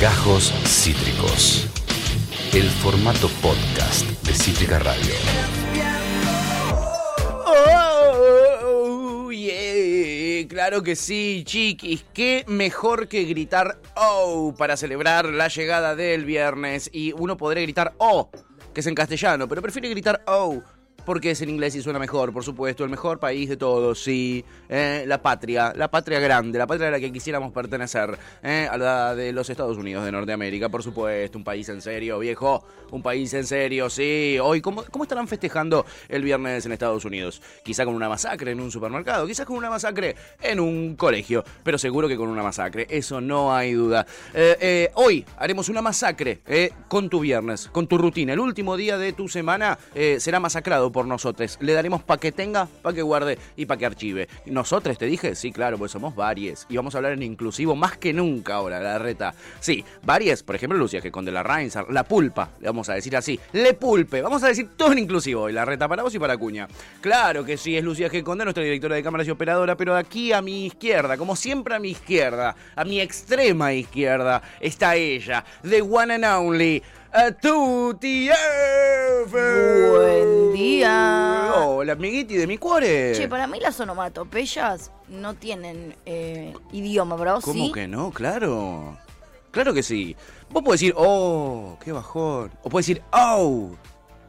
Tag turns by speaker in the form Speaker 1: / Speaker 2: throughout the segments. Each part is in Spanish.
Speaker 1: Gajos Cítricos. El formato podcast de Cítrica Radio.
Speaker 2: Oh, yeah. Claro que sí, chiquis. Qué mejor que gritar oh para celebrar la llegada del viernes. Y uno podría gritar oh, que es en castellano, pero prefiere gritar oh. Porque es en inglés y suena mejor, por supuesto. El mejor país de todos, sí. Eh, la patria, la patria grande, la patria a la que quisiéramos pertenecer. eh, a la de los Estados Unidos de Norteamérica, por supuesto. Un país en serio, viejo. Un país en serio, sí. Hoy, ¿cómo, cómo estarán festejando el viernes en Estados Unidos? Quizá con una masacre en un supermercado, quizás con una masacre en un colegio, pero seguro que con una masacre. Eso no hay duda. Eh, eh, hoy haremos una masacre eh, con tu viernes, con tu rutina. El último día de tu semana eh, será masacrado por nosotros. Le daremos pa' que tenga, pa' que guarde y pa' que archive. ¿Nosotros te dije? Sí, claro, pues somos varies. Y vamos a hablar en inclusivo más que nunca ahora, la reta. Sí, varies, por ejemplo, Lucia, que con de la Reinsar, la pulpa, le vamos a decir así, le pulpe. Vamos a decir todo en inclusivo hoy, la reta para vos y para Cuña. Claro que sí, es Lucía G. Conde, nuestra directora de cámaras y operadora, pero aquí a mi izquierda, como siempre a mi izquierda, a mi extrema izquierda, está ella, the one and only, a Tuti F.
Speaker 3: Buen día.
Speaker 2: Hola, amiguiti de mi cuore.
Speaker 3: Che, para mí las onomatopeyas no tienen eh, idioma, bro.
Speaker 2: ¿Cómo
Speaker 3: ¿sí?
Speaker 2: que no? Claro. Claro que sí. Vos podés decir, oh, qué bajón. O podés decir, oh.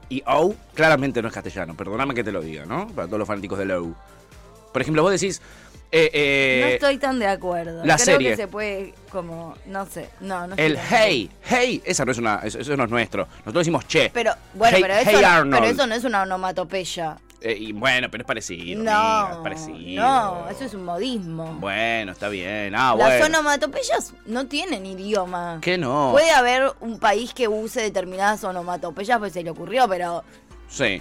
Speaker 2: Y oh, claramente no es castellano. Perdóname que te lo diga, ¿no? Para todos los fanáticos del oh. Por ejemplo, vos decís, eh, eh,
Speaker 3: no estoy tan de acuerdo.
Speaker 2: la
Speaker 3: Creo
Speaker 2: serie.
Speaker 3: que se puede, como, no sé. No, no estoy
Speaker 2: el
Speaker 3: tan de acuerdo.
Speaker 2: hey, hey, esa no es una, eso, eso no es nuestro. Nosotros decimos che.
Speaker 3: Pero, bueno,
Speaker 2: Hey-
Speaker 3: pero, eso,
Speaker 2: hey,
Speaker 3: no-
Speaker 2: Arnold.
Speaker 3: pero eso no es una onomatopeya.
Speaker 2: Eh, y bueno, pero es parecido. amiga, es
Speaker 3: No,
Speaker 2: parecido.
Speaker 3: no, eso es un modismo.
Speaker 2: Bueno, está bien. Ah,
Speaker 3: las
Speaker 2: bueno.
Speaker 3: onomatopeyas no tienen idioma.
Speaker 2: ¿Qué no?
Speaker 3: Puede haber un país que use determinadas onomatopeyas, pues se le ocurrió, pero
Speaker 2: Sí.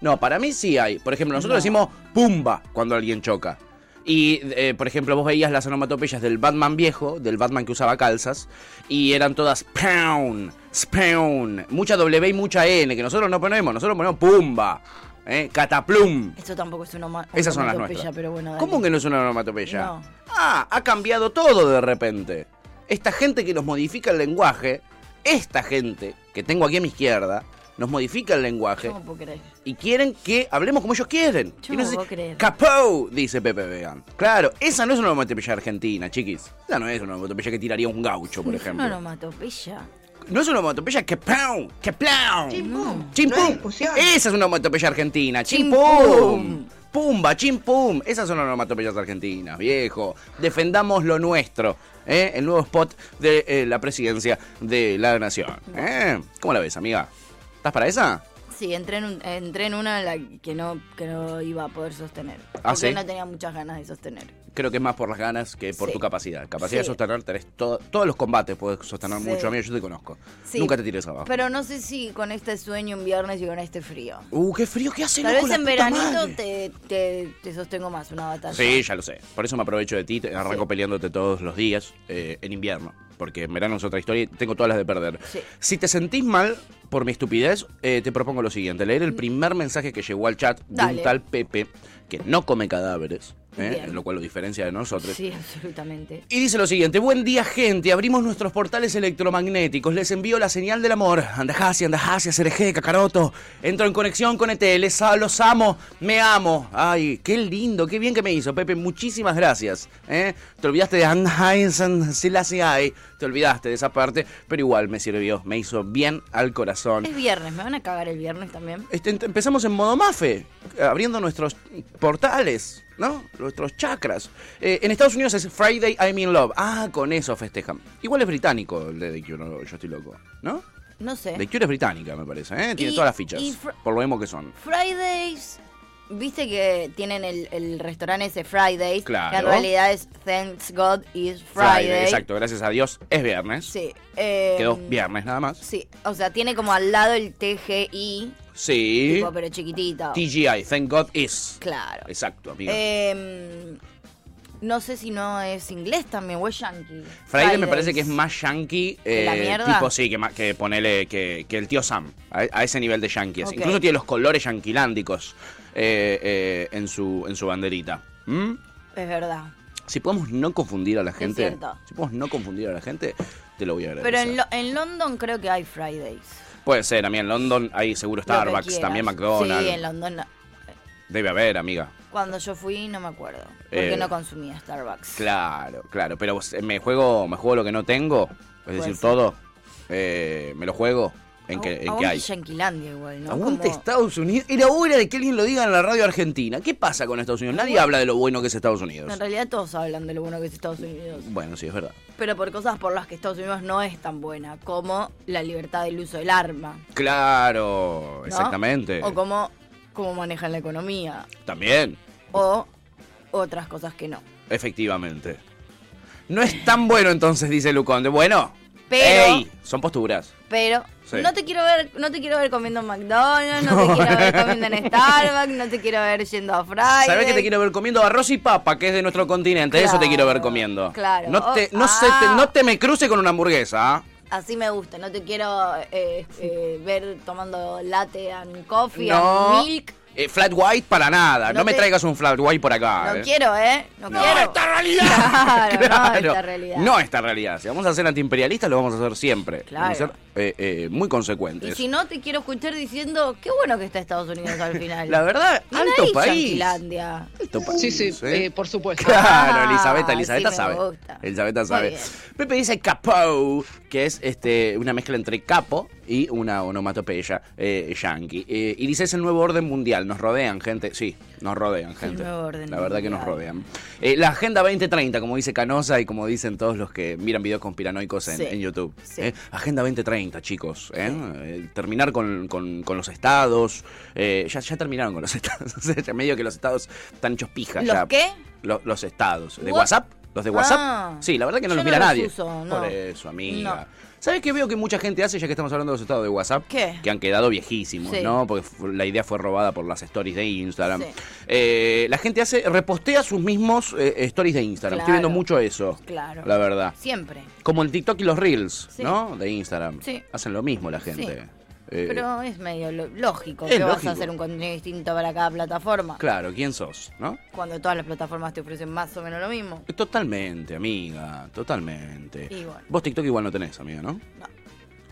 Speaker 2: No, para mí sí hay. Por ejemplo, nosotros
Speaker 3: No.
Speaker 2: decimos pumba cuando alguien choca. Y, eh, por ejemplo, vos veías las onomatopeyas del Batman viejo, del Batman que usaba calzas, y eran todas pound, spawn, mucha W y mucha N, que nosotros no ponemos, nosotros ponemos pumba, eh, cataplum.
Speaker 3: esto tampoco es una oma-
Speaker 2: Esas son las
Speaker 3: onomatopeya,
Speaker 2: nuestras.
Speaker 3: pero bueno, dale.
Speaker 2: ¿Cómo que no es una onomatopeya?
Speaker 3: No.
Speaker 2: Ah, ha cambiado todo de repente. Esta gente que nos modifica el lenguaje, esta gente que tengo aquí a mi izquierda, nos modifica el lenguaje
Speaker 3: Yo no puedo creer.
Speaker 2: y quieren que hablemos como ellos quieren.
Speaker 3: Yo
Speaker 2: Y
Speaker 3: no
Speaker 2: sé-
Speaker 3: puedo creer.
Speaker 2: Capó, dice Pepe Vegan. Claro, esa no es una onomatopeya argentina, chiquis. Esa no es una onomatopeya que tiraría un gaucho, por ejemplo.
Speaker 3: No, no mató, pilla.
Speaker 2: No es una onomatopeya que pau, que plau.
Speaker 4: Chimpum.
Speaker 2: Chimpum.
Speaker 4: No hay discusión.
Speaker 2: Esa es una onomatopeya argentina. Chimpum.
Speaker 3: Chimpum.
Speaker 2: Pumba, chimpum. Esas son las onomatopeyas argentinas, viejo. Defendamos lo nuestro. ¿eh? El nuevo spot de eh, la presidencia de la nación. ¿eh? ¿Cómo la ves, amiga? ¿Estás para esa?
Speaker 3: Sí, entré en, un- entré en una en la que no, que no iba a poder sostener.
Speaker 2: Ah,
Speaker 3: porque
Speaker 2: ¿sí?
Speaker 3: no tenía muchas ganas de sostener.
Speaker 2: Creo que es más por las ganas que por
Speaker 3: Sí.
Speaker 2: tu capacidad. Capacidad de
Speaker 3: Sí.
Speaker 2: sostener, tenés to- todos los combates, puedes sostener
Speaker 3: Sí.
Speaker 2: mucho. Amigo, yo te conozco.
Speaker 3: Sí,
Speaker 2: Nunca te tires abajo.
Speaker 3: Pero no sé si con este sueño un viernes y con este frío.
Speaker 2: Uh, qué frío que hace.
Speaker 3: Tal
Speaker 2: loco,
Speaker 3: vez
Speaker 2: la
Speaker 3: en
Speaker 2: puta
Speaker 3: veranito
Speaker 2: madre.
Speaker 3: te, te, te sostengo más una batalla.
Speaker 2: Sí, ya lo sé. Por eso me aprovecho de ti, te- arranco peleándote todos los días eh, en invierno. Porque en verano es otra historia y tengo todas las de perder.
Speaker 3: Sí.
Speaker 2: Si te sentís mal por mi estupidez, eh, te propongo lo siguiente: leer el primer mensaje que llegó al chat de
Speaker 3: Mm. Dale.
Speaker 2: un tal Pepe que no come cadáveres, eh,
Speaker 3: Bien.
Speaker 2: lo cual lo diferencia de nosotros.
Speaker 3: Sí, absolutamente.
Speaker 2: Y dice lo siguiente, buen día gente, abrimos nuestros portales electromagnéticos, les envío la señal del amor, andajasia, andajasia, cereje, cacaroto, entro en conexión con ET, les a- los amo, me amo, ay, qué lindo, qué bien que me hizo, Pepe, muchísimas gracias, ¿eh? te olvidaste de Andajasia, Silasiai, E. te olvidaste de esa parte, pero igual me sirvió, me hizo bien al corazón.
Speaker 3: Es viernes, ¿me van a cagar el viernes también?
Speaker 2: Este, ent- empezamos en modo mafe, abriendo nuestros portales, ¿no? Nuestros chakras. Eh, en Estados Unidos es Friday I'm in Love. Ah, con eso festejan. Igual es británico el de The Cure, no, yo estoy loco, ¿no?
Speaker 3: No sé.
Speaker 2: The Cure es británica, me parece, ¿eh? Tiene
Speaker 3: Eh. Y-
Speaker 2: todas las fichas,
Speaker 3: y fr-
Speaker 2: por lo mismo que son.
Speaker 3: Fridays, viste que tienen el, el restaurante ese Fridays, que en
Speaker 2: Claro.
Speaker 3: realidad es Thanks God is Friday.
Speaker 2: exacto, gracias a Dios, es viernes.
Speaker 3: Sí. eh,
Speaker 2: Quedó viernes nada más.
Speaker 3: Sí, o sea, tiene como al lado el TGI,
Speaker 2: Sí.
Speaker 3: tipo, pero chiquitito.
Speaker 2: TGI, thank God is.
Speaker 3: Claro. Eh,
Speaker 2: Exacto, amigo.
Speaker 3: Em, no sé si no es inglés también o es yankee.
Speaker 2: Friday, me
Speaker 3: Fridays.
Speaker 2: parece que es más yankee. eh,
Speaker 3: ¿Que la mierda?
Speaker 2: Tipo, sí, que, ma- que ponele que, que el tío Sam. A, a ese nivel de yankee. es.
Speaker 3: Ok.
Speaker 2: Incluso tiene los colores yanquilándicos eh, eh, en, su, en su banderita. ¿Mm?
Speaker 3: Es verdad.
Speaker 2: Si podemos no confundir a la gente.
Speaker 3: cierto.
Speaker 2: Si podemos no confundir a la gente, te lo voy a agradecer.
Speaker 3: Pero en, Lo- en London creo que hay Fridays.
Speaker 2: Puede ser, a mí en London hay seguro
Speaker 3: Lo que
Speaker 2: Starbucks,
Speaker 3: quieras.
Speaker 2: también McDonald's.
Speaker 3: Sí, en London. no.
Speaker 2: Debe haber, amiga.
Speaker 3: Cuando yo fui no me acuerdo. Porque
Speaker 2: Eh,
Speaker 3: no consumía Starbucks.
Speaker 2: Claro, claro. Pero se- me juego, me juego lo que no tengo, es
Speaker 3: Puede
Speaker 2: decir,
Speaker 3: ser.
Speaker 2: todo. eh, me lo juego en que, en
Speaker 3: Aguante
Speaker 2: que hay.
Speaker 3: Yanquilandia igual, ¿no?
Speaker 2: Aguante
Speaker 3: Como-
Speaker 2: Estados Unidos. Era hora de que alguien lo diga en la radio argentina. ¿Qué pasa con Estados Unidos? Nadie habla de lo bueno que es Estados Unidos.
Speaker 3: En realidad todos hablan de lo bueno que es Estados Unidos.
Speaker 2: Bueno, sí, es verdad.
Speaker 3: Pero por cosas por las que Estados Unidos no es tan buena, como la libertad del uso del arma.
Speaker 2: Claro,
Speaker 3: ¿no?
Speaker 2: exactamente.
Speaker 3: O como cómo manejan la economía.
Speaker 2: También,
Speaker 3: O otras cosas que no.
Speaker 2: efectivamente. No es tan bueno entonces, dice Luconde. Bueno,
Speaker 3: Pero-
Speaker 2: ey, son posturas.
Speaker 3: Pero
Speaker 2: Sí.
Speaker 3: no te quiero ver, no te quiero ver comiendo en McDonald's, no, te quiero ver comiendo en Starbucks, no te quiero ver yendo a Friday.
Speaker 2: ¿Sabés que te quiero ver comiendo arroz y papa, que es de nuestro continente? Eso te
Speaker 3: Claro,
Speaker 2: quiero ver comiendo.
Speaker 3: claro.
Speaker 2: No te, no
Speaker 3: Oh,
Speaker 2: se te-
Speaker 3: ah.
Speaker 2: no te me cruce con una hamburguesa. ¿ah?
Speaker 3: Así me gusta, no te quiero eh, eh, ver tomando latte and coffee
Speaker 2: No.
Speaker 3: and milk.
Speaker 2: Eh, flat white para nada. No,
Speaker 3: No
Speaker 2: me
Speaker 3: te-
Speaker 2: traigas un flat white por acá.
Speaker 3: No
Speaker 2: eh.
Speaker 3: quiero, ¿eh? No,
Speaker 2: No,
Speaker 3: quiero.
Speaker 2: esta realidad.
Speaker 3: Claro,
Speaker 2: Claro.
Speaker 3: no esta realidad.
Speaker 2: No esta realidad. Si vamos a ser antiimperialistas, lo vamos a hacer siempre.
Speaker 3: Claro.
Speaker 2: Vamos a ser eh, eh, muy
Speaker 3: Y
Speaker 2: consecuentes.
Speaker 3: si no, te quiero escuchar diciendo qué bueno que está Estados Unidos al final.
Speaker 2: La verdad,
Speaker 3: Y
Speaker 2: alto
Speaker 3: nadie
Speaker 2: país.
Speaker 3: Yanquilandia.
Speaker 2: Alto país.
Speaker 4: Sí, sí,
Speaker 2: ¿eh?
Speaker 4: eh, por supuesto.
Speaker 2: Claro,
Speaker 3: Ah,
Speaker 2: Elizabeth,
Speaker 3: sí
Speaker 2: Elizabeth
Speaker 3: me
Speaker 2: sabe.
Speaker 3: gusta.
Speaker 2: Elizabeth
Speaker 3: Muy
Speaker 2: sabe.
Speaker 3: bien.
Speaker 2: Pepe dice capo, que es este una mezcla entre capo y una onomatopeya eh, yankee. Eh, y dice es el nuevo orden mundial. Nos rodean, gente. Sí, nos rodean, gente.
Speaker 3: nuevo orden
Speaker 2: La verdad que nos
Speaker 3: mundial.
Speaker 2: rodean. Eh, la Agenda 2030, como dice Canosa y como dicen todos los que miran videos conspiranoicos en,
Speaker 3: Sí,
Speaker 2: en YouTube.
Speaker 3: sí.
Speaker 2: ¿eh? Agenda 2030, chicos. ¿eh? Eh, Terminar con, con- con los estados. Eh, ya, ya terminaron con los estados. O sea, ya medio que los estados están hechos pija.
Speaker 3: ¿Los
Speaker 2: ya.
Speaker 3: qué?
Speaker 2: Lo- los estados. ¿De
Speaker 3: What?
Speaker 2: WhatsApp? ¿Los de WhatsApp?
Speaker 3: Ah.
Speaker 2: sí, la verdad que no
Speaker 3: Yo
Speaker 2: los
Speaker 3: no
Speaker 2: mira
Speaker 3: los
Speaker 2: nadie.
Speaker 3: uso, no.
Speaker 2: Por eso, amiga.
Speaker 3: No.
Speaker 2: ¿Sabes qué veo que mucha gente hace, ya que estamos hablando de los estados de WhatsApp?
Speaker 3: ¿Qué?
Speaker 2: Que han quedado viejísimos,
Speaker 3: Sí.
Speaker 2: ¿no? Porque fu- la idea fue robada por las stories de Instagram.
Speaker 3: Sí.
Speaker 2: Eh, la gente hace, repostea sus mismos eh, stories de Instagram. Estoy
Speaker 3: Claro.
Speaker 2: viendo mucho eso.
Speaker 3: Claro.
Speaker 2: La verdad.
Speaker 3: Siempre.
Speaker 2: Como el TikTok y los Reels,
Speaker 3: Sí.
Speaker 2: ¿no? De Instagram.
Speaker 3: Sí.
Speaker 2: Hacen lo mismo la gente.
Speaker 3: Sí.
Speaker 2: Eh,
Speaker 3: Pero es medio lo- lógico
Speaker 2: Es
Speaker 3: que vas
Speaker 2: lógico.
Speaker 3: a hacer un contenido distinto para cada plataforma.
Speaker 2: Eh, Claro, ¿quién sos? ¿No?
Speaker 3: Cuando todas las plataformas te ofrecen más o menos lo mismo.
Speaker 2: Totalmente, amiga, totalmente.
Speaker 3: Y bueno.
Speaker 2: Vos TikTok igual no tenés, amiga, ¿no?
Speaker 3: No.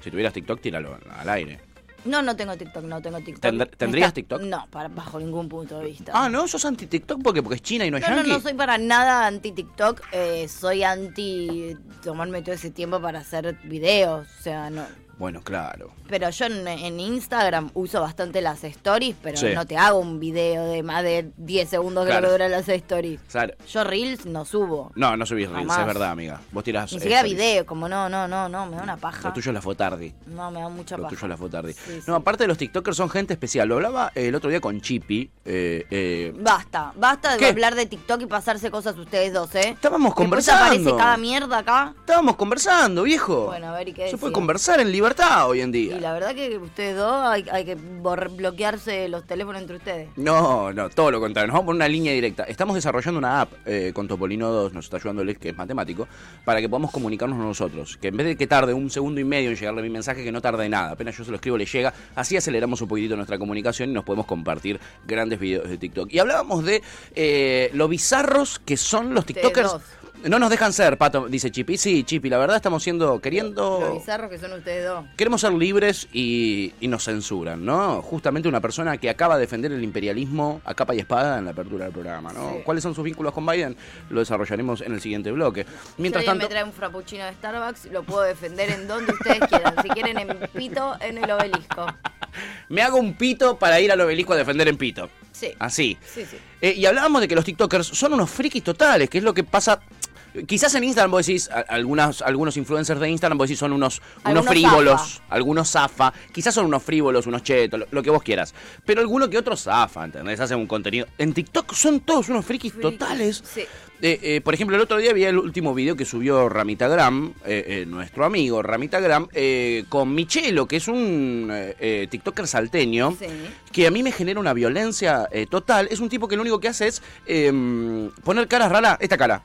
Speaker 2: Si tuvieras TikTok, tíralo al- al aire.
Speaker 3: No, no tengo TikTok, no tengo TikTok.
Speaker 2: Tendr-
Speaker 3: Me
Speaker 2: ¿tendrías
Speaker 3: está-
Speaker 2: TikTok?
Speaker 3: No, para, bajo ningún punto de vista.
Speaker 2: Ah, ¿no? ¿Sos anti-TikTok porque, porque es China y no es
Speaker 3: No, no,
Speaker 2: yankee?
Speaker 3: no soy para nada anti TikTok, eh, soy anti tomarme todo ese tiempo para hacer videos, o sea, no.
Speaker 2: Bueno, claro.
Speaker 3: Pero yo en, en Instagram uso bastante las stories, pero
Speaker 2: Sí.
Speaker 3: no te hago un video de más de 10 segundos que
Speaker 2: Claro. Ah,
Speaker 3: lo que duran las stories.
Speaker 2: Claro.
Speaker 3: Yo reels no subo.
Speaker 2: No, no subís reels,
Speaker 3: Jamás.
Speaker 2: es verdad, amiga. Vos tirás...
Speaker 3: Ni siquiera
Speaker 2: stories.
Speaker 3: video, como no, no, no, no, me da una paja.
Speaker 2: Lo tuyo es la fotardi.
Speaker 3: No, me da mucha
Speaker 2: Lo
Speaker 3: paja.
Speaker 2: tuyo es la fotardi.
Speaker 3: Sí,
Speaker 2: no,
Speaker 3: sí.
Speaker 2: aparte de los TikTokers son gente especial. Lo hablaba eh, el otro día con Chippy. eh, eh,
Speaker 3: Basta, basta
Speaker 2: ¿Qué?
Speaker 3: de hablar de TikTok y pasarse cosas ustedes dos, ¿eh?
Speaker 2: Estábamos
Speaker 3: Después
Speaker 2: conversando.
Speaker 3: aparece cada mierda acá.
Speaker 2: estábamos conversando, viejo.
Speaker 3: Bueno, a ver, ¿y qué
Speaker 2: Se puede
Speaker 3: decía?
Speaker 2: conversar en libertad hoy en día.
Speaker 3: Y la verdad que ustedes dos hay, hay que bor- bloquearse los teléfonos entre ustedes.
Speaker 2: No, no, todo lo contrario. Nos vamos por una línea directa. Estamos desarrollando una app eh, con Topolino 2, nos está ayudando él, que es matemático, para que podamos comunicarnos nosotros. Que en vez de que tarde un segundo y medio en llegarle mi mensaje, que no tarde nada. Apenas yo se lo escribo, le llega. Así aceleramos un poquitito nuestra comunicación y nos podemos compartir grandes videos de TikTok. Y hablábamos de eh, lo bizarros que son los TikTokers.
Speaker 3: dos.
Speaker 2: No nos dejan ser, Pato, dice Chipi. Sí, Chipi, la verdad estamos siendo, queriendo...
Speaker 3: Lo bizarros que son ustedes dos.
Speaker 2: Queremos ser libres y, y nos censuran, ¿no? Justamente una persona que acaba de defender el imperialismo a capa y espada en la apertura del programa, ¿no?
Speaker 3: Sí.
Speaker 2: ¿Cuáles son sus vínculos con Biden? Lo desarrollaremos en el siguiente bloque. Mientras
Speaker 3: si alguien
Speaker 2: tanto,
Speaker 3: me trae un frappuccino de Starbucks, lo puedo defender en donde ustedes quieran. Si quieren, en Pito, en el obelisco.
Speaker 2: me hago un pito para ir al obelisco a defender en pito.
Speaker 3: Sí.
Speaker 2: Así.
Speaker 3: Sí, sí.
Speaker 2: Eh, y hablábamos de que los TikTokers son unos frikis totales, que es lo que pasa. Quizás en Instagram vos decís, a- algunas, algunos influencers de Instagram vos decís son unos, unos
Speaker 3: Algunos
Speaker 2: frívolos,
Speaker 3: zafa.
Speaker 2: algunos zafa, quizás son unos frívolos, unos chetos, lo, lo que vos quieras. Pero alguno que otro zafa, ¿entendés? Hacen un contenido. En TikTok son todos unos frikis,
Speaker 3: Frikis,
Speaker 2: totales.
Speaker 3: sí.
Speaker 2: Eh, eh, por ejemplo, el otro día vi el último video que subió Ramitagram, eh, eh, nuestro amigo Ramitagram, eh, con Michelo, que es un eh, eh, TikToker salteño
Speaker 3: Sí.
Speaker 2: que a mí me genera una violencia eh, total es un tipo que lo único que hace es em, poner caras raras, esta cara.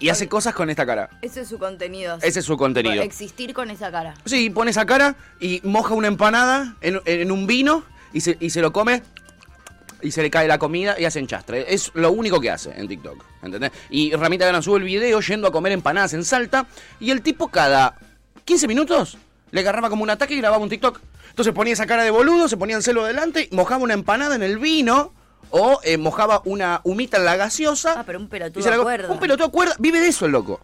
Speaker 2: Y hace cosas con esta cara.
Speaker 3: Ese es su contenido.
Speaker 2: Ese es su contenido.
Speaker 3: Existir con esa cara.
Speaker 2: Sí, pone esa cara y moja una empanada en, en un vino y se, y se lo come y se le cae la comida y hacen chastre. Es lo único que hace en TikTok, ¿entendés? Y Ramita Gran sube el video yendo a comer empanadas en Salta y el tipo cada 15 minutos le agarraba como un ataque y grababa un TikTok. Entonces ponía esa cara de boludo, se ponía el celo delante, mojaba una empanada en el vino o eh, mojaba una humita en la gaseosa.
Speaker 3: Ah, pero un pelotudo
Speaker 2: y se la co-
Speaker 3: cuerda.
Speaker 2: Un pelotudo cuerda. Vive de eso el loco.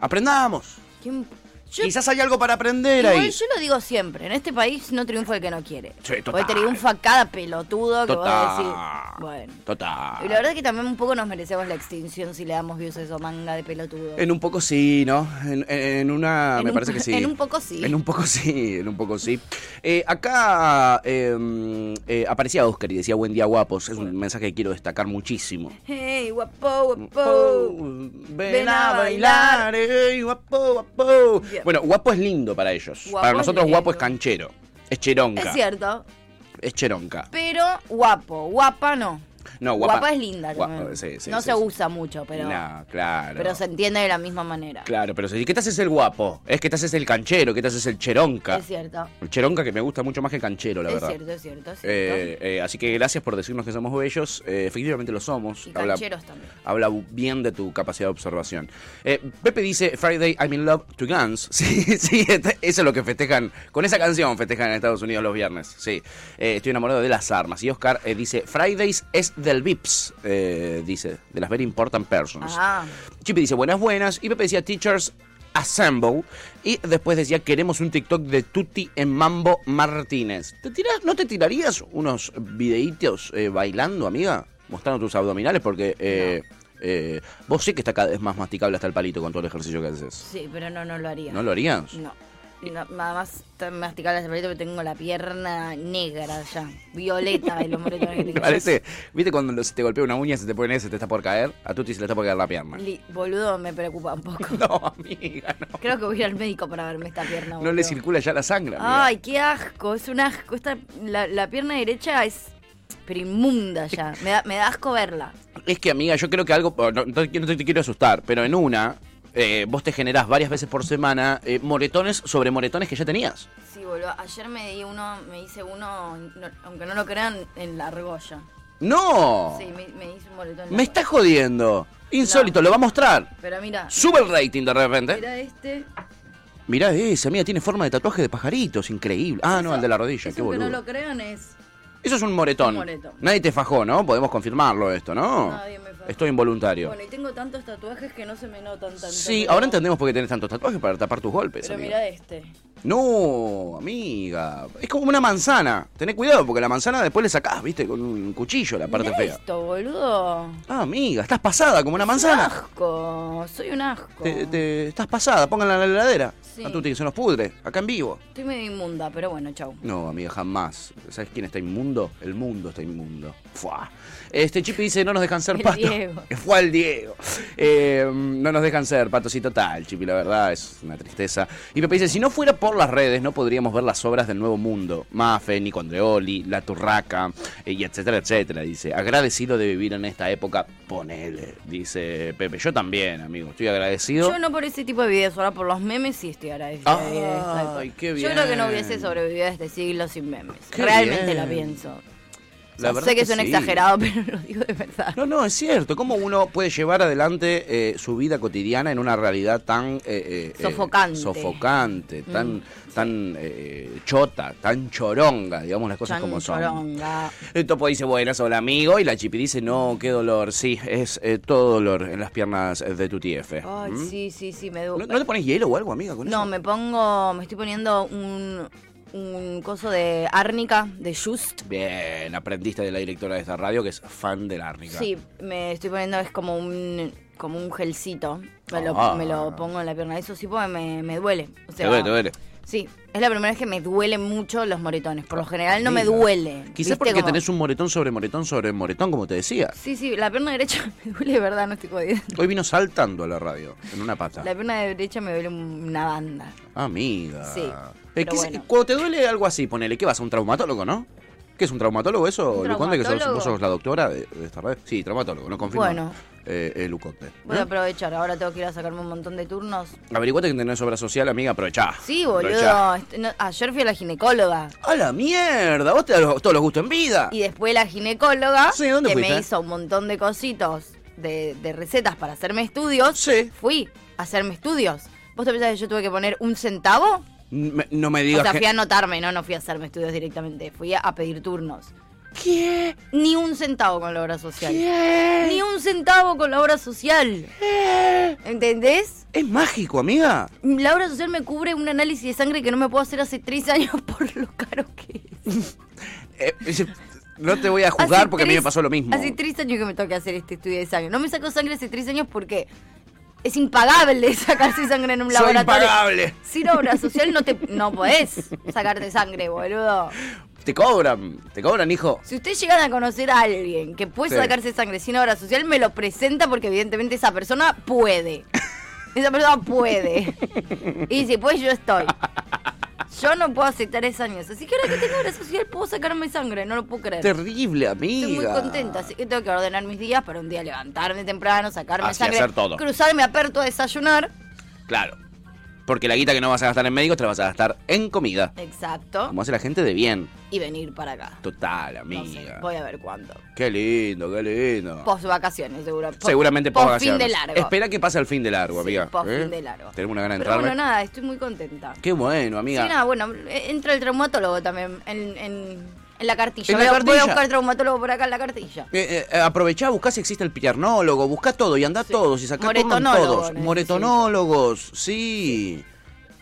Speaker 2: Aprendamos.
Speaker 3: ¿Quién- yo-
Speaker 2: Quizás hay algo para aprender
Speaker 3: Igual
Speaker 2: ahí.
Speaker 3: yo lo digo siempre, en este país no triunfa el que no quiere.
Speaker 2: Sí, total.
Speaker 3: Porque triunfa cada pelotudo que vos decís.
Speaker 2: Total.
Speaker 3: Bueno.
Speaker 2: Total.
Speaker 3: Y la verdad que también un poco nos merecemos la extinción si le damos views a eso manga de pelotudo.
Speaker 2: En un poco sí, ¿no? En, en una,
Speaker 3: En
Speaker 2: me
Speaker 3: un-
Speaker 2: parece que sí.
Speaker 3: en un poco sí.
Speaker 2: En un poco sí, en un poco sí. Eh, acá eh, eh, aparecía Oscar y decía buen día guapos. Es un mensaje que quiero destacar muchísimo.
Speaker 3: Hey, guapo,
Speaker 2: Oh,
Speaker 3: guapo.
Speaker 2: ven a bailar, ey, guapo, guapo.
Speaker 3: Bien.
Speaker 2: Bueno, guapo es lindo para ellos.
Speaker 3: Guapo
Speaker 2: para
Speaker 3: es
Speaker 2: nosotros guapo es
Speaker 3: lindo.
Speaker 2: canchero. Es cheronca.
Speaker 3: Es cierto,
Speaker 2: Es cheronca.
Speaker 3: pero guapo, guapa no.
Speaker 2: No, guapa-
Speaker 3: es linda
Speaker 2: guapa,
Speaker 3: también.
Speaker 2: sí, sí,
Speaker 3: no
Speaker 2: sí,
Speaker 3: se
Speaker 2: sí.
Speaker 3: usa mucho, pero,
Speaker 2: No, claro.
Speaker 3: pero se entiende de la misma manera.
Speaker 2: Claro, pero si ¿qué te haces el guapo? Es que te haces el canchero, que te haces el cheronca.
Speaker 3: Es cierto,
Speaker 2: El cheronca que me gusta mucho más que el canchero, la
Speaker 3: es
Speaker 2: verdad.
Speaker 3: cierto, es cierto, es cierto.
Speaker 2: Eh, eh, así que gracias por decirnos que somos bellos. Eh, efectivamente lo somos.
Speaker 3: y
Speaker 2: Habla-
Speaker 3: cancheros también.
Speaker 2: Habla bien de tu capacidad de observación. Eh, Pepe dice, Friday, I'm in love to guns. Sí, sí, este- eso es lo que festejan, con esa canción festejan en Estados Unidos los viernes. Sí, Eh, estoy enamorado de las armas. Y Oscar eh, dice, Fridays es del VIPS, eh, dice, de las very important persons.
Speaker 3: Ah,
Speaker 2: Chippy dice, buenas, buenas. Y Pepe decía, teachers. Assemble y después decía queremos un TikTok de Tutti en Mambo Martínez. ¿Te tiras, ¿No te tirarías unos videitos eh, bailando, amiga? Mostrando tus abdominales porque eh, eh, vos sé que está cada vez más masticable hasta el palito con todo el ejercicio que haces.
Speaker 3: sí, pero no, no lo haría.
Speaker 2: ¿No lo harías?
Speaker 3: No. No, nada más te- masticar el pelito porque tengo la pierna negra ya. Violeta el hombre que tengo.
Speaker 2: Parece, ¿viste cuando lo- se te golpea una uña, se te pone ese, te está por caer? A Tutti se le está por caer la pierna.
Speaker 3: Li- boludo, me preocupa un poco.
Speaker 2: No, amiga, no.
Speaker 3: Creo que voy a ir al médico para verme esta pierna.
Speaker 2: No
Speaker 3: boludo.
Speaker 2: le circula ya la sangre, amiga.
Speaker 3: Ay, qué asco, es un asco. Esta, la, la pierna derecha es pero inmunda ya. Me da, me da asco verla.
Speaker 2: Es que, amiga, yo creo que algo. oh, No, no te, no te quiero asustar, pero en una, eh, vos te generás varias veces por semana eh, moretones sobre moretones que ya tenías.
Speaker 3: Sí, boludo. Ayer me di uno, me hice uno, no- aunque no lo crean, en la argolla.
Speaker 2: ¡No!
Speaker 3: Sí, me, me hice un boletón.
Speaker 2: Oh. ¡Me estás jodiendo! Insólito, lo va a mostrar.
Speaker 3: Pero mira,
Speaker 2: Sube el rating de repente.
Speaker 3: mira este.
Speaker 2: Mirá ese, amiga, tiene forma de tatuaje de pajaritos, increíble. Ah, no, el de la rodilla,
Speaker 3: Eso
Speaker 2: qué
Speaker 3: aunque
Speaker 2: boludo.
Speaker 3: no lo crean es.
Speaker 2: Eso es un moretón.
Speaker 3: Un moretón.
Speaker 2: Nadie te fajó, ¿no? Podemos confirmarlo esto, ¿no?
Speaker 3: Nadie me fajó.
Speaker 2: Estoy involuntario.
Speaker 3: Bueno, y tengo tantos tatuajes que no se me notan tanto.
Speaker 2: sí,
Speaker 3: pero-
Speaker 2: ahora entendemos por qué tenés tantos tatuajes para tapar tus golpes.
Speaker 3: Pero
Speaker 2: amiga.
Speaker 3: mira este.
Speaker 2: No, amiga. Es como una manzana. Tené cuidado porque la manzana después le sacás, viste, con un cuchillo la parte
Speaker 3: Mirá
Speaker 2: fea.
Speaker 3: esto, boludo.
Speaker 2: Ah, amiga, estás pasada como una manzana.
Speaker 3: Asco, soy un asco.
Speaker 2: Te, te- estás pasada, pónganla en la heladera.
Speaker 3: Sí.
Speaker 2: A tu que se nos pudre, acá en vivo.
Speaker 3: Estoy medio inmunda, pero bueno, chau.
Speaker 2: No, amiga, jamás. ¿Sabes quién está inmundo? El mundo está inmundo. Fuá. Este chip dice, no nos dejan ser
Speaker 3: El
Speaker 2: pato.
Speaker 3: Diego.
Speaker 2: Fue al Diego. Eh, no nos dejan ser, pato, sí, total, Chipi, la verdad, es una tristeza. Y Pepe dice, si no fuera por las redes, no podríamos ver las obras del Nuevo Mundo. Mafe, Nico Andreoli, La Turraca, eh, y etcétera, etcétera, dice. Agradecido de vivir en esta época, ponele, dice Pepe. Yo también, amigo, estoy agradecido.
Speaker 3: Yo no por ese tipo de videos, ahora por los memes sí estoy agradecida. de vida de esta
Speaker 2: Ay,
Speaker 3: época.
Speaker 2: Ah, qué bien.
Speaker 3: Yo creo que no hubiese sobrevivido a este siglo sin memes.
Speaker 2: Qué
Speaker 3: Realmente
Speaker 2: bien.
Speaker 3: la pienso. O
Speaker 2: La
Speaker 3: sea,
Speaker 2: verdad
Speaker 3: sé que
Speaker 2: que
Speaker 3: suena
Speaker 2: sí.
Speaker 3: exagerado, pero lo digo de verdad.
Speaker 2: No, no, es cierto. ¿Cómo uno puede llevar adelante eh, su vida cotidiana en una realidad tan... eh, eh, eh,
Speaker 3: Sofocante. Mm.
Speaker 2: sofocante, tan, tan eh, chota, tan choronga, digamos las cosas
Speaker 3: Chan
Speaker 2: como son.
Speaker 3: choronga.
Speaker 2: El topo dice, buenas, hola amigo. Y la chipi dice, no, qué dolor. Sí, es eh, todo dolor en las piernas eh, de tu tiefe.
Speaker 3: Ay,
Speaker 2: ¿Mm?
Speaker 3: sí, sí, sí, me
Speaker 2: ¿No,
Speaker 3: duele.
Speaker 2: no te pones hielo o algo, amiga, con
Speaker 3: No,
Speaker 2: eso?
Speaker 3: me pongo, me estoy poniendo un, un coso de árnica, de Just.
Speaker 2: Bien, aprendiste de la directora de esta radio que es fan de la árnica.
Speaker 3: Sí, me estoy poniendo, es como un como un gelcito. Me lo,
Speaker 2: Ah.
Speaker 3: me lo pongo en la pierna. Eso sí, porque me, me duele. O sea,
Speaker 2: Te duele, te duele.
Speaker 3: Sí, es la primera vez que me duelen mucho los moretones. Por lo general no me
Speaker 2: Amiga.
Speaker 3: duele.
Speaker 2: Ah, Quizás porque tenés un moretón sobre moretón sobre moretón, como te decía.
Speaker 3: Sí, sí, la pierna derecha me duele de verdad, no estoy jodiendo.
Speaker 2: Hoy vino saltando a la radio, en una pata.
Speaker 3: La pierna derecha me duele una banda.
Speaker 2: Amiga.
Speaker 3: Sí,
Speaker 2: Eh,
Speaker 3: pero
Speaker 2: ¿qué-
Speaker 3: bueno.
Speaker 2: Cuando te duele algo así, ponele, ¿qué vas a un traumatólogo, no? ¿Qué es un traumatólogo eso,
Speaker 3: ¿Un
Speaker 2: Luconde? Que sos,
Speaker 3: traumatólogo?
Speaker 2: vos sos la doctora de, de esta red. Sí, traumatólogo, no confirmo.
Speaker 3: Bueno,
Speaker 2: eh, el UCOPTE.
Speaker 3: Voy a aprovechar, ahora tengo que ir a sacarme un montón de turnos.
Speaker 2: Averiguate que tenés obra social, amiga, aprovechá.
Speaker 3: Sí,
Speaker 2: Aprovechá.
Speaker 3: boludo. est- no, ayer fui a la ginecóloga.
Speaker 2: ¡A la mierda! Vos te das los- todos los gustos en vida.
Speaker 3: Y después la ginecóloga,
Speaker 2: Sí, ¿dónde
Speaker 3: que me
Speaker 2: fuiste?
Speaker 3: hizo un montón de cositos de, de recetas para hacerme estudios,
Speaker 2: Sí.
Speaker 3: fui a hacerme estudios. ¿Vos te pensás que yo tuve que poner un centavo?
Speaker 2: Me- no me
Speaker 3: O
Speaker 2: digas
Speaker 3: sea,
Speaker 2: que...
Speaker 3: fui a anotarme, no, no fui a hacerme estudios directamente, fui a, a pedir turnos.
Speaker 2: ¿Qué?
Speaker 3: Ni un centavo con la obra social.
Speaker 2: ¿Qué?
Speaker 3: Ni un centavo con la obra social. ¿Entendés?
Speaker 2: Es mágico, amiga.
Speaker 3: La obra social me cubre un análisis de sangre que no me puedo hacer hace tres años por lo caro que es.
Speaker 2: Eh, es- no te voy a juzgar
Speaker 3: Hace
Speaker 2: porque a mí me
Speaker 3: tres-
Speaker 2: pasó lo mismo.
Speaker 3: Hace tres años que me toca hacer este estudio de sangre. No me saco sangre hace tres años porque es impagable sacarse sangre en un
Speaker 2: Soy
Speaker 3: laboratorio.
Speaker 2: impagable.
Speaker 3: Sin obra social no te no podés sacarte sangre, boludo.
Speaker 2: Te cobran, te cobran, hijo.
Speaker 3: Si ustedes llegan a conocer a alguien que puede
Speaker 2: Sí.
Speaker 3: sacarse sangre sin obra social, me lo presenta porque evidentemente esa persona puede. Esa persona puede. Y si puede, yo estoy. Yo no puedo aceptar tres años. Así que ahora que tengo obra social puedo sacarme sangre, no lo puedo creer.
Speaker 2: Terrible, amiga.
Speaker 3: Estoy muy contenta, así que tengo que ordenar mis días para un día levantarme temprano, sacarme
Speaker 2: Así,
Speaker 3: sangre,
Speaker 2: hacer todo.
Speaker 3: cruzarme aperto a desayunar.
Speaker 2: Claro. Porque la guita que no vas a gastar en médicos te la vas a gastar en comida.
Speaker 3: Exacto.
Speaker 2: Como hace la gente de bien.
Speaker 3: Y venir para acá.
Speaker 2: Total,
Speaker 3: No
Speaker 2: amiga.
Speaker 3: sé, voy a ver cuándo.
Speaker 2: Qué lindo, qué lindo.
Speaker 3: Post vacaciones, seguro. Po-
Speaker 2: Seguramente
Speaker 3: post
Speaker 2: post
Speaker 3: fin
Speaker 2: vacaciones.
Speaker 3: de largo.
Speaker 2: Espera que pase el fin de largo,
Speaker 3: Sí,
Speaker 2: amiga.
Speaker 3: post
Speaker 2: ¿eh?
Speaker 3: fin de largo.
Speaker 2: Tenemos una gana de
Speaker 3: Pero
Speaker 2: entrarme.
Speaker 3: bueno, nada, estoy muy contenta.
Speaker 2: Qué bueno, amiga.
Speaker 3: Sí, nada, bueno, eh, entra el traumatólogo también en, en- en la cartilla.
Speaker 2: ¿En la
Speaker 3: Voy a- Voy a
Speaker 2: cartilla?
Speaker 3: buscar traumatólogo por acá en la cartilla.
Speaker 2: Eh, eh, aprovechá, buscá si existe el piernólogo, buscá todo y andá todos y sacá turno en
Speaker 3: Moretonólogo,
Speaker 2: todos.
Speaker 3: necesito.
Speaker 2: Moretonólogos, sí.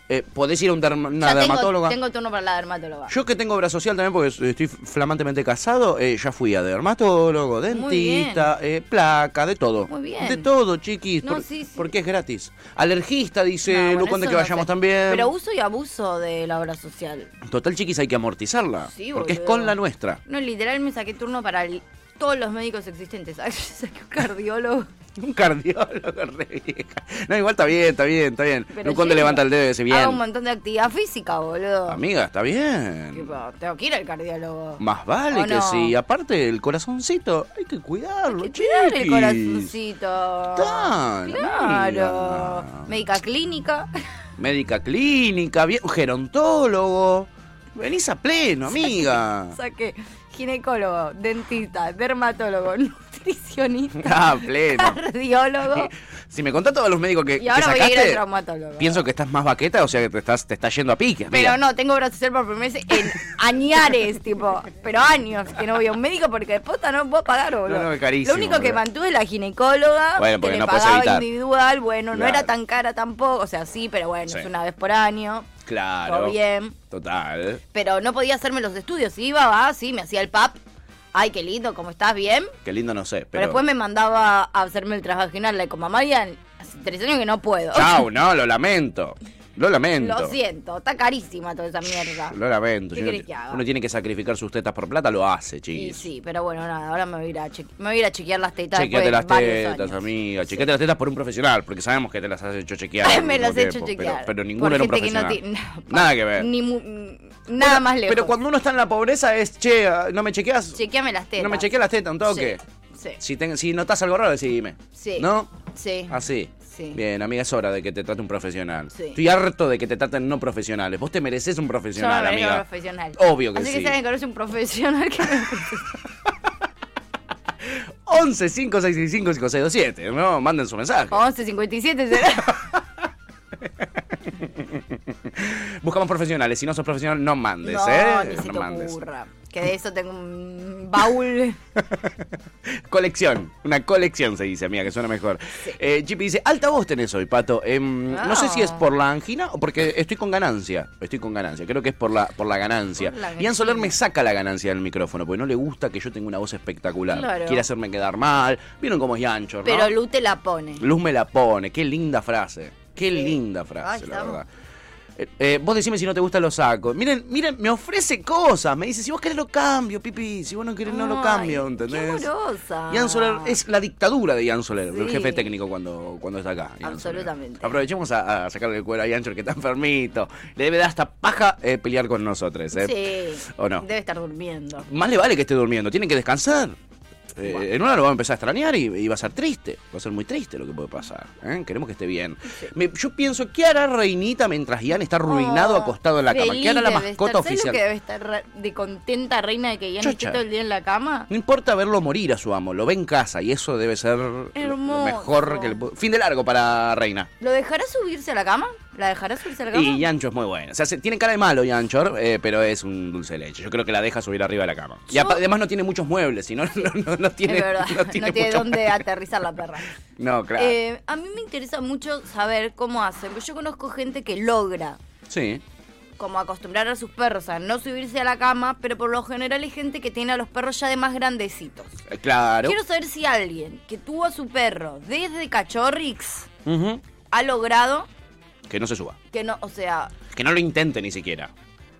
Speaker 2: Eh, podés ir a un derma-
Speaker 3: Ya
Speaker 2: una
Speaker 3: tengo-
Speaker 2: dermatóloga.
Speaker 3: Tengo, turno para la dermatóloga.
Speaker 2: Yo que tengo obra social también porque s- estoy flamantemente casado, eh, ya fui a dermatólogo, dentista, eh, placa, de todo.
Speaker 3: Muy bien.
Speaker 2: De todo, chiquis,
Speaker 3: No,
Speaker 2: por-
Speaker 3: sí, sí.
Speaker 2: porque es gratis. Alergista, dice
Speaker 3: No, Ah, bueno,
Speaker 2: Luconde,
Speaker 3: eso
Speaker 2: que
Speaker 3: no
Speaker 2: vayamos
Speaker 3: sé.
Speaker 2: también.
Speaker 3: Pero uso y abuso de la obra social.
Speaker 2: Total, chiquis, hay que amortizarla.
Speaker 3: Sí,
Speaker 2: porque es
Speaker 3: boludo.
Speaker 2: con la nuestra.
Speaker 3: No, literal me saqué turno para el- todos los médicos existentes. Ay, saqué un cardiólogo.
Speaker 2: Un cardiólogo re vieja. No, igual está bien, está bien, está bien.
Speaker 3: Pero
Speaker 2: Luconde
Speaker 3: llego.
Speaker 2: levanta el dedo y dice bien.
Speaker 3: Hago un montón de actividad física, boludo.
Speaker 2: Amiga, está bien.
Speaker 3: Tipo, tengo que ir al cardiólogo.
Speaker 2: Más vale
Speaker 3: ¿O
Speaker 2: que
Speaker 3: no?
Speaker 2: sí. Aparte, el corazoncito, hay que cuidarlo,
Speaker 3: Hay que cuidar el
Speaker 2: chiquis.
Speaker 3: corazoncito.
Speaker 2: Tan,
Speaker 3: claro.
Speaker 2: amiga.
Speaker 3: Médica clínica.
Speaker 2: Médica clínica, bien, gerontólogo. Venís a pleno, amiga.
Speaker 3: Saqué ginecólogo, dentista, dermatólogo, nutricionista,
Speaker 2: Ah, pleno.
Speaker 3: cardiólogo.
Speaker 2: Si me contás todos los médicos que,
Speaker 3: Y ahora voy a
Speaker 2: que
Speaker 3: ir al
Speaker 2: sacaste,
Speaker 3: traumatólogo.
Speaker 2: pienso que estás más vaqueta, o sea que te estás, te está yendo a pique, amiga.
Speaker 3: Pero no, tengo obra social por primer mes en añares, tipo, pero años que no voy a un médico porque de posta no puedo pagar, boludo.
Speaker 2: No, no, es carísimo,
Speaker 3: Lo único que
Speaker 2: boludo.
Speaker 3: mantuve es la ginecóloga,
Speaker 2: Bueno,
Speaker 3: que
Speaker 2: porque
Speaker 3: le
Speaker 2: no podés
Speaker 3: pagaba
Speaker 2: evitar.
Speaker 3: individual, bueno, no
Speaker 2: Claro.
Speaker 3: era tan cara tampoco, o sea, sí, pero bueno,
Speaker 2: Sí.
Speaker 3: es una vez por año,
Speaker 2: Claro.
Speaker 3: todo bien.
Speaker 2: Total.
Speaker 3: Pero no podía hacerme los estudios, si iba, va, sí, me hacía el pap, ay, qué lindo, ¿cómo estás? ¿Bien? Pero,
Speaker 2: Qué lindo, no sé. Pero,
Speaker 3: después me mandaba a hacerme el transvaginal, la ecomamaria, hace tres años que no puedo.
Speaker 2: Chau, no, lo lamento. Lo lamento.
Speaker 3: Lo siento, está carísima toda esa mierda.
Speaker 2: Lo lamento.
Speaker 3: ¿Qué
Speaker 2: Si uno-
Speaker 3: querés que haga?
Speaker 2: Uno tiene que sacrificar sus tetas por plata, lo hace,
Speaker 3: Y
Speaker 2: chiquis.
Speaker 3: sí, pero bueno, nada, ahora me voy a ir a, cheque- me voy a, ir a chequear las tetas. después
Speaker 2: Chequeate
Speaker 3: de
Speaker 2: las
Speaker 3: varios
Speaker 2: tetas,
Speaker 3: años.
Speaker 2: amiga.
Speaker 3: Sí.
Speaker 2: Chequeate las tetas por un profesional, porque sabemos que te las has hecho chequear. al
Speaker 3: me
Speaker 2: mismo
Speaker 3: las he hecho
Speaker 2: tiempo, pero-
Speaker 3: chequear.
Speaker 2: Pero, ninguno
Speaker 3: Por
Speaker 2: era un
Speaker 3: gente que no
Speaker 2: profesional.
Speaker 3: tiene-
Speaker 2: Nada que ver.
Speaker 3: Ni mu- nada más lejos.
Speaker 2: Pero cuando uno está en la pobreza es, che, ah, no me chequeas.
Speaker 3: Chequeame las tetas.
Speaker 2: No me chequeé las tetas, un toque.
Speaker 3: Sí, sí,
Speaker 2: Si, ten- si notas algo raro, decidime.
Speaker 3: Sí.
Speaker 2: ¿No?
Speaker 3: sí.
Speaker 2: Así.
Speaker 3: Sí.
Speaker 2: Bien, amiga, es hora de que te trate un profesional.
Speaker 3: Sí.
Speaker 2: Estoy harto de que te traten no profesionales. Vos te mereces
Speaker 3: Yo
Speaker 2: un
Speaker 3: me
Speaker 2: profesional,
Speaker 3: merezco un
Speaker 2: amiga.
Speaker 3: profesional.
Speaker 2: Obvio que
Speaker 3: Así
Speaker 2: sí.
Speaker 3: que si alguien conoce un profesional que me
Speaker 2: 11 565 5627, ¿no? Manden su mensaje.
Speaker 3: 11.57 será.
Speaker 2: Buscamos profesionales. Si no sos profesional, no mandes,
Speaker 3: No,
Speaker 2: ¿eh?
Speaker 3: ni se
Speaker 2: no
Speaker 3: te
Speaker 2: mandes.
Speaker 3: ocurra. Que de eso tengo un baúl.
Speaker 2: Colección. Una colección se dice, amiga, que suena mejor. Eh, Chippy dice, alta voz tenés hoy, Pato. Em, No sé si
Speaker 3: Ah.
Speaker 2: es por la angina o porque estoy con ganancia. Estoy con ganancia. Creo que es por la, por la ganancia.
Speaker 3: Por la
Speaker 2: Ian Soler
Speaker 3: angina.
Speaker 2: me saca la ganancia del micrófono porque no le gusta que yo tenga una voz espectacular.
Speaker 3: Claro.
Speaker 2: Quiere hacerme quedar mal. Vieron cómo es Yancho, ¿no?
Speaker 3: Pero Lu te la pone.
Speaker 2: Luz me la pone. Qué linda frase. Qué linda
Speaker 3: Ahí
Speaker 2: frase, la
Speaker 3: estamos.
Speaker 2: verdad. Eh, eh, vos decime si no te gusta, lo saco. Miren, miren, me ofrece cosas. Me dice, si vos querés lo cambio, pipi. Si vos no querés, no lo
Speaker 3: Ay,
Speaker 2: cambio,
Speaker 3: qué
Speaker 2: ¿entendés?
Speaker 3: amorosa.
Speaker 2: Ian Soler es la dictadura de Ian Soler, el
Speaker 3: Ah. Sí.
Speaker 2: jefe técnico cuando, cuando está acá. Ian Soler.
Speaker 3: Absolutamente.
Speaker 2: Aprovechemos a, a sacarle el cuero a Ian Soler, que está enfermito. Le debe dar hasta paja eh, pelear con nosotros. ¿eh?
Speaker 3: Sí.
Speaker 2: ¿O no?
Speaker 3: Debe estar durmiendo.
Speaker 2: Más le vale que esté durmiendo, tienen que descansar. Eh, en una lo va a empezar a extrañar y, y va a ser triste. Va a ser muy triste lo que puede pasar. ¿eh? Queremos que esté bien. Me- yo pienso, ¿qué hará Reinita mientras Ian está arruinado
Speaker 3: Oh,
Speaker 2: acostado en la cama?
Speaker 3: feliz
Speaker 2: ¿Qué hará la
Speaker 3: debe
Speaker 2: mascota
Speaker 3: estar. ¿Sabes
Speaker 2: oficial?
Speaker 3: lo que debe estar ra- de contenta reina de que ya no esté
Speaker 2: Chocha.
Speaker 3: todo el día en la cama?
Speaker 2: No importa verlo morir a su amo, lo ve en casa y eso debe ser lo- lo
Speaker 3: Hermoso.
Speaker 2: mejor que le pu- Fin de largo para Reina.
Speaker 3: ¿Lo dejará subirse a la cama? ¿La dejará subirse a la cama?
Speaker 2: Y Yancho es muy bueno. O sea, se- tiene cara de malo Yancho, eh, pero es un dulce de leche. Yo creo que la deja subir arriba de la cama. Y
Speaker 3: Yo-
Speaker 2: apa- además no tiene muchos muebles, sino no, no- no tiene,
Speaker 3: es verdad,
Speaker 2: no tiene, mucho-
Speaker 3: dónde aterrizar la perra.
Speaker 2: No, claro.
Speaker 3: Eh, a mí me interesa mucho saber cómo hacen, porque yo conozco gente que logra
Speaker 2: sí.
Speaker 3: como acostumbrar a sus perros a no subirse a la cama, pero por lo general hay gente que tiene a los perros ya de más grandecitos.
Speaker 2: Eh, Claro.
Speaker 3: Quiero saber si alguien que tuvo a su perro desde cachorrix
Speaker 2: Ujú.
Speaker 3: ha logrado
Speaker 2: Que no se suba.
Speaker 3: que no, o sea,
Speaker 2: Que no lo intente ni siquiera.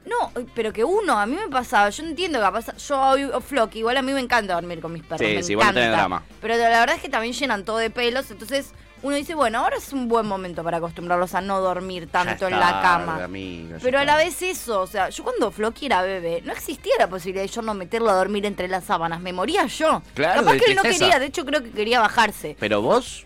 Speaker 3: No, pero que uno, a mí me pasaba, yo entiendo que pasa, yo hoy Flock, igual a mí me encanta dormir con mis perros,
Speaker 2: Sí,
Speaker 3: me
Speaker 2: sí, vos no
Speaker 3: encanta.
Speaker 2: tenés drama.
Speaker 3: Pero la verdad es que también llenan todo de pelos, entonces uno dice, bueno, ahora es un buen momento para acostumbrarlos a no dormir tanto
Speaker 2: Ya
Speaker 3: en la
Speaker 2: está,
Speaker 3: cama.
Speaker 2: amiga, ya
Speaker 3: Pero a
Speaker 2: está.
Speaker 3: la vez eso, o sea, yo cuando Floki era bebé, no existía la posibilidad de yo no meterlo a dormir entre las sábanas, me moría yo.
Speaker 2: Claro,
Speaker 3: Capaz
Speaker 2: de
Speaker 3: que él no
Speaker 2: tristeza.
Speaker 3: quería, de hecho creo que quería bajarse.
Speaker 2: Pero vos,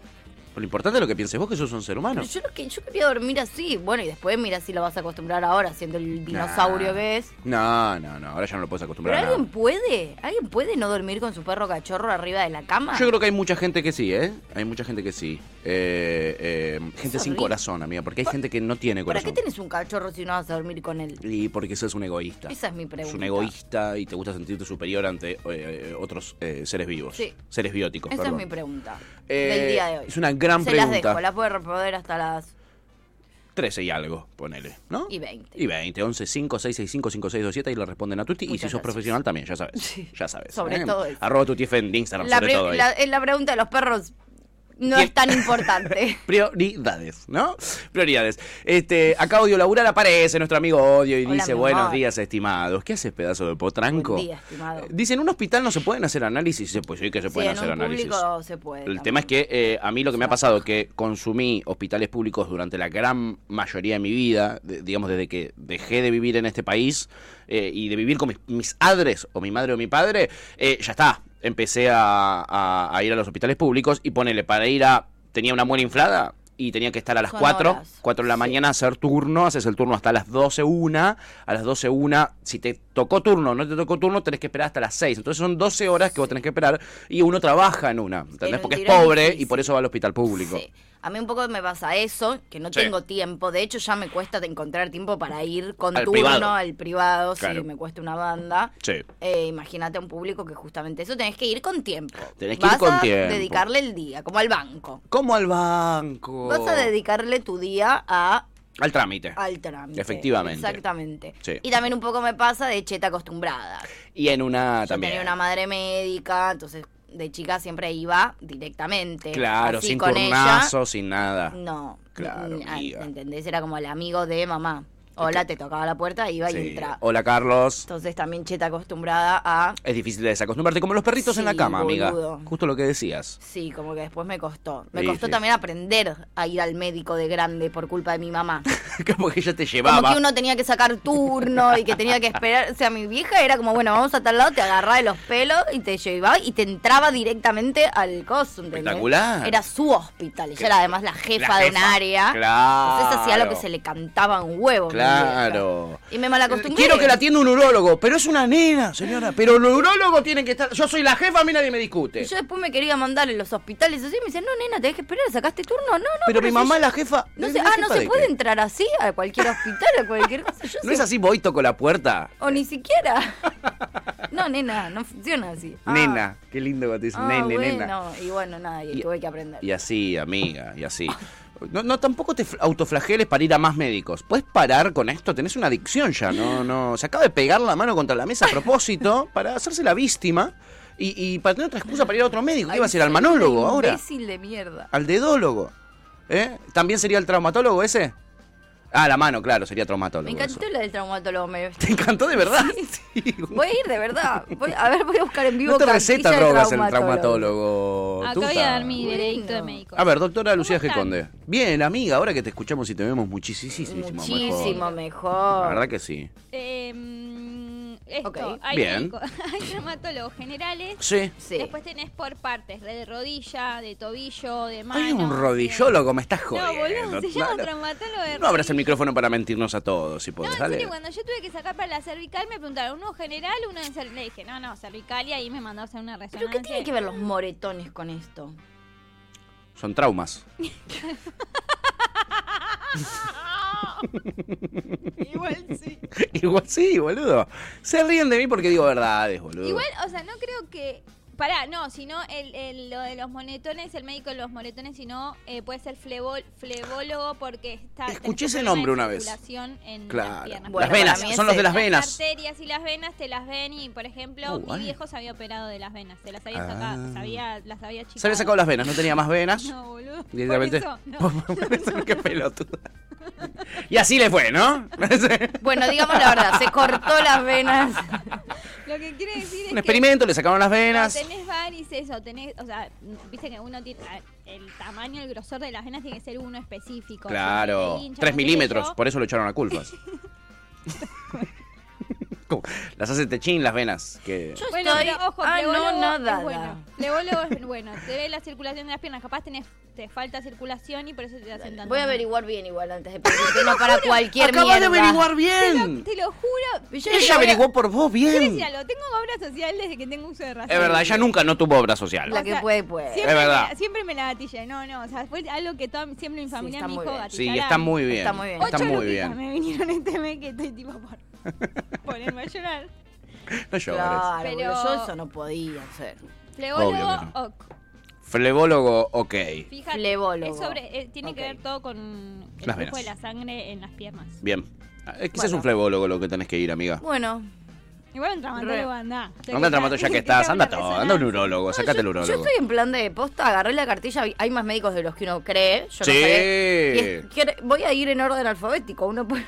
Speaker 2: lo importante es lo que pienses vos, que sos un ser humano.
Speaker 3: Pero yo, lo que, yo quería dormir así, bueno, y después mira si lo vas a acostumbrar ahora, siendo el dinosaurio
Speaker 2: Nah.
Speaker 3: que es.
Speaker 2: No, no, no, ahora ya no lo puedes acostumbrar.
Speaker 3: Pero
Speaker 2: a nada.
Speaker 3: alguien puede, alguien puede no dormir con su perro cachorro arriba de la cama.
Speaker 2: Yo creo que hay mucha gente que sí, ¿eh? Hay mucha gente que sí. Eh, eh, gente
Speaker 3: Es
Speaker 2: sin
Speaker 3: horrible.
Speaker 2: corazón, amiga, porque hay gente que no tiene
Speaker 3: ¿Para
Speaker 2: corazón.
Speaker 3: qué tenés un cachorro si no vas a dormir con él?
Speaker 2: Y porque sos un egoísta.
Speaker 3: Esa es mi
Speaker 2: Sos
Speaker 3: pregunta.
Speaker 2: un egoísta y te gusta sentirte superior ante eh, otros eh, seres vivos.
Speaker 3: Sí.
Speaker 2: Seres bióticos,
Speaker 3: Esa es
Speaker 2: perdón.
Speaker 3: mi pregunta
Speaker 2: Eh,
Speaker 3: del día de hoy.
Speaker 2: es una gran
Speaker 3: Se las
Speaker 2: pregunta.
Speaker 3: dejo, las puedo repoder hasta las...
Speaker 2: 13 y algo, ponele, ¿no?
Speaker 3: Y 20.
Speaker 2: Y 20, 11, 5, 6, 6, 5, 5, 6, 2, 7 y le responden a Tuti. y si
Speaker 3: Muchas
Speaker 2: sos
Speaker 3: gracias.
Speaker 2: profesional también, ya sabes.
Speaker 3: Sí.
Speaker 2: Ya sabes. ¿eh?
Speaker 3: Sobre todo eso.
Speaker 2: Arroba Tutifend, Instagram,
Speaker 3: La,
Speaker 2: sobre
Speaker 3: pre-
Speaker 2: todo. ahí.
Speaker 3: la- eh, la pregunta de los perros no
Speaker 2: ¿Quién?
Speaker 3: es tan importante.
Speaker 2: Prioridades, ¿no? Prioridades. Este, acá Odio Laburar aparece nuestro amigo Odio y
Speaker 3: Hola,
Speaker 2: dice,
Speaker 3: mi amor.
Speaker 2: buenos días, estimados. ¿Qué haces, pedazo de potranco?
Speaker 3: Buen día, estimado.
Speaker 2: Eh, Dice, en un hospital no se pueden hacer análisis. Sí, Pues sí que se
Speaker 3: Sí,
Speaker 2: pueden
Speaker 3: en
Speaker 2: hacer
Speaker 3: un
Speaker 2: análisis.
Speaker 3: público se puede.
Speaker 2: El
Speaker 3: también.
Speaker 2: tema es que eh, a mí lo que me ha
Speaker 3: Claro.
Speaker 2: pasado que consumí hospitales públicos durante la gran mayoría de mi vida, de- digamos desde que dejé de vivir en este país eh, y de vivir con mis, mis adres o mi madre o mi padre, eh, ya está. Empecé a, a- a ir a los hospitales públicos y ponele para ir a. Tenía una muela inflada y tenía que estar a las
Speaker 3: Son
Speaker 2: 4,
Speaker 3: horas.
Speaker 2: 4 de la
Speaker 3: Sí.
Speaker 2: mañana a hacer turno, haces el turno hasta las 12, 1. A las 12, 1, si te tocó turno o no te tocó turno, tenés que esperar hasta las 6. Entonces son 12 horas que vos tenés que esperar y uno trabaja en una.
Speaker 3: Pero
Speaker 2: ¿Entendés?
Speaker 3: en
Speaker 2: Porque es
Speaker 3: Tirol es
Speaker 2: pobre y
Speaker 3: difícil.
Speaker 2: por eso va al hospital público.
Speaker 3: Sí. A mí un poco me pasa eso, que no
Speaker 2: Sí.
Speaker 3: tengo tiempo. De hecho, ya me cuesta de encontrar tiempo para ir con
Speaker 2: Al
Speaker 3: turno
Speaker 2: privado.
Speaker 3: al privado,
Speaker 2: Claro.
Speaker 3: sí, me cuesta una banda.
Speaker 2: Sí.
Speaker 3: Eh, imagínate a un público que justamente eso tenés que ir con tiempo.
Speaker 2: Tenés que ir con
Speaker 3: a
Speaker 2: tiempo.
Speaker 3: dedicarle el día, como al banco.
Speaker 2: Como al banco.
Speaker 3: Vas a Ah. dedicarle tu día a
Speaker 2: Al trámite.
Speaker 3: al trámite.
Speaker 2: Efectivamente.
Speaker 3: Exactamente.
Speaker 2: Sí.
Speaker 3: Y también un poco me pasa de cheta acostumbrada.
Speaker 2: Y en una
Speaker 3: Yo
Speaker 2: también.
Speaker 3: tenía una madre médica, entonces de chica siempre iba directamente.
Speaker 2: Claro,
Speaker 3: Así
Speaker 2: sin
Speaker 3: con ella,
Speaker 2: turnazo, sin nada.
Speaker 3: No.
Speaker 2: Claro,
Speaker 3: Mm, ah,
Speaker 2: amiga.
Speaker 3: ¿Entendés? Era como el amigo de mamá. Hola, te tocaba la puerta, iba
Speaker 2: Sí.
Speaker 3: y entraba.
Speaker 2: Hola, Carlos.
Speaker 3: Entonces también cheta acostumbrada a...
Speaker 2: Es difícil de desacostumbrarte, como los perritos en la
Speaker 3: Sí,
Speaker 2: cama,
Speaker 3: boludo.
Speaker 2: amiga. Justo lo que decías.
Speaker 3: Sí, como que después me costó. Me
Speaker 2: Sí,
Speaker 3: costó
Speaker 2: sí.
Speaker 3: también aprender a ir al médico de grande por culpa de mi mamá.
Speaker 2: como que ella te llevaba.
Speaker 3: Como que uno tenía que sacar turno y que tenía que esperar. O sea, mi vieja era como, bueno, vamos a tal lado, te agarraba de los pelos y te llevaba y te entraba directamente al coso. ¿entendés?
Speaker 2: Espectacular.
Speaker 3: Era su hospital. Ella era además la jefa,
Speaker 2: La
Speaker 3: de un
Speaker 2: jefa.
Speaker 3: área.
Speaker 2: Claro.
Speaker 3: Entonces hacía lo que se le cantaba un huevo. mi
Speaker 2: Claro.
Speaker 3: vieja. Y me malacostumbré.
Speaker 2: Quiero que la atienda un urólogo, pero es una nena, señora. Pero el urólogo tiene que estar. Yo soy la jefa, a mí nadie me discute.
Speaker 3: Y Yo después me quería mandar en los hospitales así y me dicen, no, nena, tenés que esperar, sacaste turno. No, no,
Speaker 2: pero mi
Speaker 3: si
Speaker 2: mamá
Speaker 3: yo-
Speaker 2: es la jefa.
Speaker 3: No
Speaker 2: ¿la
Speaker 3: sé, ah, no
Speaker 2: jefa
Speaker 3: se
Speaker 2: de
Speaker 3: puede
Speaker 2: qué?
Speaker 3: entrar así a cualquier hospital, a cualquier cosa. Yo
Speaker 2: No es
Speaker 3: sé-
Speaker 2: así, voy, toco la puerta.
Speaker 3: O ni siquiera. No, nena, no funciona así. Ah.
Speaker 2: Nena, qué lindo cuando te dicen
Speaker 3: Ah,
Speaker 2: nene,
Speaker 3: bueno.
Speaker 2: nena.
Speaker 3: Y bueno, nada, y,
Speaker 2: Y-
Speaker 3: tuve que aprender.
Speaker 2: Y así, amiga, y así. No, no, tampoco te fl- autoflageles para ir a más médicos. Puedes parar con esto, tenés una adicción ya, no, no. Se acaba de pegar la mano contra la mesa a propósito para hacerse la víctima y, y para tener otra excusa para ir a otro médico. ¿Qué
Speaker 3: Ay,
Speaker 2: iba a ser al
Speaker 3: soy
Speaker 2: manólogo
Speaker 3: una
Speaker 2: ahora?
Speaker 3: Imbécil de mierda.
Speaker 2: Al dedólogo. ¿Eh? ¿También sería el traumatólogo ese? Ah, la mano, claro, sería traumatólogo.
Speaker 3: Me encantó
Speaker 2: eso.
Speaker 3: la del traumatólogo. Me...
Speaker 2: ¿Te encantó de verdad? Sí.
Speaker 3: Voy a ir de verdad. Voy- a ver, voy a buscar en vivo.
Speaker 2: No te receta
Speaker 3: receta
Speaker 2: drogas el traumatólogo.
Speaker 4: Acá
Speaker 2: Tuta.
Speaker 4: voy a dar mi
Speaker 3: Bueno.
Speaker 4: veredicto de médico.
Speaker 2: A ver, doctora Lucía G.
Speaker 4: están?
Speaker 2: Conde. Bien, amiga, ahora que te escuchamos y te vemos muchísimo, muchísimo
Speaker 3: Muchísimo
Speaker 2: mejor.
Speaker 3: mejor.
Speaker 2: La verdad que sí.
Speaker 4: Eh, mm, Esto,
Speaker 3: Ok.
Speaker 4: hay,
Speaker 2: Bien.
Speaker 4: médico- hay traumatólogos generales.
Speaker 2: Sí.
Speaker 3: Sí.
Speaker 4: Después tenés por partes, de rodilla, de tobillo, de mano.
Speaker 2: Hay un
Speaker 4: de-
Speaker 2: rodillólogo, me estás
Speaker 4: No,
Speaker 2: jodiendo.
Speaker 4: boludo, se llama
Speaker 2: No,
Speaker 4: traumatólogo de
Speaker 2: no abras el
Speaker 4: rodilla.
Speaker 2: micrófono para mentirnos a todos, si
Speaker 4: No,
Speaker 2: podés,
Speaker 4: en
Speaker 2: dale.
Speaker 4: serio, cuando yo tuve que sacar para la cervical me preguntaron uno general, uno en cervical. Le dije, no, no, cervical y ahí me mandó a hacer una
Speaker 3: ¿Pero
Speaker 4: resonancia.
Speaker 3: qué tiene que ver los moretones con esto?
Speaker 2: Son traumas.
Speaker 4: Igual sí.
Speaker 2: Igual sí, boludo. Se ríen de mí porque digo verdades, boludo.
Speaker 4: Igual, o sea, no creo que... Pará, no, sino el, el- lo de los monetones, el médico de los monetones, sino eh, puede ser flebo- flebólogo porque está... tenés
Speaker 2: Escuché ese
Speaker 4: problema de
Speaker 2: nombre una vez.
Speaker 4: circulación En
Speaker 2: Claro.
Speaker 4: Las, piernas.
Speaker 3: Bueno,
Speaker 2: las venas,
Speaker 3: para mí
Speaker 2: son los
Speaker 3: ese-
Speaker 2: de las
Speaker 4: Las
Speaker 2: venas.
Speaker 4: arterias y las venas te las ven y, por ejemplo,
Speaker 2: Oh,
Speaker 4: mi
Speaker 2: guay.
Speaker 4: viejo se había operado de las venas. Se las había
Speaker 2: Ah.
Speaker 4: sacado, se había- las había chicado.
Speaker 2: Se había sacado las venas, no tenía más venas.
Speaker 4: No, boludo. por
Speaker 2: Directamente.
Speaker 4: eso, no.
Speaker 2: Por eso, qué pelotuda. Y así le fue, ¿no?
Speaker 3: Bueno, digamos la verdad, se cortó las venas.
Speaker 4: Lo que quiere decir es
Speaker 2: Un
Speaker 4: que
Speaker 2: experimento, le sacaron las
Speaker 4: no,
Speaker 2: venas.
Speaker 4: tenés varices o tenés, o sea, viste que uno tiene a- el tamaño, el grosor de las venas tiene que ser uno específico.
Speaker 2: Claro, 3 milímetros, por eso lo echaron a culpas. ¿Cómo? Las hace techín las venas. Que...
Speaker 3: Yo
Speaker 4: Bueno,
Speaker 3: estoy...
Speaker 4: pero ojo,
Speaker 3: ah, no,
Speaker 4: flebólogo
Speaker 3: nada.
Speaker 4: es bueno. Flebólogo es bueno, te ve la circulación de las piernas, capaz tenés te falta circulación y por eso te hacen tanto.
Speaker 3: Voy a
Speaker 4: mal.
Speaker 3: averiguar bien igual antes de pedirte, no para cualquier mierda.
Speaker 2: Acabas de averiguar bien.
Speaker 4: Te lo juro.
Speaker 3: Yo
Speaker 2: Ella
Speaker 3: creo-
Speaker 2: averiguó por vos
Speaker 4: Quiero
Speaker 2: bien.
Speaker 4: decir algo, tengo obra social desde que tengo uso de razón.
Speaker 2: Es verdad, ella nunca no tuvo obra
Speaker 4: O
Speaker 2: social.
Speaker 3: La que puede, puede.
Speaker 4: Siempre
Speaker 2: Es verdad.
Speaker 4: Me, la- siempre me la gatillé. No, no. O sea, fue algo que toda, siempre mi familia
Speaker 3: está
Speaker 4: me
Speaker 3: muy
Speaker 4: dijo
Speaker 3: bien.
Speaker 4: gatillar.
Speaker 2: Sí, está muy bien.
Speaker 3: Está muy bien.
Speaker 4: Ocho
Speaker 2: Está muy
Speaker 4: luquitas
Speaker 2: bien.
Speaker 4: me vinieron este mes que estoy tipo por ponerme a llorar.
Speaker 2: No llores.
Speaker 3: Claro,
Speaker 4: Pero-
Speaker 3: pero yo eso no podía hacer.
Speaker 4: Flebólogo,
Speaker 2: Obvio que no.
Speaker 4: ok.
Speaker 2: Flebólogo, ok.
Speaker 4: Fíjate.
Speaker 3: Flebólogo.
Speaker 4: Es sobre, eh, tiene
Speaker 3: Ok.
Speaker 4: que ver todo con el
Speaker 2: Las
Speaker 4: flujo
Speaker 2: venas.
Speaker 4: de la sangre en las piernas.
Speaker 2: Bien. Ah, eh, Quizás es
Speaker 3: Bueno.
Speaker 2: un flebólogo lo que tenés que ir, amiga.
Speaker 3: Bueno,
Speaker 4: Igual un traumatólogo anda.
Speaker 2: Anda al traumatólogo ya que estás. Anda todo. Anda un urólogo. Sácate el
Speaker 3: yo
Speaker 2: urólogo.
Speaker 3: estoy en plan de posta, agarré la cartilla, vi- hay más médicos de los que uno cree. Yo
Speaker 2: Sí.
Speaker 3: no sabía. Y es- quiere- voy a ir en orden alfabético, uno por-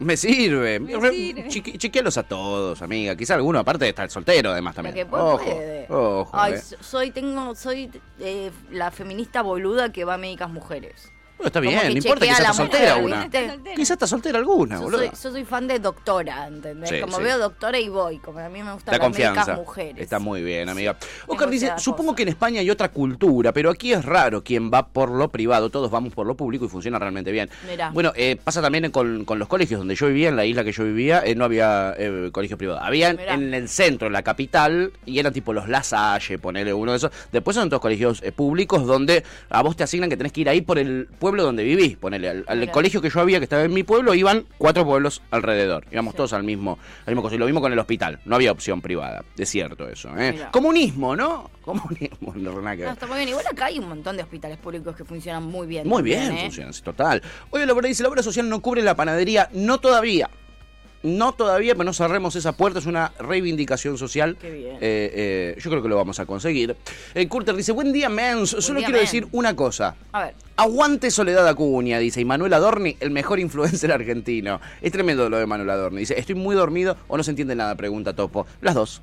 Speaker 2: Me sirve.
Speaker 4: Me sirve.
Speaker 2: Chiqui- chequealos a todos, amiga. Quizá alguno, aparte, está el soltero, además,
Speaker 3: lo
Speaker 2: también.
Speaker 3: que
Speaker 2: ojo,
Speaker 3: puede.
Speaker 2: ojo.
Speaker 3: Ay,
Speaker 2: eh.
Speaker 3: so- soy, tengo, soy eh, la feminista boluda que va a médicas mujeres.
Speaker 2: Bueno, está
Speaker 3: Como
Speaker 2: bien,
Speaker 3: que
Speaker 2: no importa,
Speaker 3: chequea
Speaker 2: quizás
Speaker 3: a la
Speaker 2: está soltera
Speaker 3: mujer,
Speaker 2: una.
Speaker 3: ¿viste?
Speaker 2: Quizás está soltera alguna,
Speaker 3: Yo
Speaker 2: boludo.
Speaker 3: soy, yo soy fan de doctora, ¿entendés?
Speaker 2: Ah, Sí,
Speaker 3: como
Speaker 2: sí.
Speaker 3: veo doctora y voy, como a mí me gustan
Speaker 2: Da
Speaker 3: las médicas
Speaker 2: confianza. Este,
Speaker 3: mujeres.
Speaker 2: Está muy bien, amiga. Oscar
Speaker 3: Tengo
Speaker 2: dice,
Speaker 3: esa
Speaker 2: supongo
Speaker 3: cosa.
Speaker 2: que en España hay otra cultura, pero aquí es raro quien va por lo privado, todos vamos por lo público y funciona realmente bien.
Speaker 3: Mirá.
Speaker 2: Bueno, eh, pasa también con, con los colegios, donde yo vivía, en la isla que yo vivía, eh, no había eh, colegios privados. Había en-
Speaker 3: Mirá.
Speaker 2: en el centro, en la capital, y eran tipo los La Salle, ponele uno de esos. Después son todos colegios eh, públicos donde a vos te asignan que tenés que ir ahí por el pueblo donde vivís, ponele. Al, al
Speaker 3: Mirá.
Speaker 2: colegio que yo había, que estaba en mi pueblo, iban cuatro pueblos alrededor. Íbamos todos al mismo, al mismo cosa. Y lo mismo con el hospital. No había opción privada. Es cierto eso, ¿eh?
Speaker 3: Mirá.
Speaker 2: Comunismo, ¿no? Comunismo, no, nada que
Speaker 3: No,
Speaker 2: ver.
Speaker 3: está muy bien. Igual acá hay un montón de hospitales públicos que funcionan muy bien.
Speaker 2: Muy
Speaker 3: también,
Speaker 2: bien,
Speaker 3: ¿eh?
Speaker 2: funciona, sí, total. Oye, la verdad dice, la obra social no cubre la panadería, no todavía. No todavía, pero no cerremos esa puerta, es una reivindicación social.
Speaker 3: Qué bien.
Speaker 2: Eh, eh, yo creo que lo vamos a conseguir. Eh, Curter dice, buen día, mens. Solo
Speaker 3: día,
Speaker 2: quiero
Speaker 3: mens.
Speaker 2: decir una cosa.
Speaker 3: A ver,
Speaker 2: Aguante Soledad Acuña, dice, y Manuel Adorni, el mejor influencer argentino. Es tremendo lo de Manuel Adorni. Dice, estoy muy dormido o no se entiende nada, pregunta Topo. Las dos.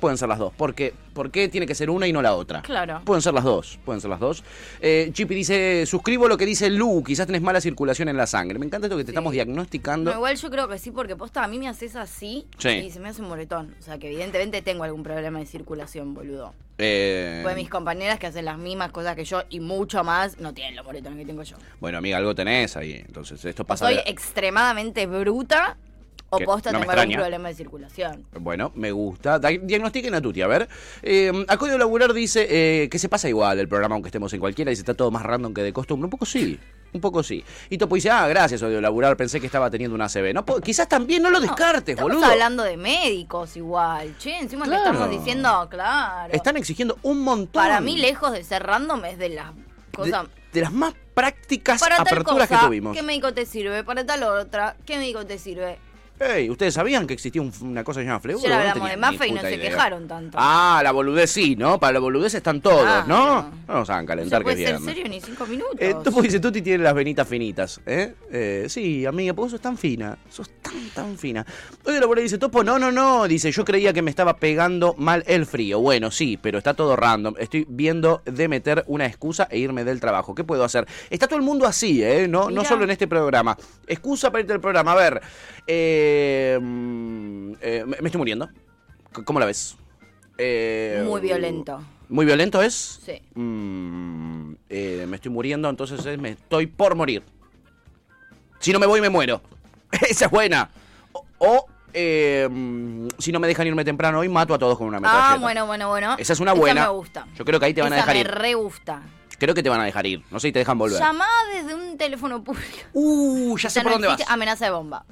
Speaker 2: Pueden ser las dos. ¿Por qué? ¿Por qué tiene que ser una y no la otra?
Speaker 3: Claro.
Speaker 2: Pueden ser las dos. Pueden ser las dos. Eh, Chippy dice, suscribo lo que dice Lu, quizás tenés mala circulación en la sangre. Me encanta esto que te estamos
Speaker 3: no,
Speaker 2: diagnosticando.
Speaker 3: igual yo creo que sí, porque posta, a mí me haces así
Speaker 2: Sí.
Speaker 3: y se me hace un moretón. O sea, que evidentemente tengo algún problema de circulación, boludo.
Speaker 2: Eh,
Speaker 3: Pues mis compañeras que hacen las mismas cosas que yo y mucho más, no tienen los moretones que tengo yo.
Speaker 2: Bueno, amiga, algo tenés ahí. Entonces, esto pasa...
Speaker 3: Soy
Speaker 2: de-
Speaker 3: extremadamente bruta o
Speaker 2: Que
Speaker 3: posta
Speaker 2: no me
Speaker 3: tengo algún
Speaker 2: extraña.
Speaker 3: problema de circulación.
Speaker 2: Bueno, me gusta. Da- Diagnostiquen a Tuti, a ver. Eh, Acodio Laburar dice eh, que se pasa igual el programa, aunque estemos en cualquiera, dice está todo más random que de costumbre. Un poco sí, un poco sí. Y Topo dice, ah, gracias, Odio Laburar, pensé que estaba teniendo una CB. No, po- quizás también no lo descartes,
Speaker 3: Estamos
Speaker 2: boludo.
Speaker 3: hablando de médicos igual, che, encima le
Speaker 2: Claro.
Speaker 3: estamos diciendo, claro.
Speaker 2: Están exigiendo un montón.
Speaker 3: Para mí, lejos de ser random, es de las
Speaker 2: de,
Speaker 3: cosas...
Speaker 2: de las más prácticas
Speaker 3: Para tal
Speaker 2: aperturas
Speaker 3: cosa,
Speaker 2: que tuvimos.
Speaker 3: ¿qué médico te sirve? Para tal otra, ¿qué médico te sirve?
Speaker 2: Ey, ¿ustedes sabían que existía un- una cosa llamada Fleur?
Speaker 3: Ayer hablamos de Mafe y no se quejaron tanto.
Speaker 2: Ah, la boludez sí, ¿no? Para la boludez están todos, ¿no?
Speaker 3: Claro.
Speaker 2: No nos hagan
Speaker 3: No
Speaker 2: calentar
Speaker 3: se
Speaker 2: que es
Speaker 3: puede ser
Speaker 2: viernes.
Speaker 3: serio ni cinco minutos.
Speaker 2: Eh, Topo dice, Tuti tiene las venitas finitas, ¿eh? Eh, sí, amiga, porque sos tan fina, sos tan, tan fina. Oye, la abuela dice, Topo, no, no, no, dice, yo creía que me estaba pegando mal el frío. Bueno, sí, pero está todo random, estoy viendo de meter una excusa e irme del trabajo, ¿qué puedo hacer? Está todo el mundo así, ¿eh? No, no
Speaker 3: Mirá.
Speaker 2: solo en este programa. Excusa para irte del programa, a ver, eh, Eh, mm, eh, me me estoy muriendo. C- ¿Cómo la ves? Eh,
Speaker 3: Muy violento.
Speaker 2: ¿Muy violento es?
Speaker 3: Sí.
Speaker 2: Mm, eh, me estoy muriendo, entonces es me estoy por morir. Si no me voy, me muero. Esa es buena. O, o, eh, mm, si no me dejan irme temprano hoy, mato a todos con una metralleta.
Speaker 3: Ah, bueno, bueno, bueno.
Speaker 2: Esa es una buena.
Speaker 3: Esa me gusta.
Speaker 2: Yo creo que ahí te van a
Speaker 3: Esa
Speaker 2: dejar
Speaker 3: me
Speaker 2: ir.
Speaker 3: re gusta.
Speaker 2: Creo que te van a dejar ir. No sé si te dejan volver.
Speaker 3: Llamada desde un teléfono público.
Speaker 2: Uh, ya sé
Speaker 3: Ya
Speaker 2: por
Speaker 3: no
Speaker 2: dónde vas.
Speaker 3: existe Amenaza de bomba.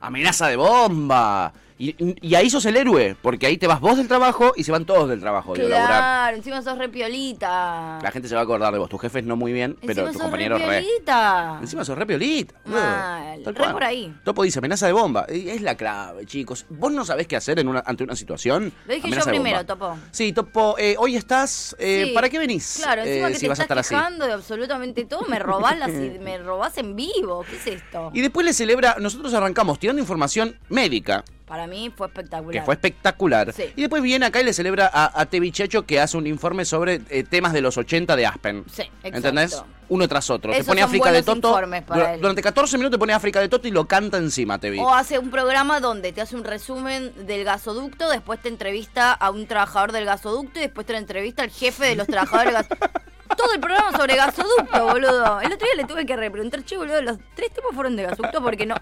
Speaker 2: Amenaza de bomba. Y, y ahí sos el héroe, porque ahí te vas vos del trabajo y se van todos del trabajo de laburar.
Speaker 3: Claro, encima sos re piolita.
Speaker 2: La gente se va a acordar de vos. Tus jefes no muy bien, pero
Speaker 3: encima
Speaker 2: tus
Speaker 3: sos
Speaker 2: compañeros
Speaker 3: re
Speaker 2: re.
Speaker 3: piolita.
Speaker 2: Encima sos re piolita. boludo.
Speaker 3: Mal,
Speaker 2: Tal
Speaker 3: re
Speaker 2: cual.
Speaker 3: por ahí.
Speaker 2: Topo dice amenaza de bomba. Y Es la clave, chicos. Vos no sabés qué hacer en una, ante una situación.
Speaker 3: Lo dije
Speaker 2: Amenaza
Speaker 3: yo
Speaker 2: de bomba.
Speaker 3: primero, Topo.
Speaker 2: Sí, Topo, eh, hoy estás. eh,
Speaker 3: Sí.
Speaker 2: ¿Para qué venís?
Speaker 3: Claro, encima
Speaker 2: eh,
Speaker 3: que
Speaker 2: si
Speaker 3: te
Speaker 2: vas a estar
Speaker 3: estás
Speaker 2: así.
Speaker 3: quejando de absolutamente todo, me robás, las- me robás en vivo. ¿Qué es esto?
Speaker 2: Y después le celebra, nosotros arrancamos tirando información médica,
Speaker 3: Para mí fue espectacular.
Speaker 2: que fue espectacular.
Speaker 3: Sí.
Speaker 2: Y después viene acá y le celebra a, a Tevi Checho que hace un informe sobre eh, temas de los 80 de Aspen.
Speaker 3: Sí, exacto.
Speaker 2: ¿Entendés? Uno tras otro. te
Speaker 3: Esos
Speaker 2: pone
Speaker 3: son
Speaker 2: África de
Speaker 3: buenos
Speaker 2: Toto.
Speaker 3: informes para
Speaker 2: dura-
Speaker 3: él.
Speaker 2: Durante 14 minutos te pone África de Toto y lo canta encima, Tevi.
Speaker 3: O hace un programa donde te hace un resumen del gasoducto, después te entrevista a un trabajador del gasoducto y después te entrevista al jefe de los trabajadores del gasoducto. Todo el programa sobre gasoducto, boludo. El otro día le tuve que repreguntar, che, boludo, los tres tipos fueron de gasoducto porque no.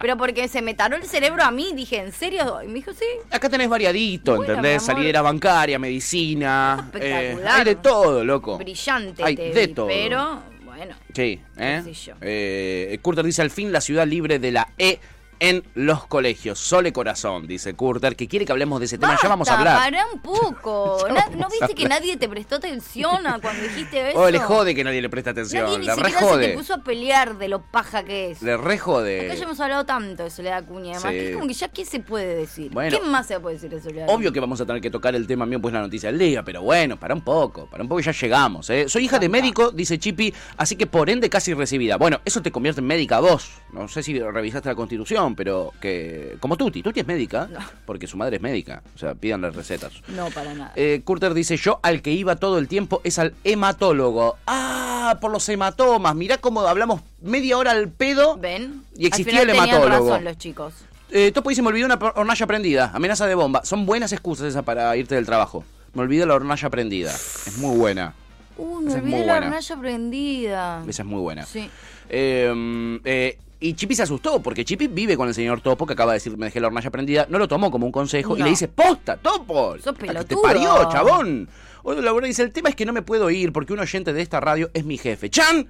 Speaker 3: Pero porque se me taró el cerebro a mí, dije, ¿en serio? Y me dijo, sí.
Speaker 2: Acá tenés variadito,
Speaker 3: Bueno,
Speaker 2: ¿entendés?
Speaker 3: mi amor.
Speaker 2: Salidera bancaria, medicina.
Speaker 3: Espectacular.
Speaker 2: eh, hay de todo, loco.
Speaker 3: Brillante,
Speaker 2: Hay
Speaker 3: Teddy,
Speaker 2: de todo.
Speaker 3: Pero, bueno.
Speaker 2: Sí, ¿eh?
Speaker 3: Qué sé yo.
Speaker 2: Eh, Curter dice, al fin la ciudad libre de la E en los colegios. Sole corazón, dice Curter, que quiere que hablemos de ese tema. ya vamos a
Speaker 3: Basta,
Speaker 2: hablar.
Speaker 3: Pará un poco.
Speaker 2: Ya
Speaker 3: Na-
Speaker 2: vamos
Speaker 3: ¿No
Speaker 2: a
Speaker 3: viste que
Speaker 2: hablar.
Speaker 3: nadie te prestó atención a cuando dijiste eso?
Speaker 2: Oh, le jode que nadie le presta atención.
Speaker 3: Nadie ni
Speaker 2: le re
Speaker 3: siquiera se te
Speaker 2: jode.
Speaker 3: puso a pelear de lo paja que es.
Speaker 2: Le re
Speaker 3: Acá ya
Speaker 2: jode.
Speaker 3: hemos hablado tanto de Soledad Acuña, además,
Speaker 2: Sí.
Speaker 3: que es como que ya, ¿qué se puede decir?
Speaker 2: Bueno.
Speaker 3: ¿Qué más se puede decir de Soledad Acuña?
Speaker 2: Obvio que vamos a tener que tocar el tema mío, pues la noticia del día, pero bueno, para un poco, para un poco ya llegamos. ¿eh? Soy hija de médico, dice Chipi, así que por ende casi recibida. Bueno, eso te convierte en médica vos. No sé si revisaste la constitución, pero que. Como Tuti, Tuti es médica, porque su madre es médica. O sea, pídanle recetas.
Speaker 3: No, para nada.
Speaker 2: Eh, Curter dice, yo al que iba todo el tiempo es al hematólogo. Ah, por los hematomas. Mirá cómo hablamos media hora al pedo.
Speaker 3: ¿Ven?
Speaker 2: Y existió
Speaker 3: Al final
Speaker 2: el
Speaker 3: tenían
Speaker 2: hematólogo.
Speaker 3: razón los chicos.
Speaker 2: Eh, Topo dice, me olvidé una por- hornalla prendida. Amenaza de bomba. Son buenas excusas esas para irte del trabajo. Me olvidé la hornalla prendida. Es muy buena.
Speaker 3: Uy,
Speaker 2: Esa
Speaker 3: me
Speaker 2: es muy
Speaker 3: olvidé la
Speaker 2: buena.
Speaker 3: hornalla prendida.
Speaker 2: Esa es muy buena.
Speaker 3: Sí.
Speaker 2: Eh, eh, y Chipi se asustó porque Chipi vive con el señor Topo que acaba de decir me dejé la hornalla prendida. No lo tomó como un consejo y
Speaker 3: No.
Speaker 2: le dice, posta, Topo.
Speaker 3: Sos
Speaker 2: la que Te
Speaker 3: pelotudo.
Speaker 2: parió, chabón. Otro laboral dice, el tema es que no me puedo ir porque un oyente de esta radio es mi jefe. Chan.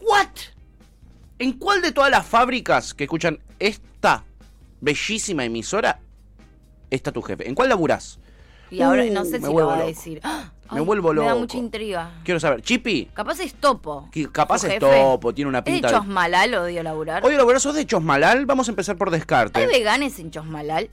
Speaker 2: ¿What? ¿En cuál de todas las fábricas que escuchan esta bellísima emisora está tu jefe? ¿En cuál laburás?
Speaker 3: Y ahora
Speaker 2: Uh,
Speaker 3: no sé
Speaker 2: me
Speaker 3: si lo
Speaker 2: vuelvo
Speaker 3: va a
Speaker 2: loco.
Speaker 3: decir. ¡Ah!
Speaker 2: Me
Speaker 3: Ay,
Speaker 2: vuelvo
Speaker 3: Me da
Speaker 2: loco.
Speaker 3: mucha intriga.
Speaker 2: Quiero saber, Chipi,
Speaker 3: Capaz es topo.
Speaker 2: Que capaz
Speaker 3: su
Speaker 2: es
Speaker 3: jefe.
Speaker 2: topo, tiene una pinta
Speaker 3: ¿Es
Speaker 2: de-
Speaker 3: de Chosmalal odio laburar?
Speaker 2: hoy laburás sos de Chosmalal, vamos a empezar por descarte.
Speaker 3: ¿Hay veganes en Chosmalal?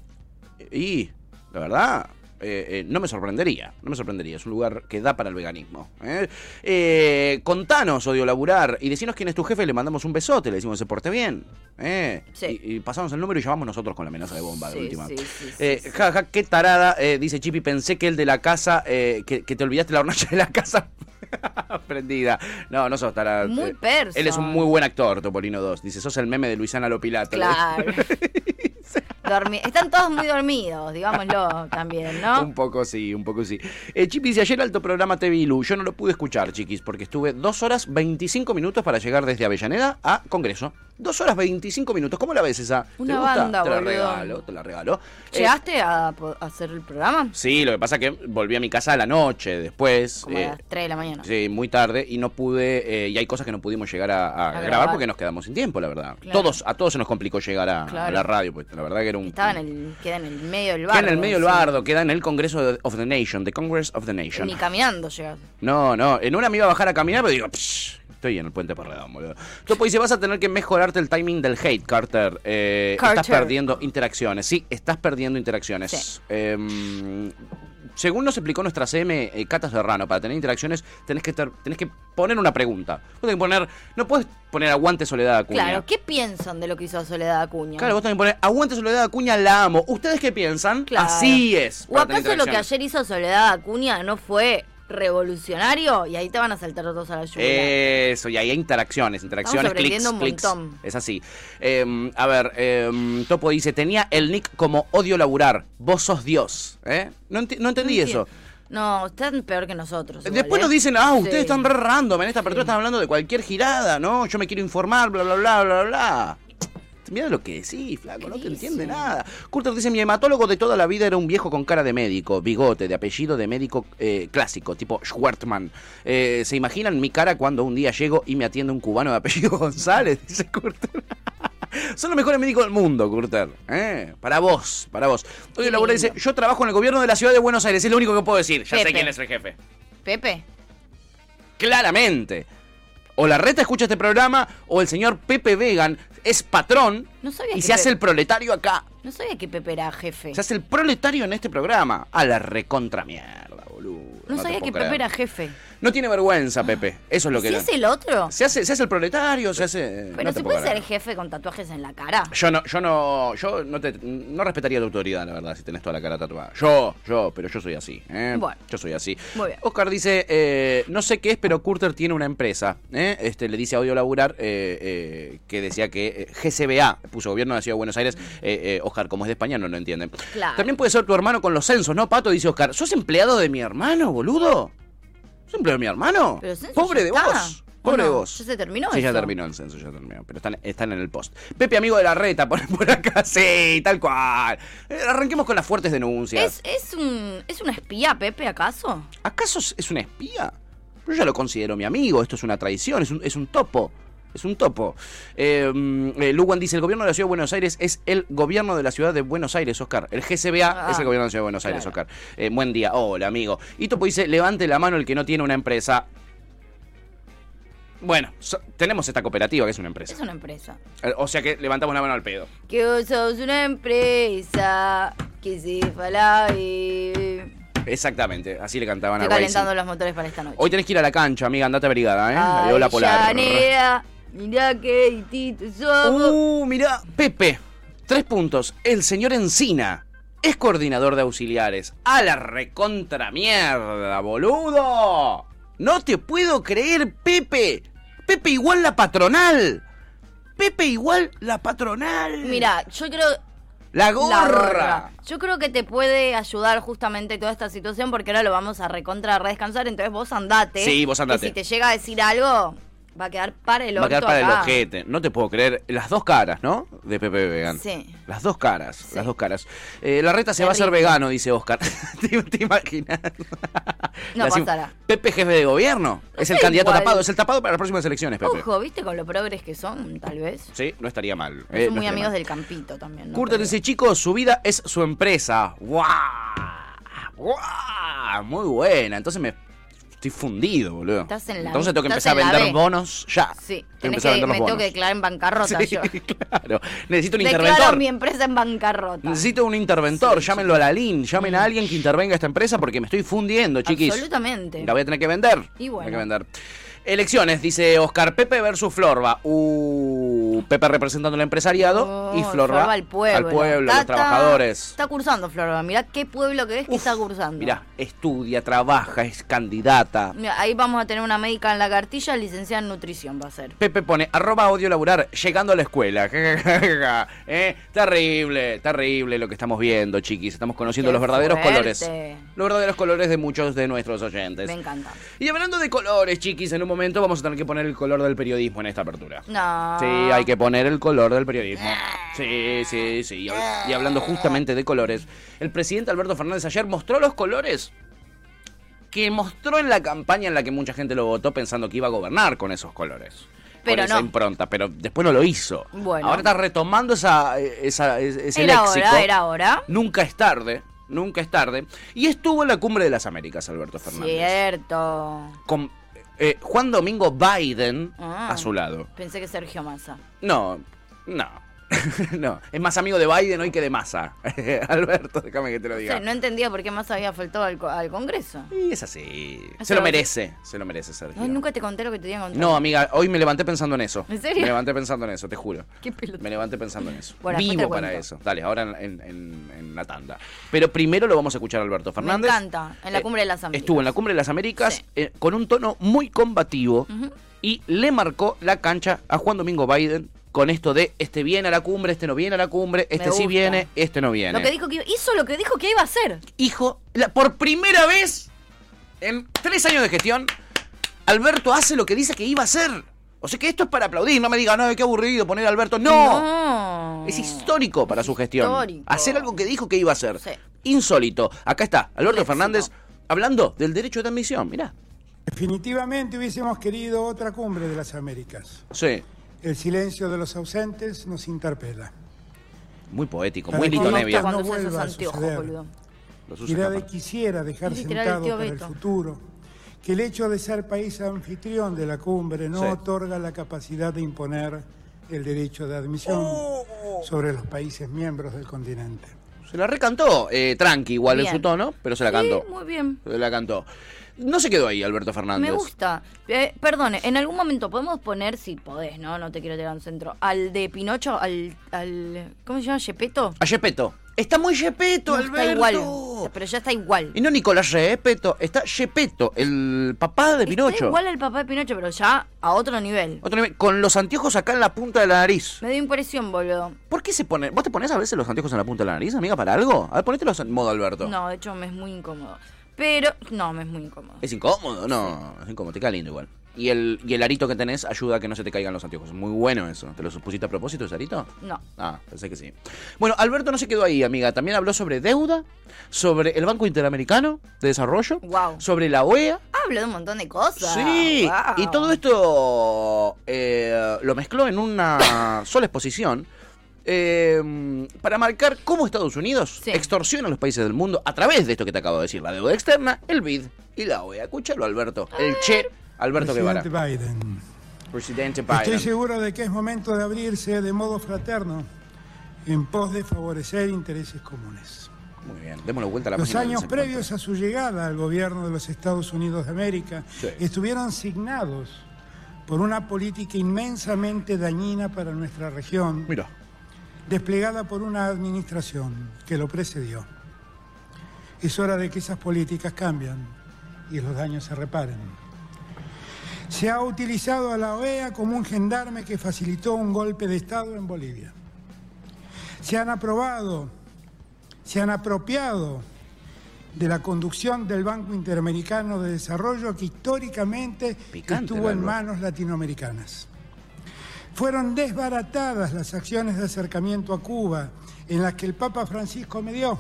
Speaker 2: Y la verdad, eh, eh, no me sorprendería, no me sorprendería. Es un lugar que da para el veganismo. ¿eh? Eh, contanos, odio laburar, y decinos quién es tu jefe, le mandamos un besote, le decimos que se porte bien. ¿eh?
Speaker 3: Sí.
Speaker 2: Y, y pasamos el número y llamamos nosotros con la amenaza de bomba de
Speaker 3: Sí,
Speaker 2: última.
Speaker 3: sí, sí,
Speaker 2: Eh,
Speaker 3: sí, sí.
Speaker 2: ja, ja, qué tarada, eh, dice Chipi, pensé que el de la casa, eh, que, que te olvidaste la hornalla de la casa. Prendida. No, no sos tarada.
Speaker 3: Muy
Speaker 2: Eh,
Speaker 3: perso.
Speaker 2: Él es un muy buen actor, Topolino 2. Dice, sos el meme de Luisana Lopilato.
Speaker 3: Claro. Dormi- Están todos muy dormidos, digámoslo también,
Speaker 2: Un eh,
Speaker 3: ¿no?
Speaker 2: poco sí, un poco sí. Eh, Chipi dice, ayer alto programa TV Ilu. Yo no lo pude escuchar, chiquis, porque estuve dos horas 25 minutos para llegar desde Avellaneda a Congreso. Dos horas 25 minutos. ¿Cómo la ves esa? ¿Te
Speaker 3: Una
Speaker 2: gusta?
Speaker 3: banda,
Speaker 2: Te la
Speaker 3: boludo.
Speaker 2: regalo, te la regalo. Eh,
Speaker 3: ¿Llegaste a po- a hacer el programa?
Speaker 2: sí, lo que pasa que volví a mi casa a la noche después.
Speaker 3: Como
Speaker 2: eh,
Speaker 3: a las 3 de la mañana.
Speaker 2: Sí, muy tarde y no pude, eh, y hay cosas que no pudimos llegar a, a grabar,
Speaker 3: grabar.
Speaker 2: porque nos quedamos sin tiempo, la verdad.
Speaker 3: Claro.
Speaker 2: Todos, a todos se nos complicó llegar a, a
Speaker 3: Claro.
Speaker 2: la radio, pues la verdad que era un...
Speaker 3: Estaba en el, queda en el medio del
Speaker 2: queda
Speaker 3: barrio.
Speaker 2: en el medio del
Speaker 3: sí.
Speaker 2: bardo, queda en el Congreso of the Nation, the Congress of the Nation.
Speaker 3: Ni caminando llegas.
Speaker 2: No, no, en una me iba a bajar a caminar, pero digo, "Psh, estoy en el puente Porredón, boludo. Topo dice, vas a tener que mejorarte el timing del hate, Carter. Eh, Estás
Speaker 3: Carter.
Speaker 2: perdiendo interacciones, sí, estás perdiendo interacciones.
Speaker 3: Sí.
Speaker 2: Em, según nos explicó nuestra CM eh, Cata Serrano, para tener interacciones tenés que, ter- tenés que poner una pregunta. Vos tenés que poner, no puedes poner aguante Soledad Acuña.
Speaker 3: Claro, ¿qué piensan de lo que hizo Soledad Acuña?
Speaker 2: Claro, vos tenés que poner aguante Soledad Acuña, la amo. ¿Ustedes qué piensan?
Speaker 3: Claro.
Speaker 2: Así es.
Speaker 3: ¿O
Speaker 2: para tener
Speaker 3: acaso lo que
Speaker 2: interacciones.
Speaker 3: ayer hizo Soledad Acuña no fue revolucionario y ahí te van a saltar todos a la lluvia.
Speaker 2: Eh, Eso, y ahí hay interacciones, interacciones, clics,
Speaker 3: sobreviviendo un
Speaker 2: clics.
Speaker 3: montón.
Speaker 2: Es así. Eh, a ver, eh, Topo dice, tenía el nick como odio laburar, vos sos Dios. ¿Eh? No, enti- no entendí eso.
Speaker 3: No, están peor que nosotros. igual,
Speaker 2: Después
Speaker 3: ¿eh?
Speaker 2: nos dicen, ah, ustedes
Speaker 3: Sí.
Speaker 2: están re random, en esta apertura están hablando de cualquier girada, ¿no? Yo me quiero informar, bla, bla, bla, bla, bla. Mira lo que decís, flaco, no te entiende nada. Curter dice, mi hematólogo de toda la vida era un viejo con cara de médico, bigote, de apellido de médico eh, clásico, tipo Schwartman. Eh, ¿Se imaginan mi cara cuando un día llego y me atiende un cubano de apellido González? Dice Curter. Son los mejores médicos del mundo, Curter. ¿eh? Para vos, para vos. Oye,
Speaker 3: Qué
Speaker 2: Laura
Speaker 3: lindo.
Speaker 2: dice, yo trabajo en el gobierno de la ciudad de Buenos Aires, es lo único que puedo decir. Ya sé
Speaker 3: Pepe.
Speaker 2: quién es el jefe
Speaker 3: Pepe.
Speaker 2: claramente. O la reta escucha este programa, o el señor Pepe Vegan es patrón
Speaker 3: No sabía
Speaker 2: y
Speaker 3: que
Speaker 2: se hace
Speaker 3: Pe-
Speaker 2: el proletario acá.
Speaker 3: No sabía que Pepe era jefe.
Speaker 2: Se hace el proletario en este programa. A la recontra mierda, boludo.
Speaker 3: No,
Speaker 2: te
Speaker 3: sabía
Speaker 2: puedo
Speaker 3: que
Speaker 2: creer.
Speaker 3: Pepe era jefe.
Speaker 2: No tiene vergüenza, Pepe. Eso es lo que
Speaker 3: ¿Sí
Speaker 2: no-
Speaker 3: es el otro?
Speaker 2: se hace se hace el proletario, se hace.
Speaker 3: Pero
Speaker 2: no te
Speaker 3: se
Speaker 2: puedo
Speaker 3: puede ser
Speaker 2: creer.
Speaker 3: jefe con tatuajes en la cara.
Speaker 2: Yo no, yo no, yo no te, no respetaría tu autoridad, la verdad, si tenés toda la cara tatuada. Yo, yo, pero yo soy así, ¿eh?
Speaker 3: Bueno.
Speaker 2: Yo soy así.
Speaker 3: Muy bien.
Speaker 2: Oscar dice, eh, no sé qué es, pero Curter tiene una empresa, ¿eh? Este, le dice a Odio Laburar, eh, eh, que decía que eh, GCBA, puso Gobierno de la Ciudad de Buenos Aires, eh, eh, Oscar, como es de España, no lo entiende.
Speaker 3: Claro.
Speaker 2: También puede ser tu hermano con los censos, ¿no, Pato? Dice Oscar, ¿sos empleado de mi hermano, boludo? ¿Sos empleado de mi hermano?
Speaker 3: Pero censo
Speaker 2: Pobre
Speaker 3: ya
Speaker 2: de
Speaker 3: está,
Speaker 2: vos.
Speaker 3: ¿o
Speaker 2: Pobre de
Speaker 3: no?
Speaker 2: vos.
Speaker 3: ¿Ya se terminó
Speaker 2: Sí, ya
Speaker 3: eso?
Speaker 2: terminó el censo, ya terminó. Pero están, están en el post. Pepe, amigo de la reta, por, por acá. Sí, tal cual. Eh, arranquemos con las fuertes denuncias.
Speaker 3: ¿Es, es, un, ¿Es una espía, Pepe, acaso?
Speaker 2: ¿Acaso es- es un espía? Yo ya lo considero mi amigo. Esto es una traición, es un, es un topo. Es un topo. Eh, mm, eh, Luwan dice: el gobierno de la ciudad de Buenos Aires es el gobierno de la ciudad de Buenos Aires, Oscar. El GCBA
Speaker 3: Ah,
Speaker 2: es el gobierno de la ciudad de Buenos Aires,
Speaker 3: claro.
Speaker 2: Oscar. Eh, buen día. Hola, amigo. Y Topo dice: levante la mano el que no tiene una empresa. Bueno, so- tenemos esta cooperativa que es una empresa.
Speaker 3: Es una empresa.
Speaker 2: Eh, O sea que levantamos la mano al pedo.
Speaker 3: Que vos sos una empresa que se fala y...
Speaker 2: Exactamente, así le cantaban
Speaker 3: Estoy
Speaker 2: a Racing.
Speaker 3: calentando los motores para esta noche.
Speaker 2: Hoy tenés que ir a la cancha, amiga, andate abrigada, ¿eh? La viola polar.
Speaker 3: Avellaneda, mirá qué distintos somos.
Speaker 2: Uh, mirá, Pepe, tres puntos. El señor Encina es coordinador de auxiliares. A la recontra mierda, boludo. No te puedo creer, Pepe. Pepe igual la patronal. Pepe igual la patronal.
Speaker 3: Mirá, yo creo...
Speaker 2: la
Speaker 3: La
Speaker 2: gorra.
Speaker 3: gorra. Yo creo que te puede ayudar justamente toda esta situación porque ahora lo vamos a recontra redescansar, entonces vos andate.
Speaker 2: Sí, vos
Speaker 3: que
Speaker 2: andate.
Speaker 3: si te llega a decir algo, va a quedar para el
Speaker 2: Va a
Speaker 3: orto
Speaker 2: quedar para el
Speaker 3: acá.
Speaker 2: ojete. No te puedo creer. Las dos caras, ¿no? De Pepe Vegan.
Speaker 3: Sí.
Speaker 2: Las dos caras, las dos caras. Eh, la reta se va a hacer
Speaker 3: Terrible.
Speaker 2: vegano, dice Oscar. ¿Te, te imaginas?
Speaker 3: No
Speaker 2: Le decimos,
Speaker 3: pasará.
Speaker 2: Pepe jefe de gobierno. es el
Speaker 3: da
Speaker 2: candidato
Speaker 3: igual.
Speaker 2: tapado. Es el tapado para las próximas elecciones, Pepe.
Speaker 3: Ojo, ¿viste con lo progres que son, tal vez?
Speaker 2: Sí, no estaría mal.
Speaker 3: Son
Speaker 2: eh, no
Speaker 3: muy
Speaker 2: estaría
Speaker 3: amigos
Speaker 2: mal.
Speaker 3: del campito también. ¿no?
Speaker 2: Curter
Speaker 3: Pero-
Speaker 2: dice, chicos, su vida es su empresa. ¡Guau! ¡Guau! Muy buena. Entonces me estoy fundido, boludo.
Speaker 3: Estás en la-
Speaker 2: Entonces tengo que
Speaker 3: estás
Speaker 2: empezar a
Speaker 3: en la
Speaker 2: vender
Speaker 3: B.
Speaker 2: bonos ya.
Speaker 3: Sí,
Speaker 2: Tengo que
Speaker 3: tenés
Speaker 2: empezar a
Speaker 3: que, me
Speaker 2: vender los
Speaker 3: tengo que
Speaker 2: bonos.
Speaker 3: declarar en bancarrota
Speaker 2: Sí,
Speaker 3: yo.
Speaker 2: claro. Necesito un
Speaker 3: Declaro
Speaker 2: interventor.
Speaker 3: mi empresa en bancarrota.
Speaker 2: Necesito un interventor, llámenlo a la LIN, llamen a alguien que intervenga esta empresa porque me estoy fundiendo, chiquis.
Speaker 3: Mm. Absolutamente.
Speaker 2: La voy a tener que vender.
Speaker 3: Y Este. bueno.
Speaker 2: Tengo que vender. Elecciones, dice Oscar Pepe versus Florba. Uh, Pepe representando al empresariado
Speaker 3: Oh,
Speaker 2: y Florba,
Speaker 3: Florba al pueblo.
Speaker 2: al pueblo, a los trabajadores.
Speaker 3: Está cursando, Florba. Mirá qué pueblo que es que está cursando.
Speaker 2: Mirá, estudia, trabaja, es candidata.
Speaker 3: Mirá, ahí vamos a tener una médica en la cartilla, licenciada en nutrición va a ser.
Speaker 2: Pepe pone arroba odio laburar llegando a la escuela. Eh, Terrible, terrible lo que estamos viendo, chiquis. Estamos conociendo
Speaker 3: Qué
Speaker 2: los verdaderos
Speaker 3: fuerte.
Speaker 2: colores. Los verdaderos colores de muchos de nuestros oyentes.
Speaker 3: Me encanta.
Speaker 2: Y hablando de colores, chiquis, en un momento vamos a tener que poner el color del periodismo en esta apertura.
Speaker 3: No.
Speaker 2: Sí, hay que poner el color del periodismo. Sí, sí, sí. Y hab- Y hablando justamente de colores, el presidente Alberto Fernández ayer mostró los colores que mostró en la campaña en la que mucha gente lo votó pensando que iba a gobernar con esos colores.
Speaker 3: Pero
Speaker 2: con esa
Speaker 3: no.
Speaker 2: impronta, pero después no lo hizo.
Speaker 3: Bueno.
Speaker 2: Ahora está retomando esa, esa- es- ese
Speaker 3: Era
Speaker 2: léxico.
Speaker 3: hora, era hora.
Speaker 2: Nunca es tarde, nunca es tarde. Y estuvo en la cumbre de las Américas, Alberto Fernández
Speaker 3: Cierto.
Speaker 2: con eh, Juan Domingo Biden
Speaker 3: Ah.
Speaker 2: a su lado.
Speaker 3: Pensé que Sergio Massa.
Speaker 2: No, no. no, es más amigo de Biden hoy que de Massa. Alberto, déjame que te lo
Speaker 3: O
Speaker 2: diga.
Speaker 3: sea, no entendía por qué más había faltado al, co- al Congreso.
Speaker 2: Y ah. es así.
Speaker 3: O
Speaker 2: Se
Speaker 3: sea,
Speaker 2: lo
Speaker 3: que-
Speaker 2: merece, se lo merece, Sergio.
Speaker 3: Ay, nunca te conté lo que te iba a contar.
Speaker 2: No, amiga, hoy me levanté pensando en eso.
Speaker 3: ¿En serio?
Speaker 2: Me levanté pensando en eso, te juro.
Speaker 3: Qué pelotudo.
Speaker 2: Me levanté pensando en eso.
Speaker 3: Bueno, después
Speaker 2: Vivo
Speaker 3: te
Speaker 2: para
Speaker 3: cuento.
Speaker 2: eso. Dale, ahora en, en- en- en la tanda. Pero primero lo vamos a escuchar a Alberto Fernández. eh,
Speaker 3: encanta, en la Cumbre de las Américas.
Speaker 2: Estuvo en la Cumbre de las Américas
Speaker 3: Sí.
Speaker 2: eh, con un tono muy combativo y le marcó la cancha a Juan Domingo Biden con esto de este viene a la cumbre, este no viene a la cumbre, este sí
Speaker 3: gusta.
Speaker 2: viene, este no viene.
Speaker 3: Lo que dijo que iba- hizo lo que dijo que iba a hacer.
Speaker 2: Hijo, la- por primera vez en tres años de gestión, Alberto hace lo que dice que iba a hacer. O sea que esto es para aplaudir, no me digan, no, qué aburrido poner a Alberto. No,
Speaker 3: No.
Speaker 2: es histórico para su gestión.
Speaker 3: Histórico.
Speaker 2: Hacer algo que dijo que iba a hacer.
Speaker 3: Sí.
Speaker 2: Insólito. Acá está, Alberto
Speaker 3: Un éxito.
Speaker 2: Fernández hablando del derecho de admisión, mirá.
Speaker 5: Definitivamente hubiésemos querido otra cumbre de las Américas.
Speaker 2: Sí,
Speaker 5: El silencio de los ausentes nos interpela.
Speaker 2: muy poético,
Speaker 5: Para
Speaker 2: muy
Speaker 5: que
Speaker 2: lindo
Speaker 5: no
Speaker 2: Nevia.
Speaker 5: tocan-
Speaker 3: cuando
Speaker 5: No
Speaker 3: usa esos
Speaker 5: vuelva a
Speaker 3: anteojos,
Speaker 5: suceder.
Speaker 3: boludo.
Speaker 2: Lo suyo
Speaker 5: La
Speaker 2: está
Speaker 5: de
Speaker 2: para-
Speaker 5: quisiera dejar
Speaker 3: Literal, el
Speaker 5: sentado
Speaker 3: tío
Speaker 5: para el
Speaker 3: Beto.
Speaker 5: futuro que el hecho de ser país anfitrión de la cumbre no
Speaker 2: Sí.
Speaker 5: otorga la capacidad de imponer el derecho de admisión
Speaker 2: Oh.
Speaker 5: sobre los países miembros del continente.
Speaker 2: Se la recantó, eh, tranqui igual en
Speaker 3: Bien.
Speaker 2: su tono, pero se la
Speaker 3: Sí,
Speaker 2: cantó.
Speaker 3: muy bien.
Speaker 2: Se la cantó. No se quedó ahí Alberto Fernández.
Speaker 3: Me gusta. Eh, perdone, en algún momento podemos poner, si podés, ¿no? No te quiero tirar a un centro. Al de Pinocho, al. al ¿Cómo se llama? ¿Yepeto?
Speaker 2: A Yepeto. Está muy Yepeto,
Speaker 3: No,
Speaker 2: Alberto.
Speaker 3: está igual. Pero ya está igual.
Speaker 2: Y no Nicolás Yepeto, está Yepeto, el papá de
Speaker 3: Está
Speaker 2: Pinocho.
Speaker 3: igual al papá de Pinocho, pero ya a otro nivel.
Speaker 2: Otro nivel, con los anteojos acá en la punta de la nariz.
Speaker 3: Me dio impresión, boludo.
Speaker 2: ¿Por qué se pone? ¿Vos te ponés a veces los anteojos en la punta de la nariz, amiga, para algo? A ver, ponételos en modo Alberto.
Speaker 3: No, de hecho me es muy incómodo. Pero. No, me es muy incómodo.
Speaker 2: Es incómodo, no, es incómodo, te queda lindo igual. Y el, y el arito que tenés ayuda a que no se te caigan los anteojos. Muy bueno eso. ¿Te lo supusiste a propósito ese arito?
Speaker 3: No.
Speaker 2: Ah, pensé que sí. Bueno, Alberto no se quedó ahí, amiga. También habló sobre deuda, sobre el Banco Interamericano de Desarrollo,
Speaker 3: Guau.
Speaker 2: sobre la E OEA.
Speaker 3: Habla de un montón de cosas.
Speaker 2: Sí,
Speaker 3: Guau.
Speaker 2: y todo esto eh, lo mezcló en una sola exposición eh, para marcar cómo Estados Unidos
Speaker 3: Sí.
Speaker 2: extorsiona a los países del mundo a través de esto que te acabo de decir, la deuda externa, el BID y la OEA. Escúchalo, Alberto. El Che, Alberto Guevara.
Speaker 5: Presidente Biden.
Speaker 2: Presidente
Speaker 5: Estoy
Speaker 2: Biden.
Speaker 5: seguro de que es momento de abrirse de modo fraterno en pos de favorecer intereses comunes.
Speaker 2: Muy bien, démosle vuelta a la
Speaker 5: Los
Speaker 2: página del
Speaker 5: años
Speaker 2: 50.
Speaker 5: previos a su llegada al gobierno de los Estados Unidos de América
Speaker 2: Sí.
Speaker 5: estuvieron signados por una política inmensamente dañina para nuestra región,
Speaker 2: Mira.
Speaker 5: desplegada por una administración que lo precedió. Es hora de que esas políticas cambien y los daños se reparen. Se ha utilizado a la OEA como un gendarme que facilitó un golpe de Estado en Bolivia. Se han aprobado, se han apropiado de la conducción del Banco Interamericano de Desarrollo que históricamente
Speaker 2: Picante,
Speaker 5: estuvo en
Speaker 2: Lalo.
Speaker 5: manos latinoamericanas. Fueron desbaratadas las acciones de acercamiento a Cuba en las que el Papa Francisco medió,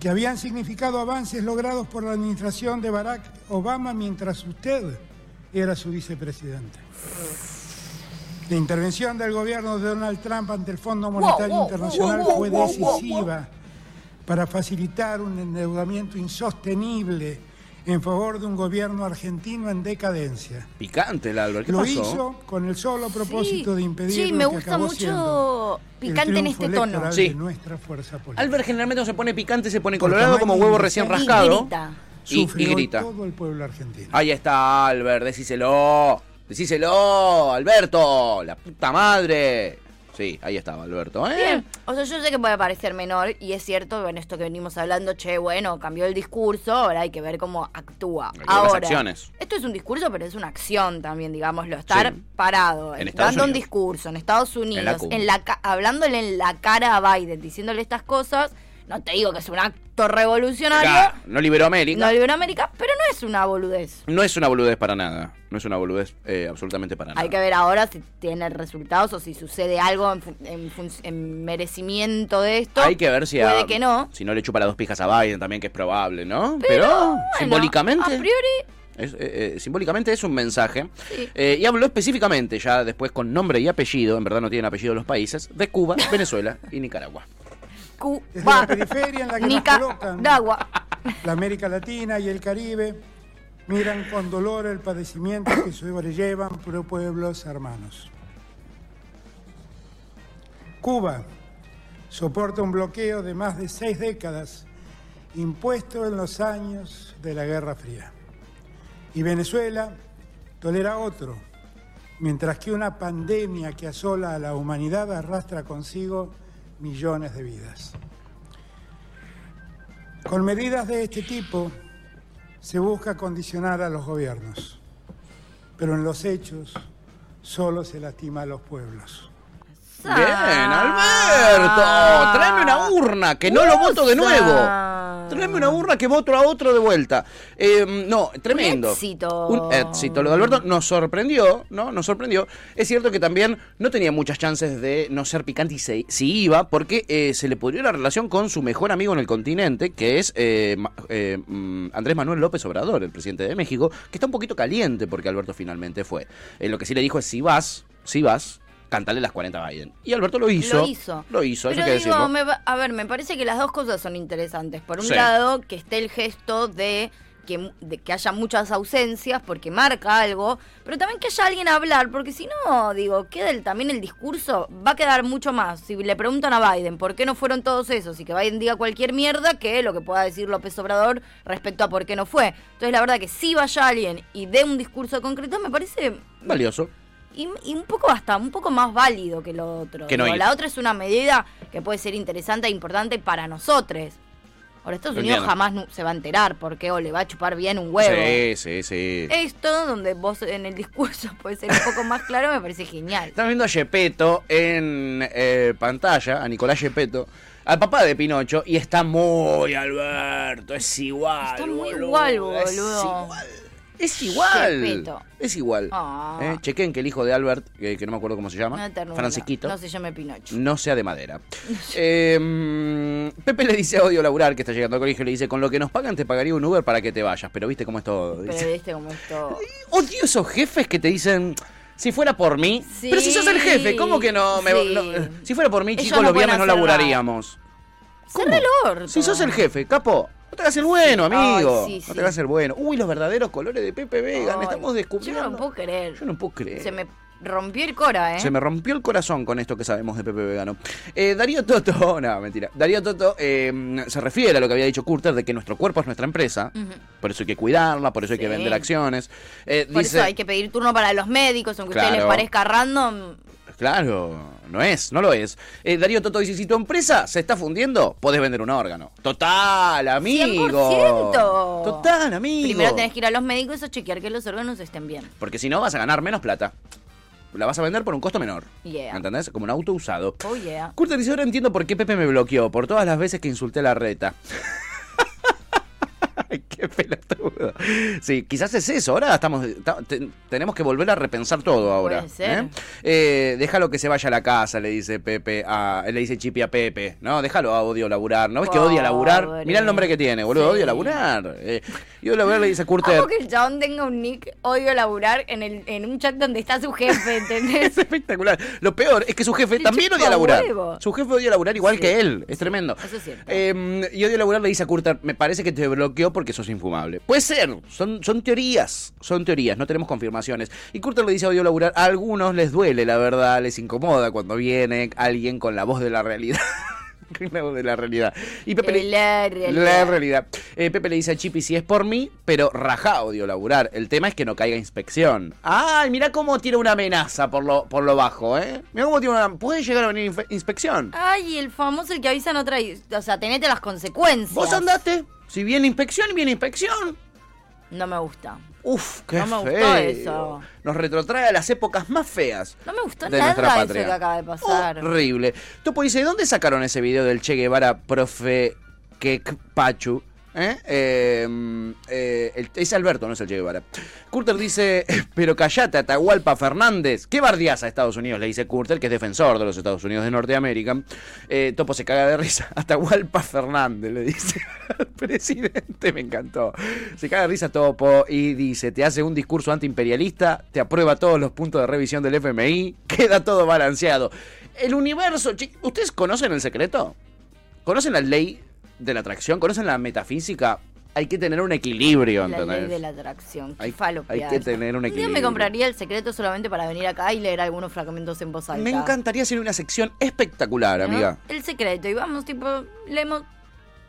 Speaker 5: que habían significado avances logrados por la administración de Barack Obama mientras usted era su vicepresidente. La intervención del gobierno de Donald Trump ante el Fondo Monetario
Speaker 3: wow,
Speaker 5: Internacional
Speaker 3: wow, wow,
Speaker 5: fue
Speaker 3: wow, wow, wow.
Speaker 5: decisiva para facilitar un endeudamiento insostenible en favor de un gobierno argentino en decadencia.
Speaker 2: Picante el Albert. ¿Qué
Speaker 5: Lo
Speaker 2: pasó?
Speaker 5: hizo con el solo propósito
Speaker 3: Sí.
Speaker 5: de impedir
Speaker 3: Sí,
Speaker 5: lo
Speaker 3: me
Speaker 5: que
Speaker 3: gusta
Speaker 5: acabó
Speaker 3: mucho
Speaker 5: siendo el
Speaker 3: picante en
Speaker 5: triunfo
Speaker 3: este tono.
Speaker 5: electoral
Speaker 2: Sí.
Speaker 5: de nuestra fuerza política.
Speaker 2: Albert generalmente no se pone picante, se pone
Speaker 5: Por
Speaker 2: colorado
Speaker 5: tamaño
Speaker 2: como huevo recién
Speaker 5: y
Speaker 2: rascado.
Speaker 3: grita.
Speaker 2: Y-
Speaker 5: Sufre
Speaker 2: y
Speaker 5: hoy
Speaker 2: grita.
Speaker 5: todo el pueblo argentino.
Speaker 2: Ahí está, Albert, decíselo. Decíselo, Alberto, la puta madre. Sí, ahí estaba, Alberto. ¿eh?
Speaker 3: Bien. O sea, yo sé que puede parecer menor y es cierto, bueno, esto que venimos hablando, che, bueno, cambió el discurso, ahora hay que ver cómo actúa.
Speaker 2: que ver las
Speaker 3: ahora,
Speaker 2: acciones.
Speaker 3: esto es un discurso, pero es una acción también, digámoslo, estar
Speaker 2: Sí.
Speaker 3: parado,
Speaker 2: En
Speaker 3: dando
Speaker 2: Estados
Speaker 3: un
Speaker 2: Unidos.
Speaker 3: discurso en Estados Unidos,
Speaker 2: cumbre.
Speaker 3: en la ca- hablándole en la cara a Biden, diciéndole estas cosas, no te digo que es un acto revolucionario,
Speaker 2: Claro, no liberó América.
Speaker 3: no liberó América, pero no es una boludez.
Speaker 2: No es una boludez para nada. No es una boludez eh, absolutamente para nada.
Speaker 3: Hay que ver ahora si tiene resultados o si sucede algo en, fu- en fun- en merecimiento de esto.
Speaker 2: Hay que ver si
Speaker 3: Puede
Speaker 2: a-
Speaker 3: que no.
Speaker 2: Si no le chupa las dos pijas a Biden también, que es probable, ¿no? Pero,
Speaker 3: bueno,
Speaker 2: simbólicamente.
Speaker 3: A priori,
Speaker 2: es- eh, eh, simbólicamente es un mensaje.
Speaker 3: Sí.
Speaker 2: Eh, y habló específicamente, ya después con nombre y apellido, en verdad no tienen apellido los países, de Cuba, Venezuela y Nicaragua.
Speaker 5: Desde
Speaker 3: Cuba.
Speaker 5: la periferia en la que nos colocan,
Speaker 3: Nicaragua.
Speaker 5: la América Latina y el Caribe miran con dolor el padecimiento que sobrellevan pro pueblos hermanos. Cuba soporta un bloqueo de más de seis décadas impuesto en los años de la Guerra Fría. Y Venezuela tolera otro, mientras que una pandemia que asola a la humanidad arrastra consigo millones de vidas. Con medidas de este tipo se busca condicionar a los gobiernos, pero en los hechos solo se lastima a los pueblos.
Speaker 2: Bien, Alberto. Oh, Tráeme una urna, que no lo voto de nuevo.
Speaker 3: Usa.
Speaker 2: Tráeme una urna que voto a otro de vuelta. Eh, no, tremendo.
Speaker 3: Un éxito.
Speaker 2: Un éxito. Lo de Alberto nos sorprendió, ¿no? Nos sorprendió. Es cierto que también no tenía muchas chances de no ser picante y se, si iba, porque eh, se le pudrió la relación con su mejor amigo en el continente, que es eh, Ma- eh, mm, Andrés Manuel López Obrador, el presidente de México, que está un poquito caliente porque Alberto finalmente fue. Eh, lo que sí le dijo es: si vas, si vas. Cántale las 40 a Biden. Y Alberto lo hizo.
Speaker 3: Lo hizo.
Speaker 2: Lo hizo, eso
Speaker 3: Pero
Speaker 2: hay que
Speaker 3: digo,
Speaker 2: decirlo.
Speaker 3: me va- a ver, me parece que las dos cosas son interesantes. Por un
Speaker 2: Sí.
Speaker 3: lado, que esté el gesto de que, mu- de que haya muchas ausencias, porque marca algo, pero también que haya alguien a hablar, porque si no, digo, queda el- también el discurso, va a quedar mucho más. Si le preguntan a Biden por qué no fueron todos esos y que Biden diga cualquier mierda, que lo que pueda decir López Obrador respecto a por qué no fue. Entonces, la verdad que si vaya alguien y dé un discurso concreto, me parece
Speaker 2: Valioso.
Speaker 3: y, y un poco hasta un poco más válido que lo otro.
Speaker 2: Que no
Speaker 3: Digo,
Speaker 2: ir.
Speaker 3: la otra es una medida que puede ser interesante e importante para nosotros. Ahora Estados
Speaker 2: Lo
Speaker 3: Unidos
Speaker 2: entiendo.
Speaker 3: jamás nu- se va a enterar porque o le va a chupar bien un huevo. Eh,
Speaker 2: Sí, sí, sí.
Speaker 3: Esto donde vos en el discurso puede ser un poco más claro me parece genial.
Speaker 2: Están viendo a Gepetto en eh, pantalla, a Nicolás Gepetto, al papá de Pinocho, y está muy Alberto, es igual.
Speaker 3: Está muy
Speaker 2: boludo,
Speaker 3: igual,
Speaker 2: Es
Speaker 3: boludo.
Speaker 2: igual. Es igual.
Speaker 3: Gepetto.
Speaker 2: Es igual.
Speaker 3: Ah.
Speaker 2: Eh, chequen que el hijo de Albert, eh, que no me acuerdo cómo se llama,
Speaker 3: Una ternura.
Speaker 2: Francisquito,
Speaker 3: No se llame Pinocho.
Speaker 2: no sea de madera. Eh, Pepe le dice a Odio Laburar, que está llegando al colegio, le dice, con lo que nos pagan te pagaría un Uber para que te vayas, pero viste cómo es todo. dice.
Speaker 3: Pero viste como esto.
Speaker 2: Odio esos jefes que te dicen, si fuera por mí.
Speaker 3: Sí,
Speaker 2: pero si sos el jefe, ¿cómo que no? me-
Speaker 3: sí.
Speaker 2: no- si fuera por mí,
Speaker 3: Ellos
Speaker 2: chicos,
Speaker 3: no
Speaker 2: los
Speaker 3: pueden
Speaker 2: viernes no
Speaker 3: hacer nada.
Speaker 2: laburaríamos.
Speaker 3: Cerra el orto.
Speaker 2: Si sos el jefe, capo, no te hagas el bueno,
Speaker 3: Sí,
Speaker 2: amigo.
Speaker 3: ay, sí,
Speaker 2: No
Speaker 3: sí.
Speaker 2: te hagas el bueno. Uy, los verdaderos colores de Pepe Vegan,
Speaker 3: Ay,
Speaker 2: estamos descubriendo.
Speaker 3: Yo no puedo creer.
Speaker 2: Yo no puedo creer.
Speaker 3: Se me rompió el cora, ¿eh?
Speaker 2: Se me rompió el corazón con esto que sabemos de Pepe Vegano. Eh, Darío Toto, no, mentira. Darío Toto eh, se refiere a lo que había dicho Curter de que nuestro cuerpo es nuestra empresa. Por eso hay que cuidarla, por eso hay que
Speaker 3: Sí.
Speaker 2: vender acciones. Eh,
Speaker 3: Por
Speaker 2: dice,
Speaker 3: eso hay que pedir turno para los médicos, aunque a ustedes les
Speaker 2: Claro.
Speaker 3: parezca random.
Speaker 2: Claro, no es, no lo es. Eh, Darío Toto dice, si tu empresa se está fundiendo, podés vender un órgano. Total, amigo.
Speaker 3: 100%.
Speaker 2: Total, amigo.
Speaker 3: Primero tenés que ir a los médicos a chequear que los órganos estén bien.
Speaker 2: Porque si no, vas a ganar menos plata. La vas a vender por un costo menor.
Speaker 3: Yeah.
Speaker 2: ¿Entendés? Como un auto usado.
Speaker 3: Oh, yeah.
Speaker 2: Curter dice, ahora entiendo por qué Pepe me bloqueó, por todas las veces que insulté a la reta. Ay, Qué pelotudo. Sí, quizás es eso. Ahora estamos, ta- te- tenemos que volver a repensar todo ahora.
Speaker 3: Puede ser.
Speaker 2: ¿eh? Eh, déjalo que se vaya a la casa, le dice Pepe, a- le dice Chipi a Pepe. No, déjalo a Odio laburar. ¿No ves que odia laburar?
Speaker 3: Pobre.
Speaker 2: Mirá el nombre que tiene, boludo.
Speaker 3: Sí. Ah,
Speaker 2: Odio laburar. Eh, y Odio laburar le dice a Curter.
Speaker 3: Amo que el chabón tenga un nick odio laburar en, el, en un chat donde está su jefe, ¿entendés?
Speaker 2: Es espectacular. Lo peor es que su jefe
Speaker 3: El
Speaker 2: también
Speaker 3: chico
Speaker 2: odia laburar.
Speaker 3: huevo.
Speaker 2: Su jefe odia laburar igual
Speaker 3: Sí.
Speaker 2: que él. Es tremendo.
Speaker 3: eso es cierto.
Speaker 2: Eh, y odio laburar le dice a Curter, me parece que te bloqueó porque sos infumable. Puede ser. Son, son teorías. Son teorías. No tenemos confirmaciones. Y Curter le dice a odio laburar, a algunos les duele, la verdad. Les incomoda cuando viene alguien con la voz de la realidad. Con la voz de la realidad. Y Pepe le-
Speaker 3: La
Speaker 2: la
Speaker 3: realidad.
Speaker 2: realidad. Eh, Pepe le dice a Chipi si es por mí, pero rajá odio laburar. El tema es que no caiga inspección. Ay, mirá cómo tiene una amenaza por lo, por lo bajo, ¿eh? Mirá cómo tiene una... Puede llegar a venir infe- inspección.
Speaker 3: Ay, el famoso el que avisa no trae. O sea, tenete las consecuencias.
Speaker 2: Vos andate. Si viene inspección, viene inspección.
Speaker 3: No me gusta.
Speaker 2: Uf, qué
Speaker 3: No me
Speaker 2: feo.
Speaker 3: gustó eso.
Speaker 2: Nos retrotrae a las épocas más feas.
Speaker 3: No me gustó
Speaker 2: de nuestra
Speaker 3: nada eso
Speaker 2: patria.
Speaker 3: que acaba de pasar.
Speaker 2: Horrible. Topo dice, ¿dónde sacaron ese video del Che Guevara, profe Kekpachu? ¿Eh? Eh, eh, el- es Alberto, no es el Che Guevara. Curter dice, pero callate, Atahualpa Fernández. ¿Qué bardeás a Estados Unidos? Le dice Curter, que es defensor de los Estados Unidos de Norteamérica. Eh, Topo se caga de risa. Atahualpa Fernández, le dice al presidente. Me encantó. Se caga de risa Topo y dice, te hace un discurso antiimperialista, te aprueba todos los puntos de revisión del FMI, queda todo balanceado. El universo, chi- ¿ustedes conocen el secreto? ¿Conocen la ley de la atracción? ¿Conocen la metafísica? hay que tener un equilibrio,
Speaker 3: La ley de
Speaker 2: ¿entendés?
Speaker 3: la atracción. qué
Speaker 2: Hay-
Speaker 3: falopeada.
Speaker 2: hay que tener un
Speaker 3: día me
Speaker 2: equilibrio.
Speaker 3: compraría el secreto solamente para venir acá y leer algunos fragmentos en voz alta.
Speaker 2: Me encantaría hacer una sección espectacular,
Speaker 3: ¿no?
Speaker 2: amiga.
Speaker 3: El secreto. Y vamos, tipo, leemos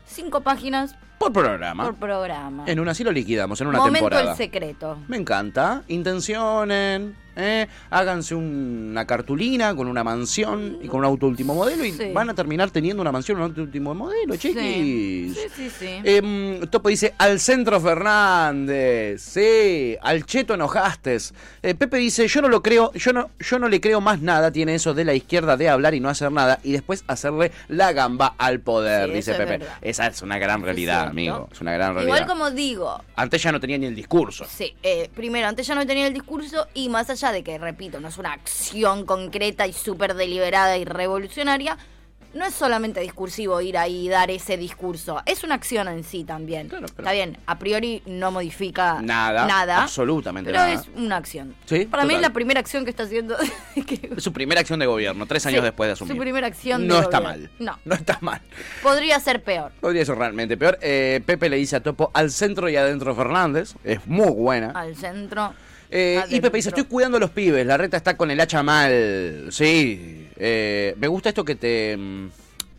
Speaker 3: cinco páginas
Speaker 2: Por programa.
Speaker 3: por programa.
Speaker 2: En una sí lo liquidamos, en una
Speaker 3: Momento
Speaker 2: temporada.
Speaker 3: el secreto.
Speaker 2: Me encanta. Intencionen. ¿eh? Háganse una cartulina con una mansión y con un auto último modelo y
Speaker 3: Sí.
Speaker 2: van a terminar teniendo una mansión, un auto último modelo, chiquis.
Speaker 3: Sí, sí, sí. sí.
Speaker 2: Em, Topo dice, al centro Fernández, sí, al Cheto enojastes. Eh, Pepe dice, yo no lo creo, yo no, yo no le creo más nada, tiene eso de la izquierda de hablar y no hacer nada y después hacerle la gamba al poder,
Speaker 3: Sí,
Speaker 2: dice
Speaker 3: eso es
Speaker 2: Pepe.
Speaker 3: verdad.
Speaker 2: Esa es una gran
Speaker 3: Es
Speaker 2: realidad,
Speaker 3: cierto.
Speaker 2: amigo, es una gran realidad.
Speaker 3: Igual como digo,
Speaker 2: Antes ya no tenía ni el discurso.
Speaker 3: Sí, eh, primero, antes ya no tenía el discurso y más allá de que, repito, no es una acción concreta y súper deliberada y revolucionaria, no es solamente discursivo ir ahí y dar ese discurso, es una acción en sí también.
Speaker 2: Claro, pero-
Speaker 3: Está bien, a priori no modifica
Speaker 2: Nada, absolutamente
Speaker 3: pero
Speaker 2: nada.
Speaker 3: es una acción.
Speaker 2: Sí,
Speaker 3: Para mí es
Speaker 2: total.
Speaker 3: la primera acción que está haciendo. que-
Speaker 2: Es Su primera acción de gobierno, tres años
Speaker 3: Sí,
Speaker 2: después de asumir.
Speaker 3: su primera acción de
Speaker 2: No está
Speaker 3: gobierno.
Speaker 2: mal.
Speaker 3: No.
Speaker 2: No está mal.
Speaker 3: podría ser peor.
Speaker 2: Podría ser realmente peor. Eh, Pepe le dice a Topo al centro y adentro Fernández. Es muy buena.
Speaker 3: Al centro.
Speaker 2: Eh, y
Speaker 3: adentro.
Speaker 2: Pepe dice, estoy cuidando a los pibes, la reta está con el hacha mal. Sí. Eh, me gusta esto que te... mm,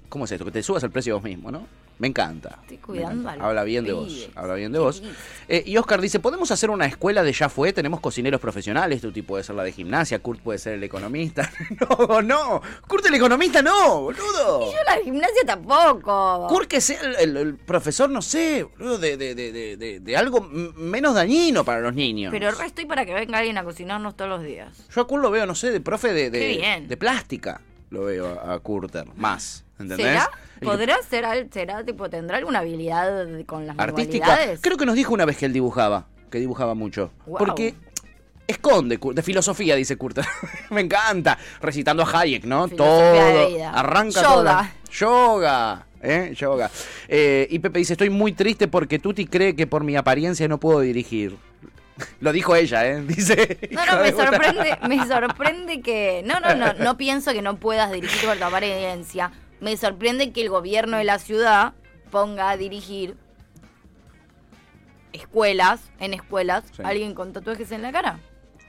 Speaker 2: ¿Cómo es esto? Que te subas el precio vos mismo, ¿no? Me encanta.
Speaker 3: Estoy
Speaker 2: Me
Speaker 3: cuidando
Speaker 2: encanta.
Speaker 3: a los
Speaker 2: Habla bien de vos.
Speaker 3: pibes.
Speaker 2: Habla bien de
Speaker 3: ¿Qué
Speaker 2: vos.
Speaker 3: dices?
Speaker 2: Eh, y Oscar dice, ¿podemos hacer una escuela de ya fue? Tenemos cocineros profesionales, tu tipo puede ser la de gimnasia, Kurt puede ser el economista. no, no. Kurt el economista, no, boludo.
Speaker 3: Yo la gimnasia tampoco.
Speaker 2: Kurt que Oh. sea el, el- el profesor, no sé, boludo, de, de- de- de- de- de algo m- menos dañino para los niños.
Speaker 3: Pero re estoy para que venga alguien a cocinarnos todos los días.
Speaker 2: Yo a Kurt lo veo, no sé, de profe de, de,
Speaker 3: Qué bien.
Speaker 2: de plástica. Lo veo a, a Kurter, más. ¿Entendés?
Speaker 3: ¿Será?
Speaker 2: El que-
Speaker 3: ¿Podrá ser, al- será, tipo, tendrá alguna habilidad de- con las
Speaker 2: Artística.
Speaker 3: manualidades?
Speaker 2: Creo que nos dijo una vez que él dibujaba, que dibujaba mucho.
Speaker 3: Guau.
Speaker 2: Porque esconde, Kur- de filosofía, dice Kurter. Me encanta. Recitando a Hayek, ¿no?
Speaker 3: Filosofía de
Speaker 2: todo.
Speaker 3: vida.
Speaker 2: Arranca
Speaker 3: Yoga.
Speaker 2: todo. la- Yoga. ¿Eh? Yoga. Eh, y Pepe dice: Estoy muy triste porque Tuti cree que por mi apariencia no puedo dirigir. Lo dijo ella, ¿eh? Dice.
Speaker 3: No,
Speaker 2: "Hija
Speaker 3: no, me
Speaker 2: de puta".
Speaker 3: sorprende, me sorprende que... No, no, no, no pienso que no puedas dirigir por tu apariencia. Me sorprende que el gobierno de la ciudad ponga a dirigir escuelas, en escuelas,
Speaker 2: Sí.
Speaker 3: alguien con tatuajes en la cara.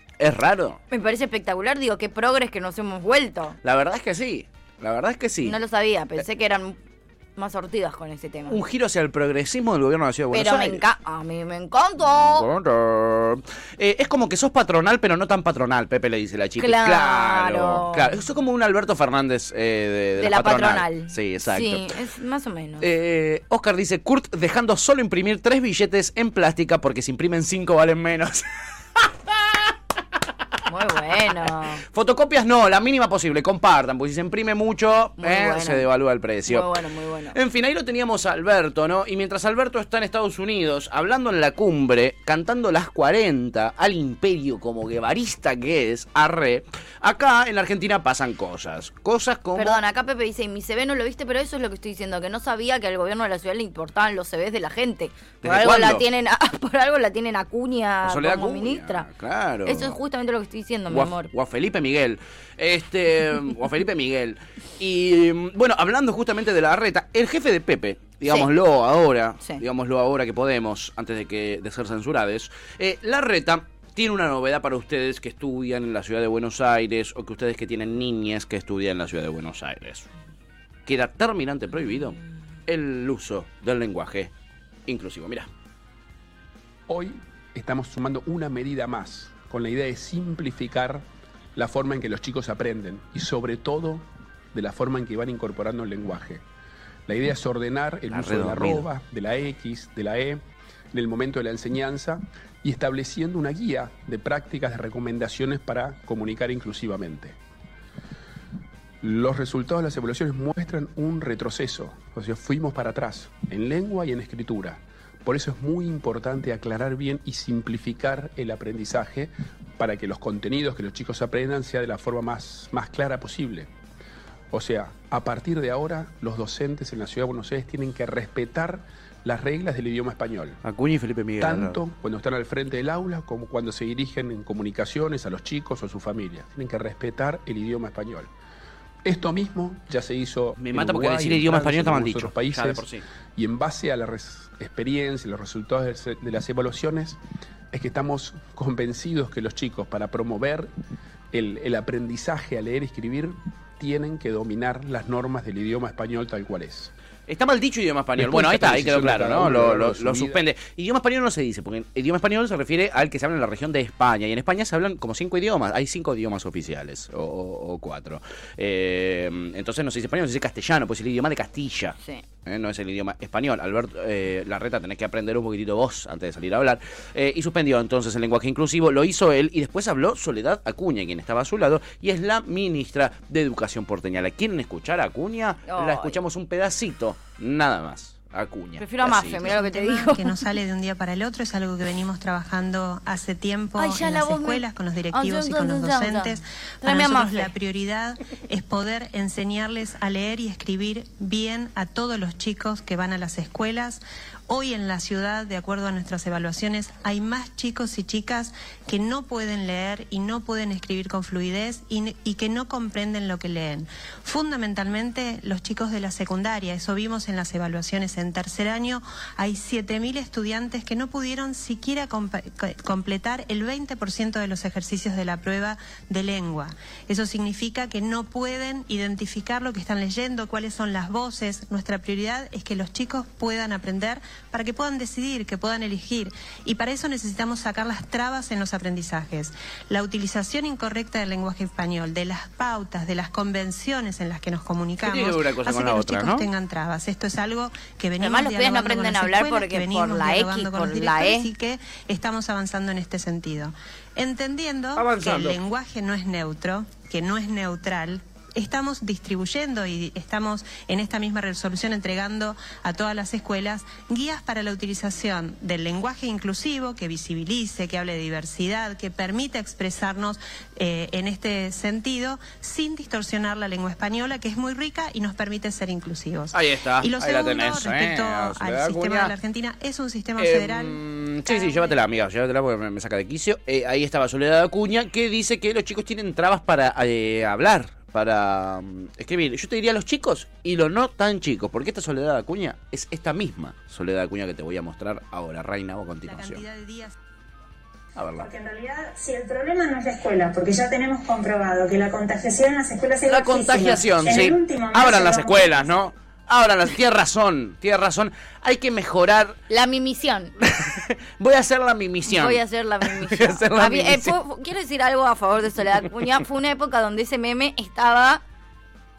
Speaker 2: Es raro.
Speaker 3: Me parece espectacular, digo, qué progres que nos hemos vuelto.
Speaker 2: La verdad es que sí. La verdad es que sí.
Speaker 3: No lo sabía, pensé que eran más sortidas con ese tema.
Speaker 2: Un giro hacia el progresismo del gobierno de la ciudad de Buenos
Speaker 3: Pero me
Speaker 2: Aires.
Speaker 3: encanta, a mí me encantó.
Speaker 2: Eh, es como que sos patronal, pero no tan patronal, Pepe le dice la chica.
Speaker 3: Claro.
Speaker 2: claro. claro. Eso es como un Alberto Fernández eh, de, de
Speaker 3: De la patronal.
Speaker 2: Sí, exacto.
Speaker 3: Sí, es más o menos.
Speaker 2: Eh, Oscar dice, Kurt dejando solo imprimir tres billetes en plástica porque si imprimen cinco valen menos.
Speaker 3: Muy bueno.
Speaker 2: Fotocopias no, la mínima posible, compartan, porque si se imprime mucho,
Speaker 3: Muy
Speaker 2: eh,
Speaker 3: bueno.
Speaker 2: se devalúa el precio.
Speaker 3: Muy bueno, muy bueno.
Speaker 2: En fin, ahí lo teníamos a Alberto, ¿no? Y mientras Alberto está en Estados Unidos, hablando en la cumbre, cantando las 40 al imperio como guevarista que es, arre, acá en la Argentina pasan cosas. Cosas como...
Speaker 3: Perdón, acá Pepe dice, y mi CV no lo viste, pero eso es lo que estoy diciendo, que no sabía que al gobierno de la ciudad le importaban los CVs de la gente. Por
Speaker 2: ¿Desde
Speaker 3: algo,
Speaker 2: cuándo?
Speaker 3: la tienen a, por algo la tienen a Cuña
Speaker 2: A Soledad
Speaker 3: como
Speaker 2: Acuña,
Speaker 3: ministra.
Speaker 2: claro.
Speaker 3: Eso es justamente lo que estoy diciendo, mi
Speaker 2: o a-
Speaker 3: amor.
Speaker 2: o a Felipe Miguel. Este, o a Felipe Miguel. Y mm, bueno, hablando justamente de la reta, el jefe de Pepe, digámoslo ahora,
Speaker 3: Sí.
Speaker 2: digámoslo ahora que podemos, antes de que de ser censurados, eh, la reta tiene una novedad para ustedes que estudian en la ciudad de Buenos Aires o que ustedes que tienen niñas que estudian en la ciudad de Buenos Aires. Queda terminante prohibido el uso del lenguaje inclusivo. Mira.
Speaker 6: Hoy estamos sumando una medida más con la idea de simplificar la forma en que los chicos aprenden y sobre todo de la forma en que van incorporando el lenguaje. La idea es ordenar el
Speaker 2: La
Speaker 6: uso de la
Speaker 2: redormido.
Speaker 6: arroba, de la X, de la E en el momento de la enseñanza y estableciendo una guía de prácticas, de recomendaciones para comunicar inclusivamente. Los resultados de las evaluaciones muestran un retroceso, o sea, fuimos para atrás en lengua y en escritura. Por eso es muy importante aclarar bien y simplificar el aprendizaje para que los contenidos que los chicos aprendan sea de la forma más, más clara posible. O sea, a partir de ahora, los docentes en la ciudad de Buenos Aires tienen que respetar las reglas del idioma español
Speaker 2: Acuña y Felipe Miguel.
Speaker 6: tanto cuando están al frente del aula como cuando se dirigen en comunicaciones a los chicos o a su familia. Tienen que respetar el idioma español. Esto mismo ya se hizo.
Speaker 2: Me
Speaker 6: en
Speaker 2: mata porque
Speaker 6: Uruguay,
Speaker 2: decir
Speaker 6: en
Speaker 2: idioma
Speaker 6: Francia,
Speaker 2: español está
Speaker 6: en
Speaker 2: mal
Speaker 6: algunos
Speaker 2: dicho,
Speaker 6: otros países,
Speaker 2: ya de por sí.
Speaker 6: Y en base a la res- experiencia y los resultados de se- de las evaluaciones, es que estamos convencidos que los chicos, para promover el, el aprendizaje a leer y escribir, tienen que dominar las normas del idioma español tal cual es.
Speaker 2: Está mal dicho idioma español.
Speaker 6: Después
Speaker 2: bueno, ahí
Speaker 6: está
Speaker 2: está, ahí
Speaker 6: decisión
Speaker 2: quedó
Speaker 6: de
Speaker 2: claro,
Speaker 6: cada
Speaker 2: ¿no?
Speaker 6: uno
Speaker 2: Lo,
Speaker 6: a lo
Speaker 2: lo-
Speaker 6: largo de
Speaker 2: lo
Speaker 6: su vida.
Speaker 2: suspende. Idioma español no se dice, porque idioma español se refiere al que se habla en la región de España. Y en España se hablan como cinco idiomas. Hay cinco idiomas oficiales, o, o- o cuatro. Eh, entonces no se dice español, se dice castellano, pues es el idioma de Castilla.
Speaker 3: Sí.
Speaker 2: Eh, no es el idioma español. Alberto eh, Larreta, tenés que aprender un poquitito vos antes de salir a hablar. Eh, y suspendió entonces el lenguaje inclusivo, lo hizo él y después habló Soledad Acuña, quien estaba a su lado, y es la ministra de Educación porteña. ¿La quieren escuchar a Acuña? La
Speaker 3: Ay.
Speaker 2: escuchamos un pedacito, nada más. Acuña.
Speaker 3: Prefiero a
Speaker 2: Así.
Speaker 3: Mafe, mira lo que te
Speaker 7: tema
Speaker 3: digo.
Speaker 7: Que no sale de un día para el otro, es algo que venimos trabajando hace tiempo
Speaker 3: Ay, ya
Speaker 7: en
Speaker 3: la
Speaker 7: las
Speaker 3: voz me-
Speaker 7: escuelas, con los directivos y con los
Speaker 3: Ah, ya, ya, ya.
Speaker 7: docentes. Para
Speaker 3: Tráeme a
Speaker 7: nosotros
Speaker 3: Mafe.
Speaker 7: la prioridad es poder enseñarles a leer y escribir bien a todos los chicos que van a las escuelas. Hoy en la ciudad, de acuerdo a nuestras evaluaciones, hay más chicos y chicas que no pueden leer y no pueden escribir con fluidez y, n- y que no comprenden lo que leen. Fundamentalmente los chicos de la secundaria, eso vimos en las evaluaciones en tercer año, hay 7.000 estudiantes que no pudieron siquiera compa- co- completar el 20% de los ejercicios de la prueba de lengua. Eso significa que no pueden identificar lo que están leyendo, cuáles son las voces. Nuestra prioridad es que los chicos puedan aprender para que puedan decidir, que puedan elegir. Y para eso necesitamos sacar las trabas en los aprendizajes. La utilización incorrecta del lenguaje español, de las pautas, de las convenciones en las que nos comunicamos,
Speaker 2: que ver una cosa
Speaker 7: hace
Speaker 2: con
Speaker 7: que
Speaker 2: la
Speaker 7: los
Speaker 2: otra,
Speaker 7: chicos
Speaker 2: ¿no?
Speaker 7: tengan trabas. Esto es algo que venimos
Speaker 3: Además, los pibes
Speaker 7: dialogando
Speaker 3: no
Speaker 7: con
Speaker 3: aprenden
Speaker 7: las
Speaker 3: a hablar
Speaker 7: escuelas,
Speaker 3: porque
Speaker 7: que venimos
Speaker 3: por la
Speaker 7: dialogando con
Speaker 3: X,
Speaker 7: los
Speaker 3: por la
Speaker 7: directores
Speaker 3: E.
Speaker 7: y que estamos avanzando en este sentido. Entendiendo
Speaker 2: Avanzando.
Speaker 7: que el lenguaje no es neutro, que no es neutral. Estamos distribuyendo y estamos en esta misma resolución entregando a todas las escuelas guías para la utilización del lenguaje inclusivo que visibilice, que hable de diversidad, que permita expresarnos eh, en este sentido sin distorsionar la lengua española, que es muy rica y nos permite ser inclusivos.
Speaker 2: Ahí está,
Speaker 7: Y lo
Speaker 2: ahí la
Speaker 7: segundo,
Speaker 2: tenés, ¿eh?
Speaker 7: respecto
Speaker 2: A
Speaker 7: al
Speaker 2: Soledad
Speaker 7: sistema
Speaker 2: Acuña.
Speaker 7: de la Argentina, es un sistema
Speaker 2: Eh,
Speaker 7: federal.
Speaker 2: mm, sí,
Speaker 7: Cada
Speaker 2: sí,
Speaker 7: uno
Speaker 2: llévatela, amiga, llévatela porque me, me saca de quicio. Eh, ahí estaba Soledad Acuña, que dice que los chicos tienen trabas para eh, hablar, para mm, escribir. Yo te diría los chicos y los no tan chicos, porque esta Soledad Acuña es esta misma Soledad Acuña que te voy a mostrar ahora, Reina, o a
Speaker 7: La
Speaker 2: continuación.
Speaker 7: cantidad de días.
Speaker 2: A verla.
Speaker 8: Porque en realidad, si el problema no es la escuela, porque ya tenemos comprobado que la contagiación en las escuelas es
Speaker 2: La
Speaker 8: bajísima.
Speaker 2: contagiación,
Speaker 8: En
Speaker 2: sí.
Speaker 8: el último mes
Speaker 2: Abran las
Speaker 8: llevamos-
Speaker 2: escuelas, ¿no? Abran las. Tienes razón, tienes razón. Hay que mejorar.
Speaker 3: La mimisión.
Speaker 2: Voy a hacer la mi misión.
Speaker 3: Voy a hacer la
Speaker 2: Voy a
Speaker 3: mimisión.
Speaker 2: hacer la
Speaker 3: Había- eh,
Speaker 2: mimisión.
Speaker 3: fue- fue- quiero decir algo a favor de Soledad Acuña. Fue una época donde ese meme estaba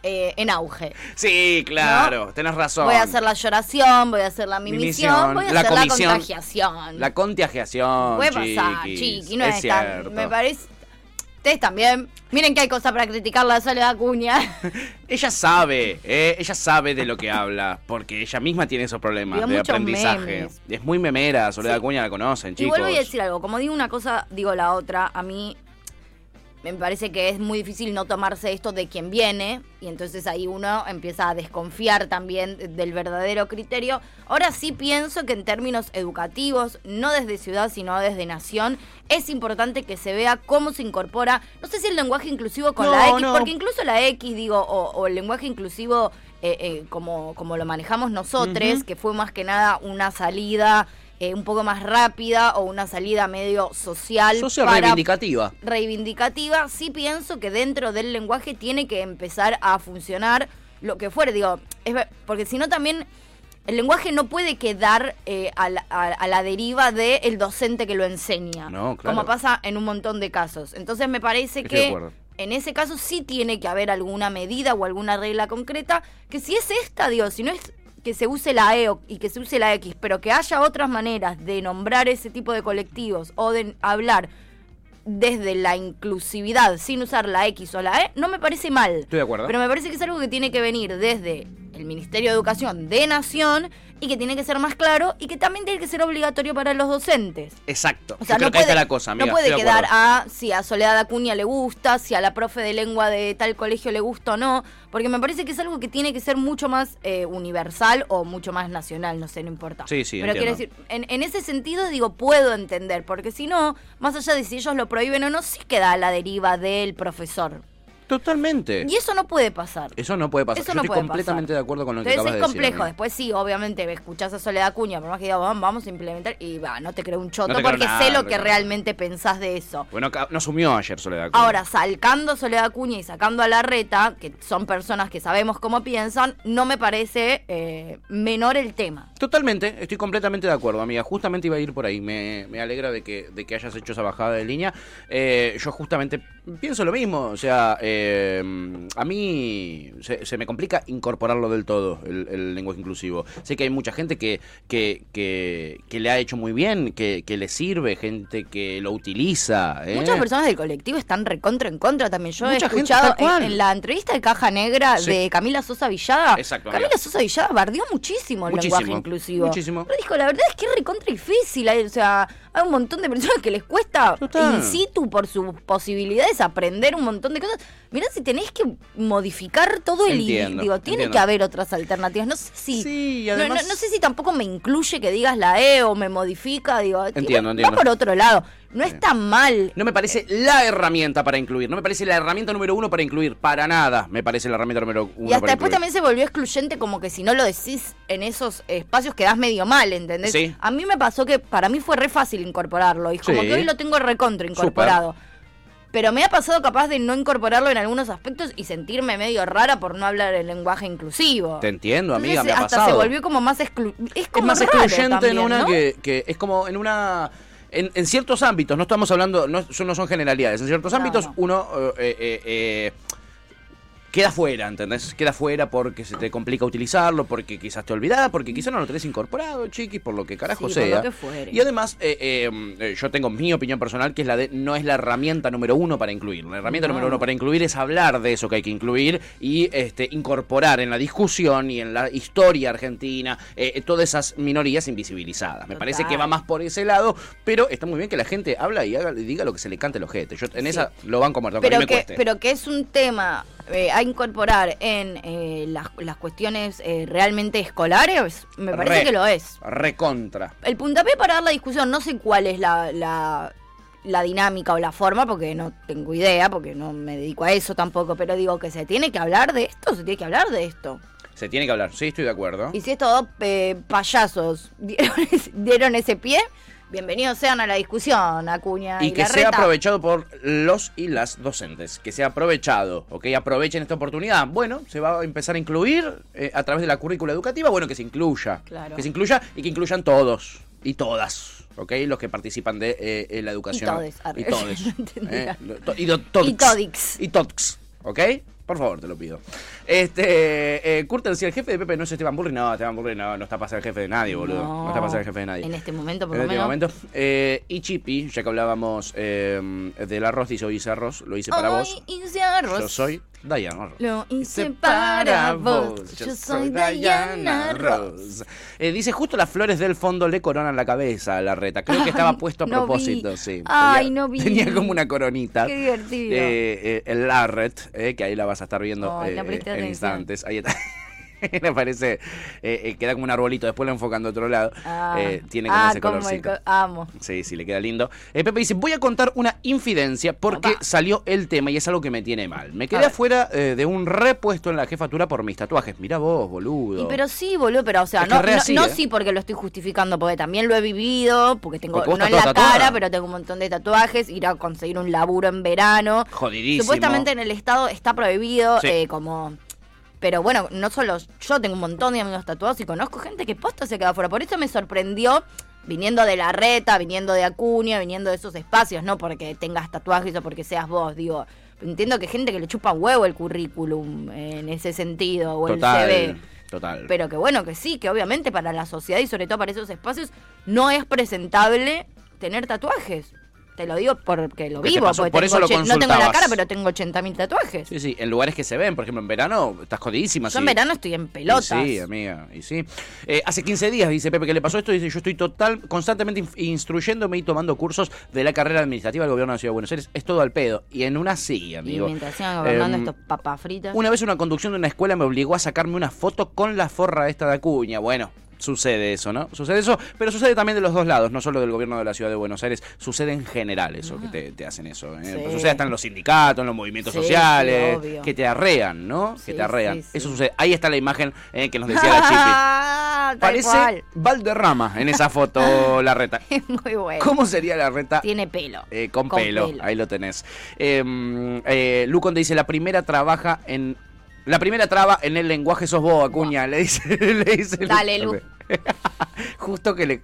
Speaker 3: eh, en auge.
Speaker 2: Sí, claro, tenés razón.
Speaker 3: Voy a hacer la lloración, voy a hacer la
Speaker 2: Mimisión,
Speaker 3: mimisión, voy a
Speaker 2: la
Speaker 3: hacer
Speaker 2: comisión.
Speaker 3: la contagiación.
Speaker 2: La contagiación.
Speaker 3: Puede pasar,
Speaker 2: chiquis,
Speaker 3: chiqui, no
Speaker 2: es
Speaker 3: es, tan-
Speaker 2: cierto.
Speaker 3: Me parece. Ustedes también. Miren que hay cosas para criticar la Soledad Acuña.
Speaker 2: Ella sabe, eh, ella sabe de lo que habla, porque ella misma tiene esos problemas
Speaker 3: Vio
Speaker 2: de
Speaker 3: muchos
Speaker 2: aprendizaje.
Speaker 3: memes.
Speaker 2: Es muy memera, Soledad Acuña la conocen,
Speaker 3: Y
Speaker 2: chicos.
Speaker 3: vuelvo a decir algo. Como digo una cosa, digo la otra. A mí me parece que es muy difícil no tomarse esto de quien viene. Y entonces ahí uno empieza a desconfiar también del verdadero criterio. Ahora sí pienso que en términos educativos, no desde ciudad, sino desde nación, es importante que se vea cómo se incorpora. No sé si el lenguaje inclusivo con
Speaker 2: No,
Speaker 3: la X,
Speaker 2: no.
Speaker 3: porque incluso la X, digo, o, o el lenguaje inclusivo eh, eh, como, como lo manejamos nosotros, que fue más que nada una salida eh, un poco más rápida o una salida medio social.
Speaker 2: Socio
Speaker 3: para-
Speaker 2: reivindicativa.
Speaker 3: reivindicativa, sí pienso que dentro del lenguaje tiene que empezar a funcionar lo que fuere. Digo, es ver- porque si no también el lenguaje no puede quedar eh, a, la, a- a la deriva del docente que lo enseña.
Speaker 2: No, claro.
Speaker 3: Como pasa en un montón de casos. Entonces me parece
Speaker 2: Estoy de
Speaker 3: que
Speaker 2: acuerdo.
Speaker 3: en ese caso sí tiene que haber alguna medida o alguna regla concreta, que si es esta, Dios, si no es que se use la E o- y que se use la X, pero que haya otras maneras de nombrar ese tipo de colectivos o de hablar desde la inclusividad sin usar la X o la E, no me parece mal.
Speaker 2: Estoy de acuerdo.
Speaker 3: Pero me parece que es algo que tiene que venir desde el Ministerio de Educación de Nación y que tiene que ser más claro y que también tiene que ser obligatorio para los docentes.
Speaker 2: Exacto.
Speaker 3: O sea,
Speaker 2: Yo creo
Speaker 3: no
Speaker 2: que ahí
Speaker 3: puede,
Speaker 2: está la cosa, amiga.
Speaker 3: no puede
Speaker 2: estoy de
Speaker 3: quedar
Speaker 2: acuerdo.
Speaker 3: a si a Soledad Acuña le gusta, si a la profe de lengua de tal colegio le gusta o no, porque me parece que es algo que tiene que ser mucho más eh, universal o mucho más nacional, no sé, no importa.
Speaker 2: Sí, sí,
Speaker 3: Pero quiero
Speaker 2: entiendo.
Speaker 3: decir, en, en ese sentido digo, puedo entender, porque si no, más allá de si ellos lo prohíben o no, sí queda a la deriva del profesor.
Speaker 2: Totalmente.
Speaker 3: Y eso no puede pasar.
Speaker 2: Eso no puede pasar.
Speaker 3: Eso
Speaker 2: Yo
Speaker 3: no
Speaker 2: estoy
Speaker 3: puede
Speaker 2: completamente
Speaker 3: pasar.
Speaker 2: de acuerdo con lo que
Speaker 3: Entonces
Speaker 2: acabas
Speaker 3: es
Speaker 2: de decir.
Speaker 3: complejo.
Speaker 2: amiga.
Speaker 3: Después sí, obviamente, me escuchás a Soledad Cuña, por más que diga, "Vamos, vamos a implementar, y va, no te creo un choto
Speaker 2: No te creo
Speaker 3: porque
Speaker 2: nada,
Speaker 3: sé
Speaker 2: no
Speaker 3: lo
Speaker 2: te
Speaker 3: que
Speaker 2: creo
Speaker 3: realmente pensás de eso.
Speaker 2: Bueno, ca- no asumió ayer Soledad. Cuña.
Speaker 3: Ahora, sacando a Soledad Cuña y sacando a Larreta, que son personas que sabemos cómo piensan, no me parece eh, menor el tema.
Speaker 2: Totalmente, estoy completamente de acuerdo, amiga. Justamente iba a ir por ahí. Me, me alegra de que, de que hayas hecho esa bajada de línea. Eh, yo justamente pienso lo mismo. O sea, eh, a mí se, se me complica incorporarlo del todo, el, el lenguaje inclusivo. Sé que hay mucha gente que, que, que, que le ha hecho muy bien, que, que le sirve, gente que lo utiliza. ¿eh?
Speaker 3: Muchas personas del colectivo están recontra en contra también. Yo
Speaker 2: Mucha
Speaker 3: he
Speaker 2: gente,
Speaker 3: escuchado
Speaker 2: tal cual.
Speaker 3: en, en la entrevista de Caja Negra
Speaker 2: Sí.
Speaker 3: de Camila Sosa Villada.
Speaker 2: Exacto, amiga.
Speaker 3: Camila Sosa Villada bardeó muchísimo el
Speaker 2: Muchísimo,
Speaker 3: lenguaje inclusivo.
Speaker 2: muchísimo.
Speaker 3: Pero dijo, la verdad es que es recontra difícil. hay- O sea, hay un montón de personas que les cuesta
Speaker 2: Total.
Speaker 3: in situ por sus posibilidades aprender un montón de cosas. Mirá, si tenés que modificar todo el
Speaker 2: Entiendo,
Speaker 3: idioma, digo, tiene
Speaker 2: entiendo.
Speaker 3: que haber otras alternativas. No sé si.
Speaker 2: Sí, y
Speaker 3: no-
Speaker 2: además-
Speaker 3: no, no sé si tampoco me incluye que digas la E o me modifica. Digo,
Speaker 2: Entiendo,
Speaker 3: va-
Speaker 2: entiendo.
Speaker 3: va por otro lado. No está mal
Speaker 2: No me parece la herramienta para incluir, no me parece la herramienta número uno para incluir, para nada me parece la herramienta número uno.
Speaker 3: Y hasta
Speaker 2: para
Speaker 3: después
Speaker 2: incluir.
Speaker 3: también se volvió excluyente como que si no lo decís en esos espacios quedás medio mal, ¿entendés?
Speaker 2: Sí.
Speaker 3: A mí me pasó que para mí fue re fácil incorporarlo y como
Speaker 2: Sí.
Speaker 3: que hoy lo tengo recontra incorporado. Pero me ha pasado capaz de no incorporarlo en algunos aspectos y sentirme medio rara por no hablar el lenguaje inclusivo.
Speaker 2: Te entiendo,
Speaker 3: Entonces,
Speaker 2: amiga, me ha
Speaker 3: hasta
Speaker 2: pasado.
Speaker 3: se volvió como más exclu es
Speaker 2: es
Speaker 3: como
Speaker 2: más
Speaker 3: raro
Speaker 2: excluyente en
Speaker 3: también,
Speaker 2: una
Speaker 3: ¿no?
Speaker 2: que, que es como en una en, en ciertos ámbitos no estamos hablando no, son- no son generalidades en ciertos
Speaker 3: No,
Speaker 2: ámbitos
Speaker 3: no.
Speaker 2: uno eh, eh, eh, queda fuera ¿entendés? queda fuera porque se te complica utilizarlo porque quizás te olvidás porque quizás no lo tenés incorporado chiquis por lo que carajo
Speaker 3: Sí, por
Speaker 2: sea
Speaker 3: lo que fuere.
Speaker 2: y además eh, eh, eh, yo tengo mi opinión personal que es la de no es la herramienta número uno para incluir la herramienta
Speaker 3: No.
Speaker 2: número uno para incluir es hablar de eso que hay que incluir y este, incorporar en la discusión y en la historia argentina eh, eh, todas esas minorías invisibilizadas. Me parece que
Speaker 3: Total.
Speaker 2: va más por ese lado, pero está muy bien que la gente habla y, haga, y diga lo que se le cante el ojete. Yo en esa lo van a
Speaker 3: pero
Speaker 2: me
Speaker 3: que,
Speaker 2: cueste.
Speaker 3: pero que es un tema eh, a incorporar en eh, las, las cuestiones eh, realmente escolares, me parece
Speaker 2: Re.
Speaker 3: que lo es.
Speaker 2: Recontra.
Speaker 3: El puntapié para dar la discusión, no sé cuál es la, la, la dinámica o la forma, porque no tengo idea, porque no me dedico a eso tampoco, pero digo que se tiene que hablar de esto, se tiene que hablar de esto.
Speaker 2: Se tiene que hablar, sí, estoy de acuerdo.
Speaker 3: Y si estos dos eh, payasos dieron, ese- dieron ese pie, bienvenidos sean a la discusión, Acuña.
Speaker 2: Y que sea
Speaker 3: Larreta.
Speaker 2: aprovechado por los y las docentes. Que sea aprovechado, ¿ok? Aprovechen esta oportunidad. Bueno, se va a empezar a incluir eh, a través de la currícula educativa. Bueno, que se incluya.
Speaker 3: Claro.
Speaker 2: Que se incluya y que incluyan todos y todas, ¿ok? Los que participan de eh, eh, la educación.
Speaker 3: todes, arre.
Speaker 2: Y todes.
Speaker 3: No entendía.
Speaker 2: eh, lo- to- y do- todix.
Speaker 3: Y todix.
Speaker 2: Y todix, ¿ok? Por favor, te lo pido. Este, eh, Curten, si el jefe de Pepe no es Esteban Burri, no, Esteban Burri no, no está para ser el jefe de nadie, boludo. No, está para ser el jefe de nadie.
Speaker 3: En este momento, por lo
Speaker 2: En este
Speaker 3: menos.
Speaker 2: momento. Eh, y Chipi, ya que hablámonos eh, del arroz, dice hoy hice arroz, lo hice para
Speaker 3: Hoy
Speaker 2: vos.
Speaker 3: hice arroz.
Speaker 2: Yo soy Diana Ross.
Speaker 3: Lo hice para vos. Yo soy Diana Ross.
Speaker 2: Eh, dice, justo las flores del fondo le coronan la cabeza a la reta. Creo que estaba puesto a
Speaker 3: no vi.
Speaker 2: propósito, sí.
Speaker 3: Ay, no vi.
Speaker 2: Tenía como una coronita.
Speaker 3: Qué divertido.
Speaker 2: Eh, eh, el Larret, eh, que ahí la vas a estar viendo
Speaker 3: Ay,
Speaker 2: eh,
Speaker 3: no presté
Speaker 2: en
Speaker 3: atención.
Speaker 2: instantes. Ahí está. Me aparece, eh, eh, queda como un arbolito, después lo enfocando a otro lado.
Speaker 3: Ah,
Speaker 2: Eh, tiene como
Speaker 3: ah,
Speaker 2: ese
Speaker 3: como el
Speaker 2: colorcito.
Speaker 3: co- amo.
Speaker 2: Sí, sí, le queda lindo. Eh, Pepe dice, voy a contar una infidencia porque
Speaker 3: Opa.
Speaker 2: salió el tema y es algo que me tiene mal. Me
Speaker 3: A
Speaker 2: quedé
Speaker 3: ver.
Speaker 2: afuera eh, de un repuesto en la jefatura por mis tatuajes. Mirá vos, boludo.
Speaker 3: Y pero sí, boludo, pero o sea,
Speaker 2: Es que
Speaker 3: no,
Speaker 2: re
Speaker 3: no,
Speaker 2: así,
Speaker 3: no
Speaker 2: ¿eh?
Speaker 3: sí porque lo estoy justificando, porque también lo he vivido, porque tengo,
Speaker 2: Porque vos
Speaker 3: no en
Speaker 2: estás
Speaker 3: la
Speaker 2: toda tatuada.
Speaker 3: cara, pero tengo un montón de tatuajes, ir a conseguir un laburo en verano.
Speaker 2: Jodidísimo.
Speaker 3: Supuestamente en el estado está prohibido,
Speaker 2: Sí.
Speaker 3: eh, como... Pero bueno, no solo yo, tengo un montón de amigos tatuados y conozco gente que posta se queda fuera. Por eso me sorprendió, viniendo de La Reta, viniendo de Acuña, viniendo de esos espacios, no porque tengas tatuajes o porque seas vos, digo... Entiendo que gente que le chupa un huevo el currículum eh, en ese sentido, o
Speaker 2: total,
Speaker 3: el CV.
Speaker 2: Total.
Speaker 3: Pero que bueno, que sí, que obviamente para la sociedad y sobre todo para esos espacios no es presentable tener tatuajes. Te lo digo porque lo
Speaker 2: ¿Qué te
Speaker 3: vivo,
Speaker 2: pasó?
Speaker 3: porque
Speaker 2: Por
Speaker 3: tengo
Speaker 2: eso lo
Speaker 3: ochen- no tengo la
Speaker 2: consultabas.
Speaker 3: cara, pero tengo 80.000 tatuajes.
Speaker 2: Sí, sí, en lugares que se ven, por ejemplo, en verano estás jodidísima.
Speaker 3: Yo en
Speaker 2: sí.
Speaker 3: verano estoy en
Speaker 2: Y
Speaker 3: pelotas.
Speaker 2: Sí, amiga, y sí. Eh, hace 15 días, dice Pepe, que le pasó esto. Dice, yo estoy total, constantemente inf- instruyéndome y tomando cursos de la carrera administrativa del gobierno de la Ciudad de Buenos Aires. Es todo al pedo. Y en una sí,
Speaker 3: y
Speaker 2: amigo.
Speaker 3: mientras sigan gobernando
Speaker 2: Em,
Speaker 3: estos papas fritas.
Speaker 2: Una vez una conducción de una escuela me obligó a sacarme una foto con la forra esta de Acuña. Bueno, Sucede eso, ¿no? Sucede eso, pero sucede también de los dos lados, no solo del gobierno de la ciudad de Buenos Aires, sucede en general eso, que te, te hacen eso. ¿eh?
Speaker 3: Sí.
Speaker 2: Sucede hasta en los sindicatos, en los movimientos
Speaker 3: Sí,
Speaker 2: sociales,
Speaker 3: sí, obvio.
Speaker 2: que te arrean, ¿no? que
Speaker 3: Sí,
Speaker 2: te arrean.
Speaker 3: sí, sí.
Speaker 2: Eso sucede. Ahí está la imagen eh, que nos decía la chipi.
Speaker 3: Ah, tal
Speaker 2: Parece
Speaker 3: cual.
Speaker 2: Valderrama en esa foto, la reta.
Speaker 3: Es muy bueno.
Speaker 2: ¿Cómo sería la reta
Speaker 3: Tiene pelo.
Speaker 2: eh, con, pelo. ahí lo tenés. Eh, eh, Luconde dice, la primera trabaja en... La primera traba en el lenguaje sos vos, Acuña, le dice... Le dice
Speaker 3: Dale, Lu.
Speaker 2: Justo que le,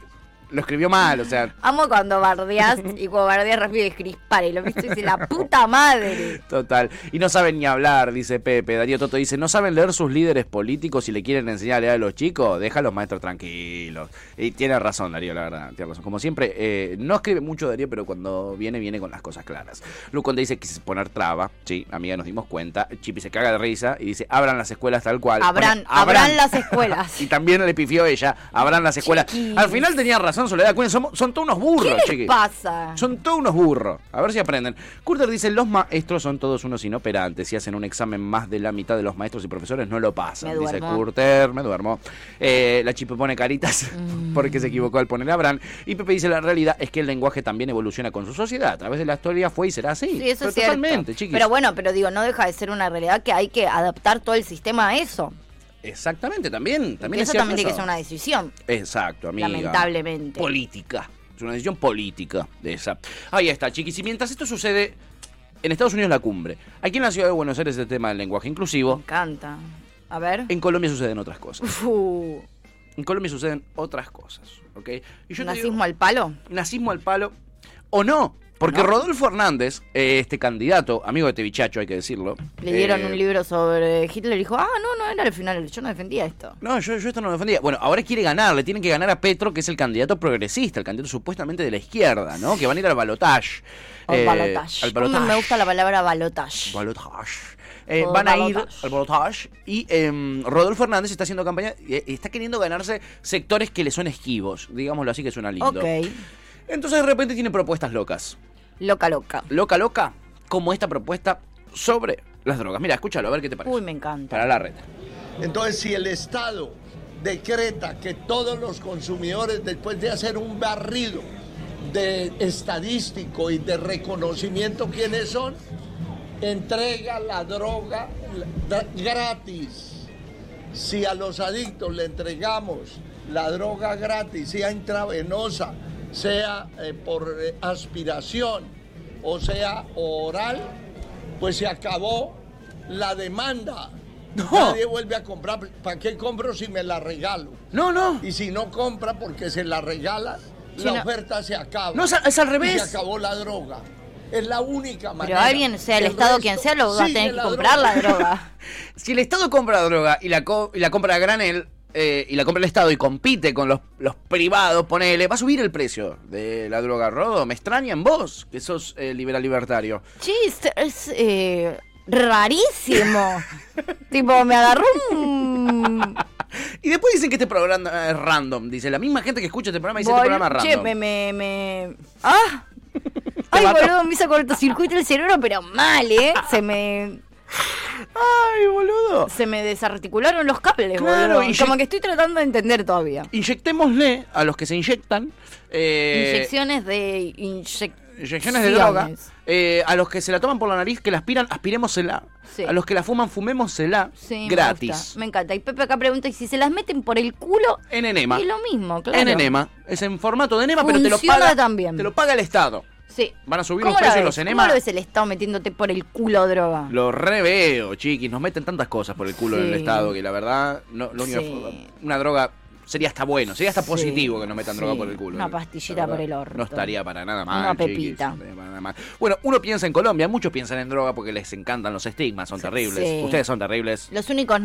Speaker 2: lo escribió mal, o sea,
Speaker 3: Amo cuando bardeas y cuando bardeas rápido escribís para y lo visto y dice la puta madre.
Speaker 2: total. Y no saben ni hablar, dice Pepe. Darío Toto dice, no saben leer sus líderes políticos y le quieren enseñar a leer a los chicos, deja a los maestros tranquilos. Y tiene razón, Darío, la verdad, tiene razón. Como siempre, eh, no escribe mucho Darío, pero cuando viene, viene con las cosas claras. Luconde dice, quise poner traba, sí, amiga, nos dimos cuenta. Chipi se caga de risa y dice, abran las escuelas tal cual.
Speaker 3: Habrán,
Speaker 2: Pone,
Speaker 3: habrán las escuelas.
Speaker 2: Y también le pifió ella, abran las escuelas.
Speaker 3: Chiquis.
Speaker 2: Al final tenía razón Soledad Cunha, son, son todos unos burros,
Speaker 3: ¿Qué les
Speaker 2: chiquis.
Speaker 3: pasa?
Speaker 2: Son todos unos burros. A ver si aprenden. Curter dice, los maestros son todos unos inoperantes. Si hacen un examen más de la mitad de los maestros y profesores, no lo pasan.
Speaker 3: Me
Speaker 2: dice
Speaker 3: duermo.
Speaker 2: Curter, me duermo. Eh, la chipe pone caritas
Speaker 3: Mm.
Speaker 2: porque se equivocó al poner Abraham. Y Pepe dice, la realidad es que el lenguaje también evoluciona con su sociedad. A través de la historia fue y será así.
Speaker 3: Sí, eso
Speaker 2: Pero
Speaker 3: es cierto.
Speaker 2: Totalmente, chiquis.
Speaker 3: Pero bueno, pero digo, no deja de ser una realidad que hay que adaptar todo el sistema a eso.
Speaker 2: Exactamente, también.
Speaker 3: Que
Speaker 2: también es
Speaker 3: eso
Speaker 2: cierto
Speaker 3: también tiene que
Speaker 2: eso.
Speaker 3: ser una decisión.
Speaker 2: Exacto, amiga.
Speaker 3: Lamentablemente.
Speaker 2: Política. Es una decisión política de esa. Ahí está, chiquis. Y mientras esto sucede, en Estados Unidos la cumbre. Aquí en la ciudad de Buenos Aires el tema del lenguaje
Speaker 3: Me
Speaker 2: inclusivo.
Speaker 3: encanta. A ver.
Speaker 2: En Colombia suceden otras cosas.
Speaker 3: Fu.
Speaker 2: En Colombia suceden otras cosas, ¿ok? Y te
Speaker 3: ¿Nazismo
Speaker 2: digo,
Speaker 3: al palo?
Speaker 2: nazismo al palo o no. Porque Rodolfo Hernández, eh, este candidato, amigo de Tevichacho, hay que decirlo.
Speaker 3: Le dieron
Speaker 2: eh,
Speaker 3: un libro sobre Hitler y dijo, ah, no, no era el final, yo no defendía esto.
Speaker 2: No, yo, yo esto no lo defendía. Bueno, ahora quiere ganar, le tienen que ganar a Petro, que es el candidato progresista, el candidato supuestamente de la izquierda, ¿no? Que van a ir al balotage.
Speaker 3: Al
Speaker 2: Eh,
Speaker 3: balotage.
Speaker 2: Al balotage.
Speaker 3: ¿Cómo me gusta la palabra balotage.
Speaker 2: Balotage. Eh,
Speaker 3: Al
Speaker 2: van a ir
Speaker 3: balotage.
Speaker 2: al balotage y em, Rodolfo Hernández está haciendo campaña eh, está queriendo ganarse sectores que le son esquivos, digámoslo así que suena lindo.
Speaker 3: ok.
Speaker 2: Entonces de repente tiene propuestas locas.
Speaker 3: Loca, loca.
Speaker 2: Loca, loca, como esta propuesta sobre las drogas. Mira, escúchalo, a ver qué te parece.
Speaker 3: Uy, me encanta.
Speaker 2: Para la red.
Speaker 9: Entonces, si el Estado decreta que todos los consumidores, después de hacer un barrido de estadístico y de reconocimiento quiénes son, entrega la droga la- da- gratis. Si a los adictos le entregamos la droga gratis, sea intravenosa, sea eh, por eh, aspiración o sea oral, pues se acabó la demanda.
Speaker 2: No.
Speaker 9: Nadie vuelve a comprar. ¿Para qué compro si me la regalo?
Speaker 2: No, no.
Speaker 9: Y si no compra porque se la regala,
Speaker 3: Sí,
Speaker 9: la
Speaker 3: no.
Speaker 9: oferta se acaba.
Speaker 2: No, es al- es al
Speaker 9: Y
Speaker 2: revés.
Speaker 9: se acabó la droga. Es la única manera.
Speaker 3: Pero alguien, sea el, Estado, quien sea, lo va a tener que comprar la droga.
Speaker 2: Si el Estado compra droga y la, co- y la compra a granel, eh, y la compra el Estado y compite con los, los privados, ponele, va a subir el precio de la droga. Rodo, me extrañan vos, que sos eh, liberal libertario.
Speaker 3: Che, es, es, eh, rarísimo. tipo, me agarró un...
Speaker 2: Y después dicen que este programa es random. Dice, la misma gente que escucha este programa dice
Speaker 3: Bol-
Speaker 2: este programa es random.
Speaker 3: Che, me, me, me- ¡Ah! Ay,
Speaker 2: mató.
Speaker 3: boludo, me hizo cortocircuito el cerebro, pero mal, ¿eh? Se me,
Speaker 2: Ay, boludo.
Speaker 3: se me desarticularon los cables,
Speaker 2: Claro,
Speaker 3: boludo.
Speaker 2: y
Speaker 3: Como
Speaker 2: yo-
Speaker 3: que estoy tratando de entender todavía.
Speaker 2: Inyectémosle a los que se inyectan. eh,
Speaker 3: Inyecciones de inyec-
Speaker 2: inyecciones de droga.
Speaker 3: ciones.
Speaker 2: eh, a los que se la toman por la nariz, que la aspiran, aspirémosela.
Speaker 3: Sí.
Speaker 2: A los que la fuman, fumémosela.
Speaker 3: Sí, me
Speaker 2: gratis.
Speaker 3: gusta, Me, encanta. Y Pepe acá pregunta, ¿y si se las meten por el culo?
Speaker 2: En enema.
Speaker 3: Y lo mismo, claro.
Speaker 2: En enema. Es en formato de enema, pero te lo
Speaker 3: Funciona
Speaker 2: paga.
Speaker 3: también.
Speaker 2: Te lo paga el Estado.
Speaker 3: Sí.
Speaker 2: Van a subir
Speaker 3: ¿Cómo
Speaker 2: los
Speaker 3: la
Speaker 2: precios de
Speaker 3: ves?
Speaker 2: los enemas.
Speaker 3: ¿Cómo lo ves el Estado metiéndote por el culo droga?
Speaker 2: Lo reveo, chiquis. Nos meten tantas cosas por el culo del
Speaker 3: Sí.
Speaker 2: Estado que la verdad, no, lo único-
Speaker 3: Sí.
Speaker 2: una droga sería hasta bueno, sería hasta
Speaker 3: Sí,
Speaker 2: positivo que nos metan droga
Speaker 3: sí.
Speaker 2: por el culo.
Speaker 3: Una
Speaker 2: La
Speaker 3: pastillita
Speaker 2: verdad,
Speaker 3: por el orto.
Speaker 2: No estaría para nada mal.
Speaker 3: Una
Speaker 2: chiquis,
Speaker 3: pepita.
Speaker 2: no estaría para nada mal. Bueno, uno piensa en Colombia, muchos piensan en droga porque les encantan los estigmas, son terribles.
Speaker 3: sí.
Speaker 2: Ustedes son terribles.
Speaker 3: Los únicos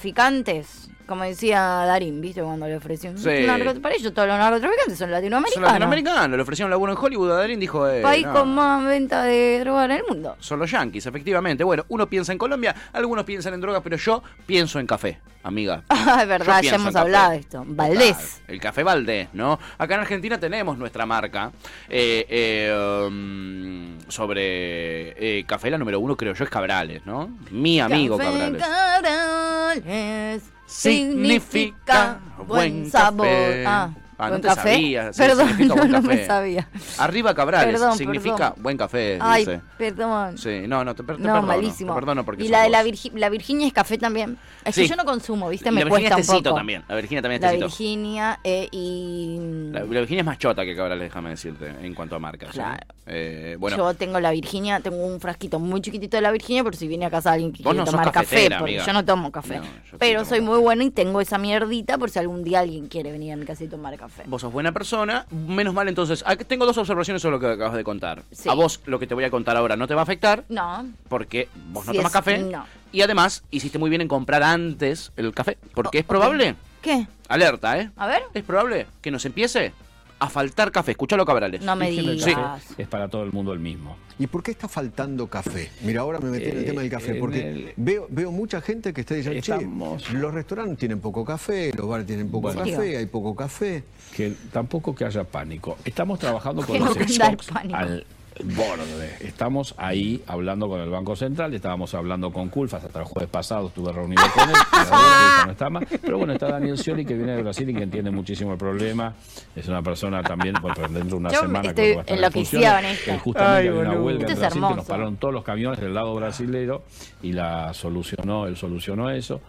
Speaker 3: narcotraficantes, como decía Darín, ¿viste? Cuando le ofreció un
Speaker 2: Sí.
Speaker 3: narco- Para ellos todos los narcotraficantes son latinoamericanos.
Speaker 2: Son latinoamericanos, le ofrecieron laburo en Hollywood, Adrián dijo... Eh,
Speaker 3: País
Speaker 2: no.
Speaker 3: con más venta de droga en el mundo.
Speaker 2: Son los yanquis, efectivamente. Bueno, uno piensa en Colombia, algunos piensan en drogas, pero yo pienso en café, amiga.
Speaker 3: Ah, es verdad,
Speaker 2: Yo
Speaker 3: ya
Speaker 2: pienso
Speaker 3: hemos
Speaker 2: en
Speaker 3: hablado
Speaker 2: café.
Speaker 3: de esto. Valdés.
Speaker 2: Claro, el café Valdés, ¿no? Acá en Argentina tenemos nuestra marca eh, eh, um, sobre eh, café, la número uno creo yo es Cabrales, ¿no? Mi amigo
Speaker 3: Café
Speaker 2: Cabrales.
Speaker 3: Cabrales,
Speaker 2: significa buen
Speaker 3: sabor.
Speaker 2: café.
Speaker 3: Ah,
Speaker 2: Ah, no
Speaker 3: buen
Speaker 2: te
Speaker 3: café.
Speaker 2: sabía. Sí,
Speaker 3: Perdón,
Speaker 2: significa
Speaker 3: no,
Speaker 2: buen
Speaker 3: no me
Speaker 2: café.
Speaker 3: sabía.
Speaker 2: Arriba Cabrales
Speaker 3: Perdón,
Speaker 2: significa
Speaker 3: perdón.
Speaker 2: buen café,
Speaker 3: Ay,
Speaker 2: dice.
Speaker 3: perdón.
Speaker 2: Sí, no, no, te, per- te
Speaker 3: no,
Speaker 2: perdono,
Speaker 3: malísimo.
Speaker 2: te perdono porque
Speaker 3: y
Speaker 2: sos
Speaker 3: la de la,
Speaker 2: vos.
Speaker 3: Virgi- la Virginia es café también. Es
Speaker 2: Sí.
Speaker 3: que yo no consumo, ¿viste?
Speaker 2: Y
Speaker 3: Me
Speaker 2: la Virginia
Speaker 3: cuesta
Speaker 2: es
Speaker 3: un
Speaker 2: tecito
Speaker 3: poco.
Speaker 2: también. La Virginia también es
Speaker 3: La
Speaker 2: tecito.
Speaker 3: Virginia eh, y...
Speaker 2: La, la Virginia es más chota que Cabrales, déjame decirte, en cuanto a marcas. ¿eh?
Speaker 3: Claro.
Speaker 2: Eh, bueno,
Speaker 3: Yo tengo la Virginia, tengo un frasquito muy chiquitito de la Virginia, por si viene a casa alguien que
Speaker 2: Vos
Speaker 3: quiere
Speaker 2: no sos
Speaker 3: tomar café,
Speaker 2: cafetera,
Speaker 3: porque
Speaker 2: amiga.
Speaker 3: yo no tomo café.
Speaker 2: No, yo sí
Speaker 3: pero
Speaker 2: tomo
Speaker 3: soy
Speaker 2: café.
Speaker 3: muy buena y tengo esa mierdita por si algún día alguien quiere venir a mi casa y tomar café.
Speaker 2: Vos sos buena persona, menos mal entonces. ah, Tengo dos observaciones sobre lo que acabas de contar.
Speaker 3: Sí.
Speaker 2: A vos lo que te voy a contar ahora no te va a afectar
Speaker 3: No,
Speaker 2: porque vos no
Speaker 3: Si
Speaker 2: tomas
Speaker 3: es-
Speaker 2: café.
Speaker 3: no.
Speaker 2: Y además hiciste muy bien en comprar antes el café, porque
Speaker 3: O-
Speaker 2: es probable,
Speaker 3: ¿qué?
Speaker 2: alerta, ¿eh?
Speaker 3: Oh, A ver.
Speaker 2: Es probable que nos empiece a faltar café. Escuchalo, Cabrales.
Speaker 3: No me digas.
Speaker 2: Sí.
Speaker 10: Es para todo el mundo el mismo.
Speaker 11: ¿Y por qué está faltando café? Mira, ahora me metí en el tema del café,
Speaker 10: Eh, en
Speaker 11: porque
Speaker 10: el-
Speaker 11: veo, veo mucha gente que está diciendo, che,
Speaker 10: Estamos-
Speaker 11: los restaurantes tienen poco café, los bares tienen poco
Speaker 10: Bueno.
Speaker 11: café, hay poco café.
Speaker 10: Que tampoco que haya pánico. Estamos trabajando con
Speaker 3: Que no
Speaker 10: los
Speaker 3: que dar
Speaker 10: stocks
Speaker 3: pánico.
Speaker 10: al borde. Estamos ahí hablando con el Banco Central, estábamos hablando con Culfas hasta el jueves pasado, estuve reunido con él, pero ahora no está más. Pero bueno, está Daniel Scioli que viene de Brasil y que entiende muchísimo el problema. Es una persona también, bueno, pero dentro de una
Speaker 3: Yo
Speaker 10: semana
Speaker 3: estoy
Speaker 10: creo que va a estar en
Speaker 3: enloquecida
Speaker 10: funciones.
Speaker 3: con esto.
Speaker 10: Eh, Justamente
Speaker 2: Ay,
Speaker 10: hay una
Speaker 2: boludo.
Speaker 10: huelga en
Speaker 3: Esto es
Speaker 10: Brasil que nos
Speaker 3: hermoso.
Speaker 10: pararon todos los camiones del
Speaker 2: Ah.
Speaker 10: lado brasilero y la solucionó, él solucionó eso.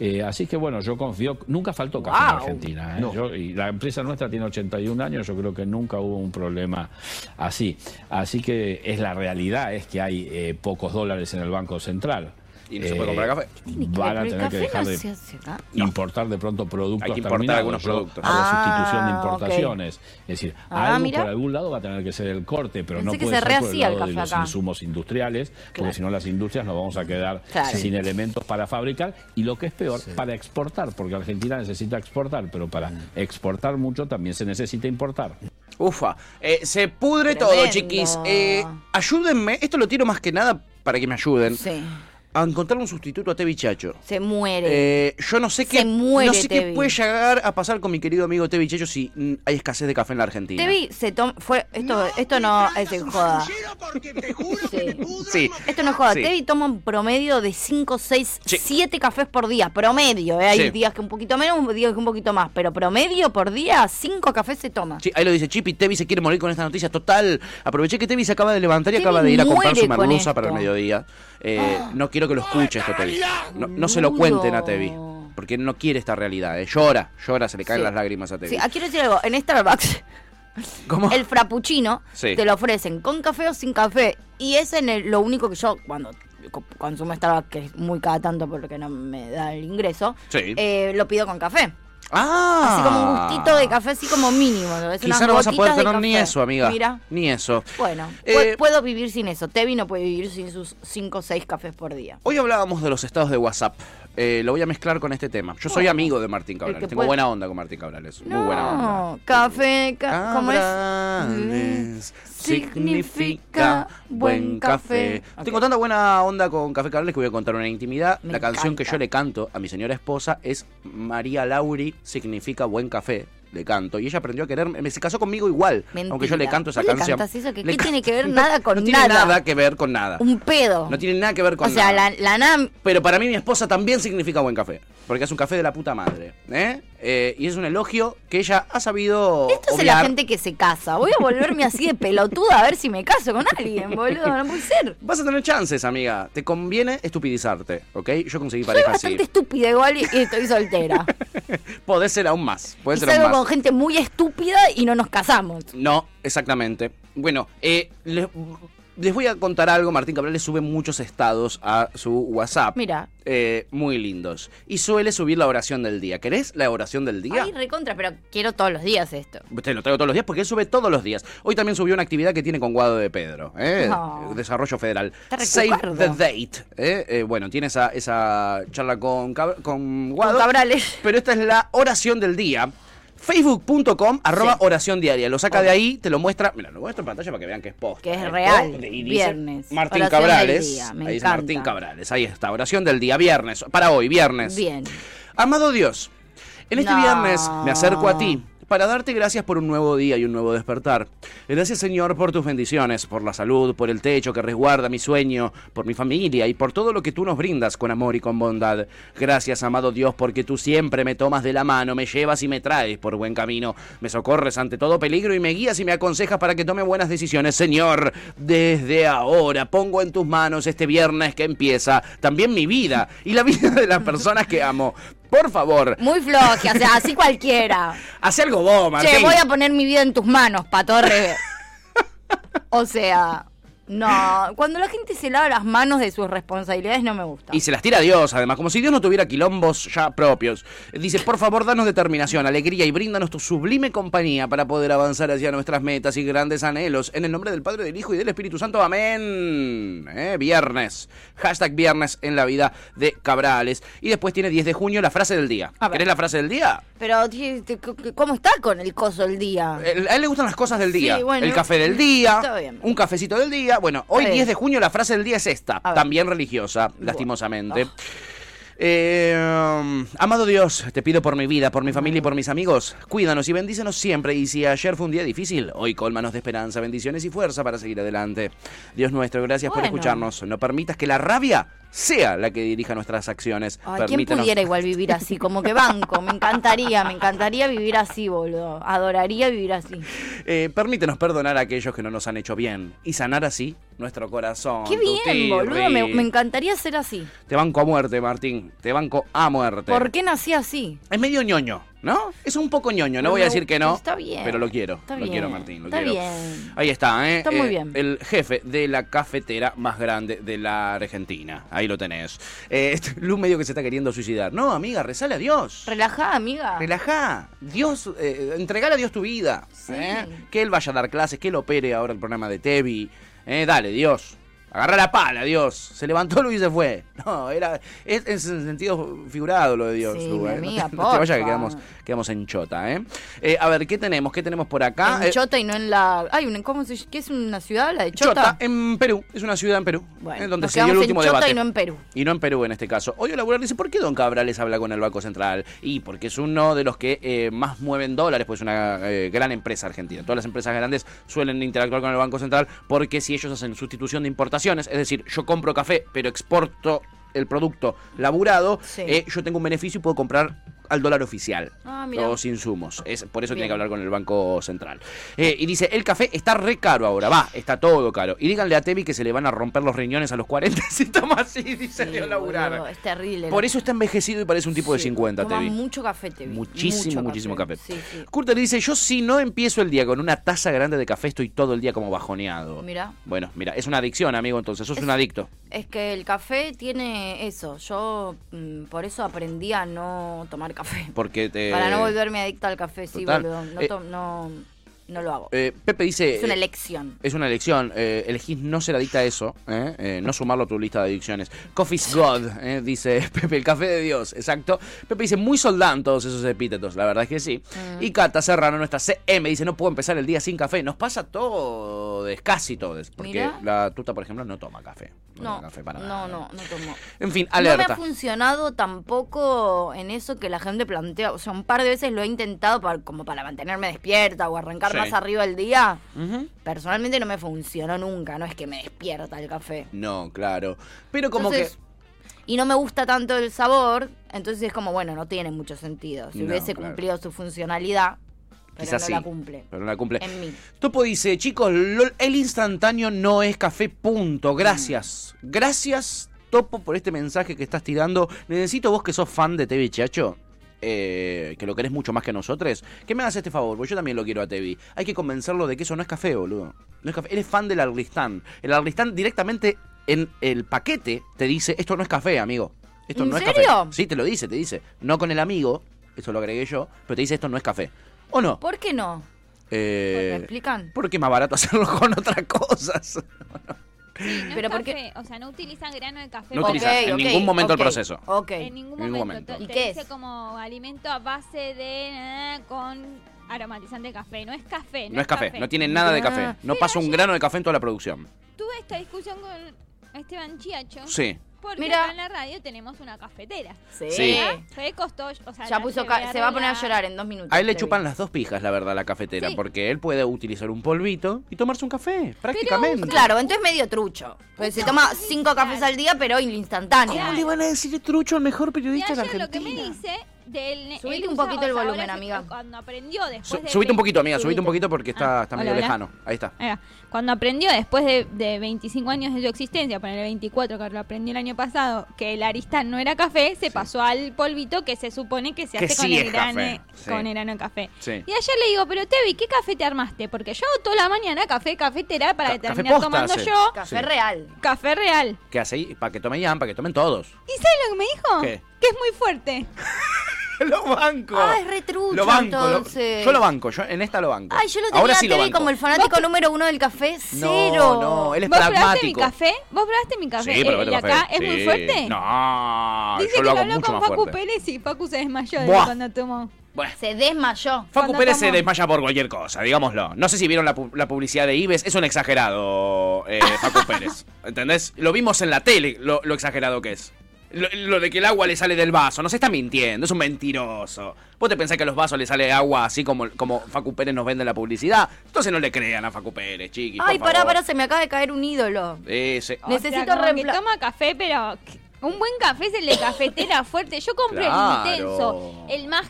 Speaker 10: Eh, así que bueno, yo confío, nunca faltó café en
Speaker 3: Wow.
Speaker 10: Argentina. ¿eh?
Speaker 11: No.
Speaker 10: Yo- y la empresa nuestra tiene 81 años, yo creo que nunca hubo un problema así. Así que es la realidad, es que hay eh, pocos dólares en el Banco Central. Eh,
Speaker 2: Y no se puede comprar café.
Speaker 3: Tiene que
Speaker 10: Van a
Speaker 3: ver, pero
Speaker 10: tener
Speaker 3: el
Speaker 10: que
Speaker 3: café
Speaker 10: dejar
Speaker 3: no
Speaker 10: de
Speaker 3: se hace acá.
Speaker 10: importar de pronto productos
Speaker 2: Hay que importar
Speaker 10: terminados.
Speaker 2: algunos
Speaker 10: Yo
Speaker 2: productos.
Speaker 10: hago
Speaker 3: Ah,
Speaker 10: sustitución de
Speaker 3: ok.
Speaker 10: importaciones. Es decir,
Speaker 3: Ah,
Speaker 10: algo
Speaker 3: mira.
Speaker 10: por algún lado va a tener que ser el corte, pero
Speaker 3: Pensé
Speaker 10: no
Speaker 3: que
Speaker 10: puede
Speaker 3: se
Speaker 10: ser por el
Speaker 3: rehacía el
Speaker 10: lado de
Speaker 3: café
Speaker 10: los
Speaker 3: acá.
Speaker 10: insumos industriales,
Speaker 3: Claro.
Speaker 10: porque si no las industrias nos vamos a quedar
Speaker 3: Claro.
Speaker 10: sin elementos para fabricar y lo que es peor, para exportar, porque Argentina necesita exportar, pero para
Speaker 2: Mm.
Speaker 10: exportar mucho también se necesita importar.
Speaker 2: Ufa, Eh, se pudre todo,
Speaker 3: Tremendo.
Speaker 2: chiquis. Eh, ayúdenme, esto lo tiro más que nada para que me ayuden,
Speaker 3: Sí,
Speaker 2: a encontrar un sustituto a Tevi Chacho.
Speaker 3: se muere.
Speaker 2: Eh, yo no sé
Speaker 3: Se
Speaker 2: qué
Speaker 3: muere
Speaker 2: no sé qué
Speaker 3: Tevi.
Speaker 2: puede llegar a pasar con mi querido amigo Tevi Chacho si mm, hay escasez de café en la Argentina.
Speaker 3: Te vi, se toma, fue, esto, esto no es en joda. Sí.
Speaker 2: Sí.
Speaker 3: Esto no es joda.
Speaker 2: Sí.
Speaker 3: Tevi toma un promedio de 5, 6,
Speaker 2: Sí.
Speaker 3: 7 cafés por día. Promedio. ¿eh? Hay
Speaker 2: Sí.
Speaker 3: días que un poquito menos, días que un poquito más. Pero promedio por día, 5 cafés se toma.
Speaker 2: Sí, ahí lo dice Chipi, Tevi se quiere morir con esta noticia. Total, aproveché que Tevi se acaba de levantar y
Speaker 3: Tevi
Speaker 2: acaba de ir a comprar
Speaker 3: muere
Speaker 2: su
Speaker 3: con
Speaker 2: merluza
Speaker 3: esto. Ah.
Speaker 2: para el mediodía. Eh, no quiero que lo escuche esto, Tevi. No, no se lo cuenten a Tevi,
Speaker 3: Boludo.
Speaker 2: porque no quiere esta realidad. eh. Llora, llora, se le caen
Speaker 3: Sí.
Speaker 2: las lágrimas a Tevi.
Speaker 3: Sí, ah, quiero decir algo. En Starbucks,
Speaker 2: ¿Cómo?
Speaker 3: el frappuccino
Speaker 2: Sí.
Speaker 3: te lo ofrecen con café o sin café. Y es en el- lo único que yo, cuando co- consumo Starbucks, que es muy cada tanto porque no me da el ingreso,
Speaker 2: Sí.
Speaker 3: eh, lo pido con café.
Speaker 2: Ah.
Speaker 3: Así como un gustito de café, así como mínimo. Es unas
Speaker 2: Quizá no vas a poder
Speaker 3: gotitas de
Speaker 2: tener ni
Speaker 3: café.
Speaker 2: eso, amiga.
Speaker 3: Mira.
Speaker 2: Ni eso.
Speaker 3: Bueno,
Speaker 2: Eh,
Speaker 3: pu- puedo vivir sin eso. Tevi no puede vivir sin sus 5 o 6 cafés por día.
Speaker 2: Hoy hablábamos de los estados de WhatsApp. Eh, lo voy a mezclar con este tema. Yo soy amigo de Martín Cabrales.
Speaker 3: que
Speaker 2: Tengo
Speaker 3: puede-
Speaker 2: buena onda con Martín Cabrales.
Speaker 3: No,
Speaker 2: Muy buena onda.
Speaker 3: café, ca- ¿cómo es?
Speaker 2: Cabrales significa buen café.
Speaker 3: Ok.
Speaker 2: Tengo tanta buena onda con Café Cabrales que voy a contar una intimidad.
Speaker 3: Me
Speaker 2: la canción
Speaker 3: encanta.
Speaker 2: que yo le canto a mi señora esposa es María Lauri significa buen café. Le canto. Y ella aprendió a quererme. Me se casó conmigo igual.
Speaker 3: Mentira.
Speaker 2: Aunque yo le canto esa
Speaker 3: ¿Vos le
Speaker 2: canción.
Speaker 3: cantás eso? ¿Que
Speaker 2: Le
Speaker 3: qué tiene
Speaker 2: canto-
Speaker 3: que ver nada con
Speaker 2: no tiene
Speaker 3: nada?
Speaker 2: nada que ver con nada.
Speaker 3: Un pedo.
Speaker 2: No tiene nada que ver con
Speaker 3: o sea,
Speaker 2: nada.
Speaker 3: la, la NAM.
Speaker 2: Pero para mí mi esposa también significa buen café. Porque es un café de la puta madre. ¿eh? Eh, y es un elogio que ella ha sabido.
Speaker 3: Esto es de la
Speaker 2: obviar.
Speaker 3: gente que se casa. Voy a volverme así de pelotuda a ver si me caso con alguien, boludo. No puede ser.
Speaker 2: Vas a tener chances, amiga. Te conviene estupidizarte, ¿ok? Yo conseguí
Speaker 3: Soy
Speaker 2: pareja así.
Speaker 3: bastante estúpida igual y y estoy soltera.
Speaker 2: Podés ser aún más.
Speaker 3: Y
Speaker 2: Podés ser
Speaker 3: salgo
Speaker 2: aún
Speaker 3: con
Speaker 2: más.
Speaker 3: gente muy estúpida y no nos casamos.
Speaker 2: No, exactamente. Bueno, eh, les, les voy a contar algo. Martín Cabral le sube muchos estados a su WhatsApp.
Speaker 3: Mira.
Speaker 2: Eh, muy lindos. Y suele subir la oración del día. ¿Querés la oración del día?
Speaker 3: Ay, recontra, pero quiero todos los días esto.
Speaker 2: Te lo traigo todos los días porque él sube todos los días. Hoy también subió una actividad que tiene con Guado de Pedro, ¿eh?
Speaker 3: No.
Speaker 2: Desarrollo Federal.
Speaker 3: Está
Speaker 2: Save
Speaker 3: recuerdo.
Speaker 2: the Date. ¿eh? Eh, bueno, tiene esa, esa charla con, Cab- con Guado.
Speaker 3: Con Cabrales.
Speaker 2: Pero esta es la oración del día. Facebook.com arroba
Speaker 3: Sí.
Speaker 2: oración diaria. Lo saca de ahí, te lo muestra. Mira, lo muestro en pantalla para que vean que es post.
Speaker 3: Que es
Speaker 2: Esto,
Speaker 3: real.
Speaker 2: y dice
Speaker 3: Viernes.
Speaker 2: Martín
Speaker 3: Oración
Speaker 2: Cabrales.
Speaker 3: del día. Me
Speaker 2: ahí dice
Speaker 3: encanta.
Speaker 2: Martín Cabrales. Ahí está. Oración del día. Viernes. Para hoy, viernes.
Speaker 3: Bien.
Speaker 2: Amado Dios, en este
Speaker 3: No.
Speaker 2: viernes me acerco a ti para darte gracias por un nuevo día y un nuevo despertar. Gracias Señor por tus bendiciones, por la salud, por el techo que resguarda mi sueño, por mi familia y por todo lo que tú nos brindas con amor y con bondad. Gracias amado Dios porque tú siempre me tomas de la mano, me llevas y me traes por buen camino, me socorres ante todo peligro y me guías y me aconsejas para que tome buenas decisiones. Señor, desde ahora pongo en tus manos este viernes que empieza también mi vida y la vida de las personas que amo. Por favor,
Speaker 3: Muy floja, o sea, así cualquiera.
Speaker 2: haz algo vos, Martín.
Speaker 3: Che, voy a poner mi vida en tus manos, Patorre. o sea, no. Cuando la gente se lava las manos de sus responsabilidades no me gusta.
Speaker 2: Y se las tira a Dios, además, como si Dios no tuviera quilombos ya propios. Dice, por favor, danos determinación, alegría y bríndanos tu sublime compañía para poder avanzar hacia nuestras metas y grandes anhelos. En el nombre del Padre, del Hijo y del Espíritu Santo, amén. Eh, Viernes. Hashtag viernes en la vida de Cabrales. Y después tiene 10 de junio la frase del día.
Speaker 3: A ver.
Speaker 2: ¿Querés la frase del día?
Speaker 3: Pero, che, te- ¿cómo está con el coso el día?
Speaker 2: El- Eh, A él le gustan las cosas del
Speaker 3: Sí,
Speaker 2: día.
Speaker 3: bueno.
Speaker 2: el café del día,
Speaker 3: Está bien.
Speaker 2: un cafecito del día. Bueno, hoy
Speaker 3: Está bien.
Speaker 2: 10 de junio la frase del día es esta,
Speaker 3: A ver. Ah.
Speaker 2: también religiosa, lastimosamente. Eh, um, amado Dios, te pido por mi vida, por mi familia y por mis amigos. Cuídanos y bendícenos siempre. Y si ayer fue un día difícil, hoy colmanos de esperanza, bendiciones y fuerza para seguir adelante. Dios nuestro, gracias por
Speaker 3: Bueno.
Speaker 2: escucharnos. No permitas que la rabia sea la que dirija nuestras acciones.
Speaker 3: Ay, ¿Quién
Speaker 2: Permítenos-
Speaker 3: pudiera igual vivir así? Como que banco, me encantaría, me encantaría vivir así, boludo. Adoraría vivir así.
Speaker 2: Eh, permítenos perdonar a aquellos que no nos han hecho bien y sanar así nuestro corazón.
Speaker 3: Qué bien,
Speaker 2: Tuti,
Speaker 3: boludo, me,
Speaker 2: Ri.
Speaker 3: me encantaría ser así.
Speaker 2: Te banco a muerte, Martín. Te banco a muerte.
Speaker 3: ¿Por qué nací así?
Speaker 2: Es medio ñoño, ¿no? Es un poco ñoño, no
Speaker 3: No
Speaker 2: voy a
Speaker 3: me
Speaker 2: decir que
Speaker 3: gusta,
Speaker 2: no.
Speaker 3: está bien.
Speaker 2: Pero lo quiero.
Speaker 3: Está
Speaker 2: lo
Speaker 3: bien,
Speaker 2: quiero, Martín. Lo
Speaker 3: está
Speaker 2: quiero.
Speaker 3: bien.
Speaker 2: Ahí está, ¿eh?
Speaker 3: Está muy
Speaker 2: Eh,
Speaker 3: bien.
Speaker 2: El jefe de la cafetera más grande de la Argentina. Ahí lo tenés. Eh, Luz medio que se está queriendo suicidar. No, amiga, rezale a Dios.
Speaker 3: Relajá, amiga.
Speaker 2: Relajá. Dios, eh, entregale a Dios tu vida. ¿eh? Que Él vaya a dar clases, que Él opere ahora el programa de Tevi. ¿eh? Dale, Dios. Agarra la pala, Dios. Se levantó Luis y se fue. No, era. Es, es en sentido figurado lo de Dios.
Speaker 3: Sí,
Speaker 2: Lu,
Speaker 3: mi
Speaker 2: ¿eh?
Speaker 3: amiga,
Speaker 2: no, te- no te vayas que
Speaker 3: porfa.
Speaker 2: quedamos, quedamos en chota, ¿eh? Eh, A ver, ¿qué tenemos? ¿Qué tenemos por acá?
Speaker 3: en
Speaker 2: Eh,
Speaker 3: Chota y no en la. Ay, una- ¿cómo se ll- ¿Qué es una ciudad? ¿La de Chota?
Speaker 2: Chota, en Perú. Es una ciudad en Perú.
Speaker 3: Bueno,
Speaker 2: eh, donde
Speaker 3: nos
Speaker 2: se dio el
Speaker 3: quedamos
Speaker 2: último
Speaker 3: en Chota
Speaker 2: debate.
Speaker 3: y no en Perú.
Speaker 2: Y no en Perú en este caso. Hoy Laboral dice, ¿por qué Don Cabrales habla con el Banco Central? Y porque es uno de los que eh, más mueven dólares, pues es una eh, gran empresa argentina. Todas las empresas grandes suelen interactuar con el Banco Central porque si ellos hacen sustitución de importaciones, es decir, yo compro café, pero exporto el producto laburado,
Speaker 3: Sí.
Speaker 2: eh, yo tengo un beneficio y puedo comprar al dólar oficial
Speaker 3: Ah, mira.
Speaker 2: los insumos. Es, por eso tiene
Speaker 3: Bien.
Speaker 2: que hablar con el Banco Central. Eh, y dice, el café está re caro ahora, va, está todo caro. Y díganle a Tevi que se le van a romper los riñones a los 40 si toma así, dice
Speaker 3: Sí,
Speaker 2: Leo Laburar.
Speaker 3: boludo, es terrible.
Speaker 2: Por eso está envejecido y parece un tipo de
Speaker 3: Sí,
Speaker 2: 50,
Speaker 3: toma
Speaker 2: Tevi.
Speaker 3: mucho café, Tevi.
Speaker 2: Muchísimo,
Speaker 3: mucho
Speaker 2: muchísimo café.
Speaker 3: Sí, sí.
Speaker 2: Curter dice, yo si no empiezo el día con una taza grande de café, estoy todo el día como bajoneado.
Speaker 3: Mirá.
Speaker 2: Bueno, mira, es una adicción, amigo, entonces, sos un adicto.
Speaker 3: Es que el café tiene eso. Yo mm, por eso aprendí a no tomar café.
Speaker 2: Porque te...
Speaker 3: Para no volverme adicta al café, sí,
Speaker 2: Eh, total.
Speaker 3: boludo. No,
Speaker 2: Eh,
Speaker 3: to- no, no lo hago.
Speaker 2: Eh, Pepe dice...
Speaker 3: es una
Speaker 2: eh,
Speaker 3: elección.
Speaker 2: Es una elección. eh, elegís no ser adicta a eso, ¿eh? Eh, no sumarlo a tu lista de adicciones. Coffee's God, ¿eh? dice Pepe, el café de Dios, exacto. Pepe dice, muy soldán todos esos epítetos, la verdad es que sí.
Speaker 3: Mm.
Speaker 2: Y Cata Serrano, nuestra CM, dice, no puedo empezar el día sin café. Nos pasa todo, casi todo. Porque
Speaker 3: Mirá.
Speaker 2: la tuta, por ejemplo, no toma café. No,
Speaker 3: No,
Speaker 2: toma café para
Speaker 3: no,
Speaker 2: nada.
Speaker 3: no, no tomo.
Speaker 2: En fin,
Speaker 3: No me ha
Speaker 2: alerta.
Speaker 3: funcionado tampoco en eso que la gente plantea. O sea, un par de veces lo he intentado para, como para mantenerme despierta o arrancar
Speaker 2: Sí.
Speaker 3: más arriba el día.
Speaker 2: Ujú.
Speaker 3: Personalmente no me funcionó nunca, no es que me despierta el café.
Speaker 2: No, claro. Pero como
Speaker 3: Entonces,
Speaker 2: que...
Speaker 3: Y no me gusta tanto el sabor, entonces es como, bueno, no tiene mucho sentido. Si
Speaker 2: No,
Speaker 3: hubiese
Speaker 2: claro.
Speaker 3: cumplido su funcionalidad, pero
Speaker 2: Quizás
Speaker 3: no
Speaker 2: sí,
Speaker 3: la cumple.
Speaker 2: Pero no la cumple.
Speaker 3: En mí.
Speaker 2: Topo dice, chicos, lol, el instantáneo no es café, punto. Gracias. Gracias, Topo, por este mensaje que estás tirando. Necesito vos que sos fan de TV Chacho. eh, que lo querés mucho más que nosotros, que me hagas este favor, porque yo también lo quiero a Tevi. Hay que convencerlo de que eso no es café, boludo. No es café. Él es fan del Arlistán. El Arlistán directamente en el paquete te dice, esto no es café, amigo. Esto
Speaker 3: ¿En
Speaker 2: no es
Speaker 3: serio?
Speaker 2: café. Sí, te lo dice, te dice. No con el amigo, eso lo agregué yo, pero te dice, esto no es café. ¿O no?
Speaker 3: ¿Por qué no?
Speaker 2: Eh,
Speaker 3: ¿Me explican?
Speaker 2: porque es más barato hacerlo con otras cosas.
Speaker 4: Sí, no
Speaker 3: Pero
Speaker 4: es
Speaker 3: ¿por qué?
Speaker 4: café, O sea, no utilizan grano de café.
Speaker 2: No
Speaker 4: para-
Speaker 2: utilizan,
Speaker 3: Ok,
Speaker 2: en
Speaker 3: ok,
Speaker 2: ningún momento el
Speaker 3: ok,
Speaker 2: proceso.
Speaker 3: Ok.
Speaker 4: En ningún
Speaker 2: En ningún
Speaker 4: momento.
Speaker 2: momento.
Speaker 4: Te-
Speaker 3: ¿Y
Speaker 4: Te
Speaker 3: qué
Speaker 4: dice
Speaker 3: es?
Speaker 4: como alimento a base de... eh, con aromatizante de café. No es café. No,
Speaker 2: No es café, no tiene nada de
Speaker 3: Ah.
Speaker 2: café. No pasa un grano de café en toda la producción.
Speaker 4: Tuve esta discusión con Esteban Chiacho.
Speaker 2: Sí.
Speaker 4: Porque
Speaker 3: Mira.
Speaker 4: acá en la radio tenemos una cafetera.
Speaker 3: Sí.
Speaker 2: Sí.
Speaker 4: Fue costó, o sea,
Speaker 3: Ya
Speaker 4: la
Speaker 3: puso
Speaker 4: llevé
Speaker 3: ca- se va a poner a
Speaker 4: arreglar.
Speaker 3: llorar en dos minutos.
Speaker 2: A él le
Speaker 3: Trevi.
Speaker 2: chupan las dos pijas, la verdad, la cafetera,
Speaker 4: Sí.
Speaker 2: porque él puede utilizar un polvito y tomarse un café, prácticamente.
Speaker 3: Claro, entonces medio trucho. Pues se toma cinco cafés al día, pero instantáneo.
Speaker 2: ¿Cómo le van a decir trucho al mejor periodista de
Speaker 4: Y
Speaker 2: la
Speaker 4: ayer lo que me
Speaker 2: Argentina?
Speaker 4: dice del ne-
Speaker 3: Subite
Speaker 4: él
Speaker 3: un
Speaker 4: usa-
Speaker 3: poquito el
Speaker 4: o sea,
Speaker 3: volumen,
Speaker 4: ahora se-
Speaker 3: amiga.
Speaker 4: Cuando aprendió después
Speaker 2: Su-
Speaker 4: de
Speaker 2: subite un
Speaker 4: 20
Speaker 2: poquito, amiga, subite un poquito porque está,
Speaker 4: Ah,
Speaker 2: está
Speaker 4: hola,
Speaker 2: medio
Speaker 4: hola. Ah.
Speaker 2: lejano. Ahí está.
Speaker 4: Ahí va. Cuando aprendió después de, de 25 años de su existencia, ponerle 24 que lo aprendió el año pasado, que el aristán no era café, se pasó al polvito que se supone que se
Speaker 2: Que
Speaker 4: hace
Speaker 2: sí
Speaker 4: con,
Speaker 2: es
Speaker 4: el grano,
Speaker 2: café, sí.
Speaker 4: con grano de café.
Speaker 2: Sí.
Speaker 4: Y ayer le digo, pero Tevi, ¿qué café te armaste? Porque yo hago toda la mañana café, cafetera para
Speaker 2: Ca- café
Speaker 4: terminar
Speaker 2: posta
Speaker 4: tomando
Speaker 2: hace.
Speaker 4: yo
Speaker 3: Café
Speaker 2: Sí.
Speaker 3: real.
Speaker 4: café real.
Speaker 2: Que así, para que tomen ya, para que tomen todos.
Speaker 4: ¿Y sabes lo que me dijo?
Speaker 2: ¿Qué?
Speaker 4: Que es muy fuerte.
Speaker 2: lo banco.
Speaker 3: Ah, es re trucho,
Speaker 2: Lo banco. lo-
Speaker 3: entonces.
Speaker 2: yo lo banco, yo en esta lo banco.
Speaker 3: Ay, yo lo
Speaker 2: Ahora
Speaker 3: tenía
Speaker 2: sí
Speaker 3: a
Speaker 2: lo
Speaker 3: Tevi
Speaker 2: banco.
Speaker 3: como el fanático número uno del café.
Speaker 2: No,
Speaker 3: Cero.
Speaker 2: no, él es
Speaker 4: ¿Vos probaste mi
Speaker 2: pragmático.
Speaker 4: café? ¿Vos probaste mi café?
Speaker 2: Sí, pero
Speaker 4: Eh,
Speaker 2: vete
Speaker 4: ¿Y
Speaker 2: café.
Speaker 4: acá es
Speaker 2: Sí.
Speaker 4: muy fuerte?
Speaker 2: No,
Speaker 4: Dice
Speaker 2: Ah, yo
Speaker 4: que
Speaker 2: lo
Speaker 4: lo
Speaker 2: hago
Speaker 4: habló
Speaker 2: mucho
Speaker 4: con
Speaker 2: más
Speaker 4: Facu
Speaker 2: fuerte.
Speaker 4: Pérez y Facu se desmayó de
Speaker 2: Buah.
Speaker 4: cuando tomó.
Speaker 2: Bueno.
Speaker 3: Se desmayó.
Speaker 2: Facu
Speaker 4: Cuando
Speaker 2: Pérez se
Speaker 4: tomo-
Speaker 2: desmaya por cualquier cosa, digámoslo. No sé si vieron la, pu- la publicidad de Ives, es un exagerado eh, Facu Pérez. ¿Entendés? Lo vimos en la tele, lo, lo exagerado que es. Lo, lo de que el agua le sale del vaso, no se está mintiendo, es un mentiroso. Vos te pensás que a los vasos le sale agua así como, como Facu Pérez nos vende en la publicidad. Entonces no le crean a Facu Pérez, chiquis.
Speaker 3: Ay,
Speaker 2: por
Speaker 3: pará,
Speaker 2: favor.
Speaker 3: pará, se me acaba de caer un ídolo.
Speaker 2: Ese.
Speaker 3: Neces- Necesito
Speaker 4: como que
Speaker 3: reempla-
Speaker 4: toma café, pero un buen café es el de cafetera fuerte. Yo compré
Speaker 2: Claro.
Speaker 4: el intenso, el más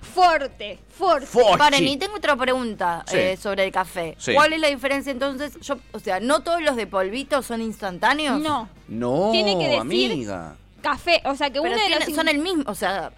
Speaker 4: fuerte, fuerte.
Speaker 2: Fochi.
Speaker 3: Paren, y tengo otra pregunta
Speaker 2: Sí.
Speaker 3: eh, sobre el café.
Speaker 2: Sí.
Speaker 3: ¿Cuál es la diferencia entonces? Yo, o sea, ¿no todos los de polvito son instantáneos?
Speaker 4: no,
Speaker 2: No,
Speaker 4: Tiene que decir-
Speaker 2: amiga.
Speaker 4: café, o sea que
Speaker 3: Pero
Speaker 4: uno de los
Speaker 3: tienen- son el mismo. O sea,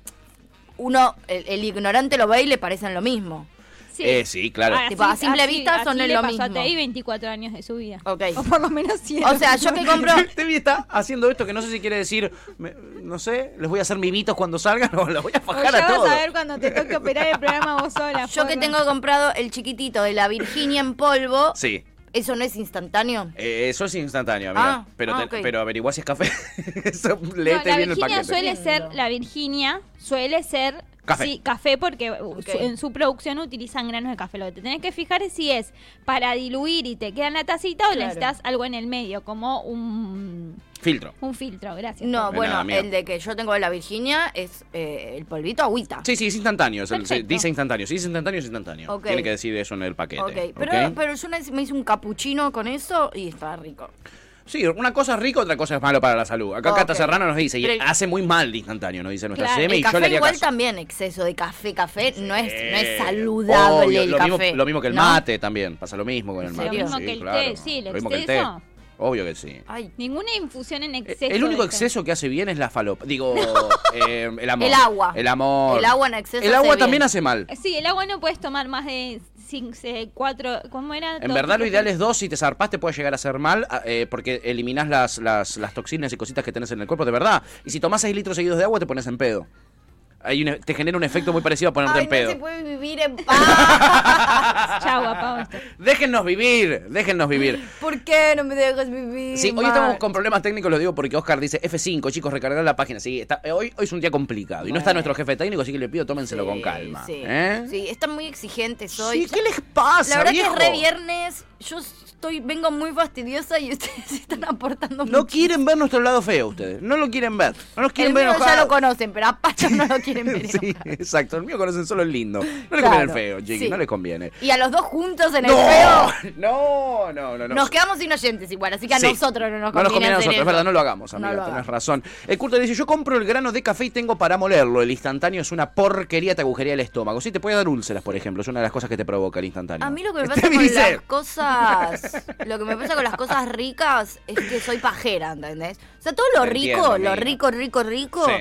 Speaker 3: uno, el, el ignorante lo ve y le parecen lo mismo.
Speaker 4: Sí. Ah,
Speaker 2: Eh, sí, claro.
Speaker 4: Así-
Speaker 3: Tipo, a simple vista son
Speaker 4: así
Speaker 3: lo
Speaker 4: le pasó a
Speaker 3: mismo.
Speaker 4: Tei 24 años de su vida.
Speaker 3: Ok.
Speaker 4: O por lo menos 100.
Speaker 3: O sea, yo que compro.
Speaker 2: Tevi está haciendo esto que no sé si quiere decir, me- no sé, les voy a hacer mimitos cuando salgan o los voy a
Speaker 4: O
Speaker 2: fajar
Speaker 4: ya
Speaker 2: a todos.
Speaker 4: vas a ver cuando te toque operar el programa vos sola.
Speaker 3: Yo que
Speaker 4: forra.
Speaker 3: tengo comprado el chiquitito de la Virginia en polvo.
Speaker 2: Sí.
Speaker 3: ¿Eso no es instantáneo?
Speaker 2: Eh, eso es instantáneo, amiga.
Speaker 3: Ah,
Speaker 2: pero,
Speaker 3: ah,
Speaker 2: te-
Speaker 3: ok.
Speaker 2: pero averiguá si es café. eso,
Speaker 4: No,
Speaker 2: leete
Speaker 4: la
Speaker 2: bien el
Speaker 4: Virginia
Speaker 2: paquete.
Speaker 4: suele ser,
Speaker 3: Entiendo.
Speaker 4: la Virginia suele ser
Speaker 2: Café.
Speaker 4: sí, café porque uh, su-
Speaker 3: Ok.
Speaker 4: en su producción utilizan granos de café. Lo que te tenés que fijar es si es para diluir y te queda en la tacita o
Speaker 3: Claro.
Speaker 4: necesitas algo en el medio, como un,
Speaker 2: Filtro.
Speaker 4: un filtro, gracias.
Speaker 3: No,
Speaker 2: De
Speaker 3: bueno,
Speaker 2: nada, mía.
Speaker 3: el de que yo tengo de la Virginia es eh, el polvito agüita.
Speaker 2: Sí, sí, es instantáneo. es el- se-
Speaker 4: Perfecto.
Speaker 2: dice instantáneo. Si dice instantáneo, es instantáneo.
Speaker 3: Ok.
Speaker 2: Tiene que decir eso en el paquete.
Speaker 3: Ok, pero,
Speaker 2: ¿ok?
Speaker 3: pero yo una vez me hice un capuchino con eso y estaba rico.
Speaker 2: Sí, una cosa es rico, otra cosa es malo para la salud. Acá Cata
Speaker 3: Ok.
Speaker 2: Serrano nos dice, y
Speaker 3: Pero-
Speaker 2: hace muy mal de instantáneo, nos dice nuestra
Speaker 4: Claro,
Speaker 2: CM,
Speaker 3: el
Speaker 2: y yo le
Speaker 3: café
Speaker 2: haría
Speaker 3: igual
Speaker 2: caso.
Speaker 3: también, exceso de café, café, no es, no es
Speaker 2: Eh,
Speaker 3: saludable
Speaker 2: obvio,
Speaker 3: el
Speaker 2: lo
Speaker 3: café.
Speaker 2: Mismo, lo mismo que el
Speaker 3: ¿no?
Speaker 2: mate también, pasa lo mismo con el
Speaker 3: ¿En
Speaker 2: mate.
Speaker 3: serio? Lo
Speaker 4: mismo que el té, sí, el
Speaker 2: lo mismo que el té.
Speaker 4: exceso.
Speaker 2: Obvio que sí.
Speaker 3: Ay,
Speaker 4: Ninguna infusión en
Speaker 2: Eh,
Speaker 4: exceso.
Speaker 2: el único
Speaker 4: de-
Speaker 2: exceso que hace bien es la falopa. Digo, eh, el amor.
Speaker 3: El agua.
Speaker 2: El amor.
Speaker 3: El agua en exceso
Speaker 2: El
Speaker 3: hace
Speaker 2: agua
Speaker 3: bien.
Speaker 2: también hace mal.
Speaker 4: Sí, el agua no puedes tomar más de 4, ¿cómo era?
Speaker 2: En
Speaker 4: Dos,
Speaker 2: verdad lo
Speaker 4: tres,
Speaker 2: ideal es dos, si te zarpaste puede llegar a ser mal, a- eh, porque eliminás las, las, las toxinas y cositas que tenés en el cuerpo, de verdad. Y si tomás 6 litros seguidos de agua te pones en pedo. Hay un e- te genera un efecto muy parecido a ponerte
Speaker 3: Ay,
Speaker 2: en
Speaker 3: no
Speaker 2: pedo.
Speaker 3: se puede vivir en paz.
Speaker 4: Chau, apagó esto.
Speaker 2: Déjennos vivir, déjennos vivir.
Speaker 3: ¿Por qué no me dejas vivir?
Speaker 2: Sí, hoy
Speaker 3: Mar?
Speaker 2: estamos con problemas técnicos, lo digo porque Oscar dice F5, chicos, recargar la página. Sí, está- eh, hoy, hoy es un día complicado y no está
Speaker 3: Bueno.
Speaker 2: nuestro jefe técnico, así que le pido tómenselo
Speaker 3: Sí,
Speaker 2: con calma.
Speaker 3: Sí,
Speaker 2: ¿eh?
Speaker 3: sí, están muy exigentes hoy.
Speaker 2: Sí, ¿qué les pasa?
Speaker 3: La verdad
Speaker 2: viejo?
Speaker 3: que es re viernes, yo estoy, vengo muy fastidiosa y ustedes están aportando
Speaker 2: No
Speaker 3: mucho.
Speaker 2: quieren ver nuestro lado feo ustedes. No lo quieren ver. No nos
Speaker 3: El
Speaker 2: quieren ver
Speaker 3: mío ya lo
Speaker 2: enojados.
Speaker 3: conocen, pero a Pacho no lo quieren ver.
Speaker 2: Sí,
Speaker 3: enojar.
Speaker 2: exacto. El mío conocen solo el lindo. No le
Speaker 3: Claro,
Speaker 2: conviene el feo, Jiggy.
Speaker 3: sí.
Speaker 2: No le conviene.
Speaker 3: Y a los dos juntos en el
Speaker 2: ¡No!
Speaker 3: feo.
Speaker 2: No, no, no, no.
Speaker 3: Nos quedamos sin oyentes igual, así que a
Speaker 2: Sí.
Speaker 3: nosotros no nos conviene.
Speaker 2: No nos conviene a
Speaker 3: hacer
Speaker 2: nosotros,
Speaker 3: eso.
Speaker 2: es verdad, no lo hagamos, amiga,
Speaker 3: No lo
Speaker 2: tenés
Speaker 3: hagamos.
Speaker 2: razón. El curto dice, yo compro el grano de café y tengo para molerlo. El instantáneo es una porquería, te agujería el estómago. Sí, te puede dar úlceras, por ejemplo, es una de las cosas que te provoca el instantáneo.
Speaker 3: A mí lo que me
Speaker 2: Este
Speaker 3: pasa con
Speaker 2: dice,
Speaker 3: las cosas. Lo que me pasa con las cosas ricas es que soy pajera, ¿entendés? O sea, todo lo
Speaker 2: Te
Speaker 3: rico,
Speaker 2: entiendo,
Speaker 3: lo
Speaker 2: amiga.
Speaker 3: rico, rico, rico,
Speaker 2: Sí.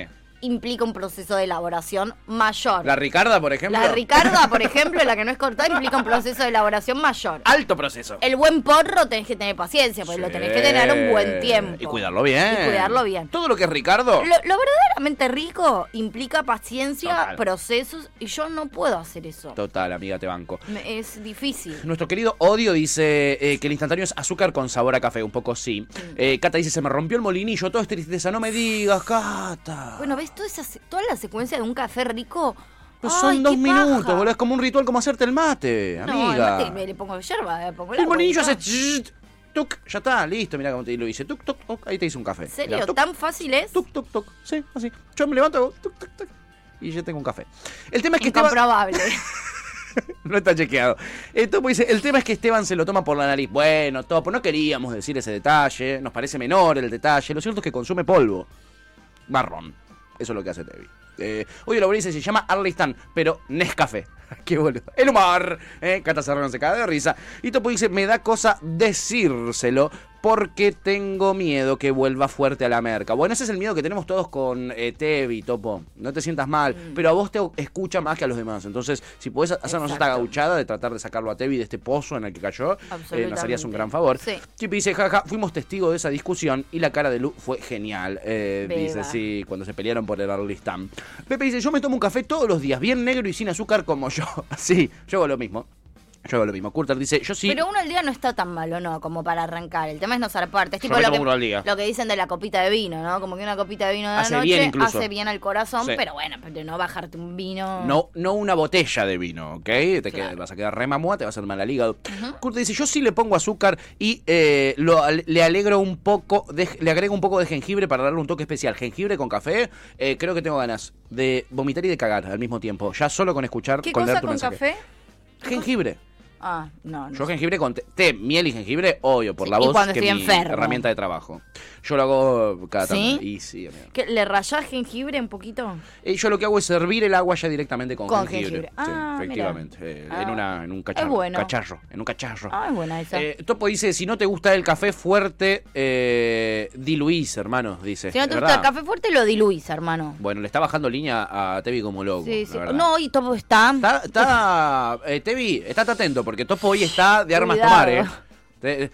Speaker 3: implica un proceso de elaboración mayor.
Speaker 2: La Ricarda, por ejemplo.
Speaker 3: La Ricarda, por ejemplo, la que no es cortada, implica un proceso de elaboración mayor.
Speaker 2: Alto proceso.
Speaker 3: El buen porro tenés que tener paciencia, porque lo tenés que tener un buen tiempo.
Speaker 2: Eh, Y cuidarlo bien.
Speaker 3: Y cuidarlo bien.
Speaker 2: Todo lo que es Ricardo.
Speaker 3: Lo, lo verdaderamente rico implica paciencia,
Speaker 2: Total.
Speaker 3: procesos, y yo no puedo hacer eso.
Speaker 2: Total, amiga, te banco.
Speaker 3: Me- es difícil.
Speaker 2: Nuestro querido Odio dice eh, que el instantáneo es azúcar con sabor a café, un poco sí. Eh, Cata dice, se me rompió el molinillo, todo es tristeza, no me digas, Cata.
Speaker 3: Bueno, ¿ves toda, esa se- toda la secuencia de un café rico?
Speaker 2: Pues
Speaker 3: Ay,
Speaker 2: son dos
Speaker 3: qué paja.
Speaker 2: minutos, boludo, es como un ritual como hacerte el mate,
Speaker 3: No,
Speaker 2: amiga.
Speaker 3: el mate me le pongo yerba, le pongo
Speaker 2: El
Speaker 3: agua,
Speaker 2: molinillo
Speaker 3: ¿no?
Speaker 2: hace... tss, tuk, ya está, listo, mira cómo te lo hice. Tuk, tuk, tuk, ahí te hice un café.
Speaker 3: ¿En serio?
Speaker 2: Mirá, tuk,
Speaker 3: ¿Tan fácil es?
Speaker 2: Tuk, tuk, tuk. Sí, así. Yo me levanto, hago tuk, tuk, tuk, y ya tengo un café. El tema es que Esteban.
Speaker 3: Incomprobable.
Speaker 2: no está chequeado. El topo dice: El tema es que Esteban se lo toma por la nariz. Bueno, topo, no queríamos decir ese detalle. Nos parece menor el detalle. Lo cierto es que consume polvo. Marrón. Eso es lo que hace Tevi. Eh, oye, lo dice: se llama Arlistan, pero Nescafé. Qué boludo. El humor. Eh, Cata Serrano se cae de risa. Y Topo dice: Me da cosa decírselo porque tengo miedo que vuelva fuerte a la merca. Bueno, ese es el miedo que tenemos todos con eh, Tevi, Topo. No te sientas mal,
Speaker 3: Mm.
Speaker 2: pero a vos te escucha más que a los demás. Entonces, si podés hacernos esta
Speaker 3: Exacto.
Speaker 2: gauchada de tratar de sacarlo a Tevi de este pozo en el que cayó, eh, nos harías un
Speaker 3: Absolutamente.
Speaker 2: gran favor.
Speaker 3: Sí.
Speaker 2: Chip dice, jaja, fuimos testigos de esa discusión y la cara de Lu fue genial. Eh,
Speaker 3: Beba.
Speaker 2: dice, sí, cuando se pelearon por el Arlistan. Pepe dice, yo me tomo un café todos los días, bien negro y sin azúcar como yo. Sí, yo hago lo mismo. Yo hago lo mismo. Curter dice, yo sí.
Speaker 3: Pero uno al día no está tan malo, ¿no? Como para arrancar. El tema es no zarparte. Es
Speaker 2: Yo
Speaker 3: tipo
Speaker 2: me
Speaker 3: lo
Speaker 2: tomo
Speaker 3: que,
Speaker 2: uno al día.
Speaker 3: lo que dicen de la copita de vino, ¿no? Como que una copita de vino de
Speaker 2: Hace
Speaker 3: la
Speaker 2: bien
Speaker 3: noche
Speaker 2: incluso.
Speaker 3: hace bien al corazón,
Speaker 2: Sí.
Speaker 3: pero bueno, pero no bajarte un vino.
Speaker 2: No, no una botella de vino, ¿ok? Te queda- vas a quedar re mamúa, te vas a hacer mal al hígado. Kurt dice, yo sí le pongo azúcar y eh, lo al- le alegro un poco, de- le agrego un poco de jengibre para darle un toque especial. Jengibre con café, eh, creo que tengo ganas de vomitar y de cagar al mismo tiempo. Ya solo con escuchar,
Speaker 3: ¿Qué
Speaker 2: con leer
Speaker 3: cosa
Speaker 2: tu
Speaker 3: con
Speaker 2: mensaje.
Speaker 3: café?
Speaker 2: Jengibre.
Speaker 3: Ah, no, no.
Speaker 2: Yo jengibre con té, té, miel y jengibre, obvio, por
Speaker 3: Sí,
Speaker 2: la
Speaker 3: y
Speaker 2: voz,
Speaker 3: cuando
Speaker 2: que
Speaker 3: estoy
Speaker 2: mi
Speaker 3: enfermo.
Speaker 2: herramienta de trabajo. Yo lo hago cada
Speaker 3: ¿Sí?
Speaker 2: tanto. Y sí, amigo.
Speaker 3: ¿Qué, ¿Le rayás jengibre un poquito?
Speaker 2: Eh, Yo lo que hago es servir el agua ya directamente con,
Speaker 3: Con
Speaker 2: jengibre.
Speaker 3: jengibre. Ah,
Speaker 2: sí, efectivamente. Eh,
Speaker 3: Ah.
Speaker 2: En, una, en un cacharro.
Speaker 3: Es bueno.
Speaker 2: cacharro, en un cacharro.
Speaker 3: Ah, es buena esa.
Speaker 2: Eh, Topo dice, si no te gusta el café fuerte, eh, diluís, hermanos, dice.
Speaker 3: si no te
Speaker 2: Es
Speaker 3: gusta el
Speaker 2: verdad.
Speaker 3: café fuerte, lo diluís, hermano.
Speaker 2: Bueno, le está bajando línea a Tevi como loco.
Speaker 3: Sí,
Speaker 2: Oh, la
Speaker 3: sí.
Speaker 2: verdad.
Speaker 3: No, y todo está.
Speaker 2: Está, está eh, Tevi, estate atento, porque Topo hoy está de armas
Speaker 3: Cuidado.
Speaker 2: tomar, eh. Te-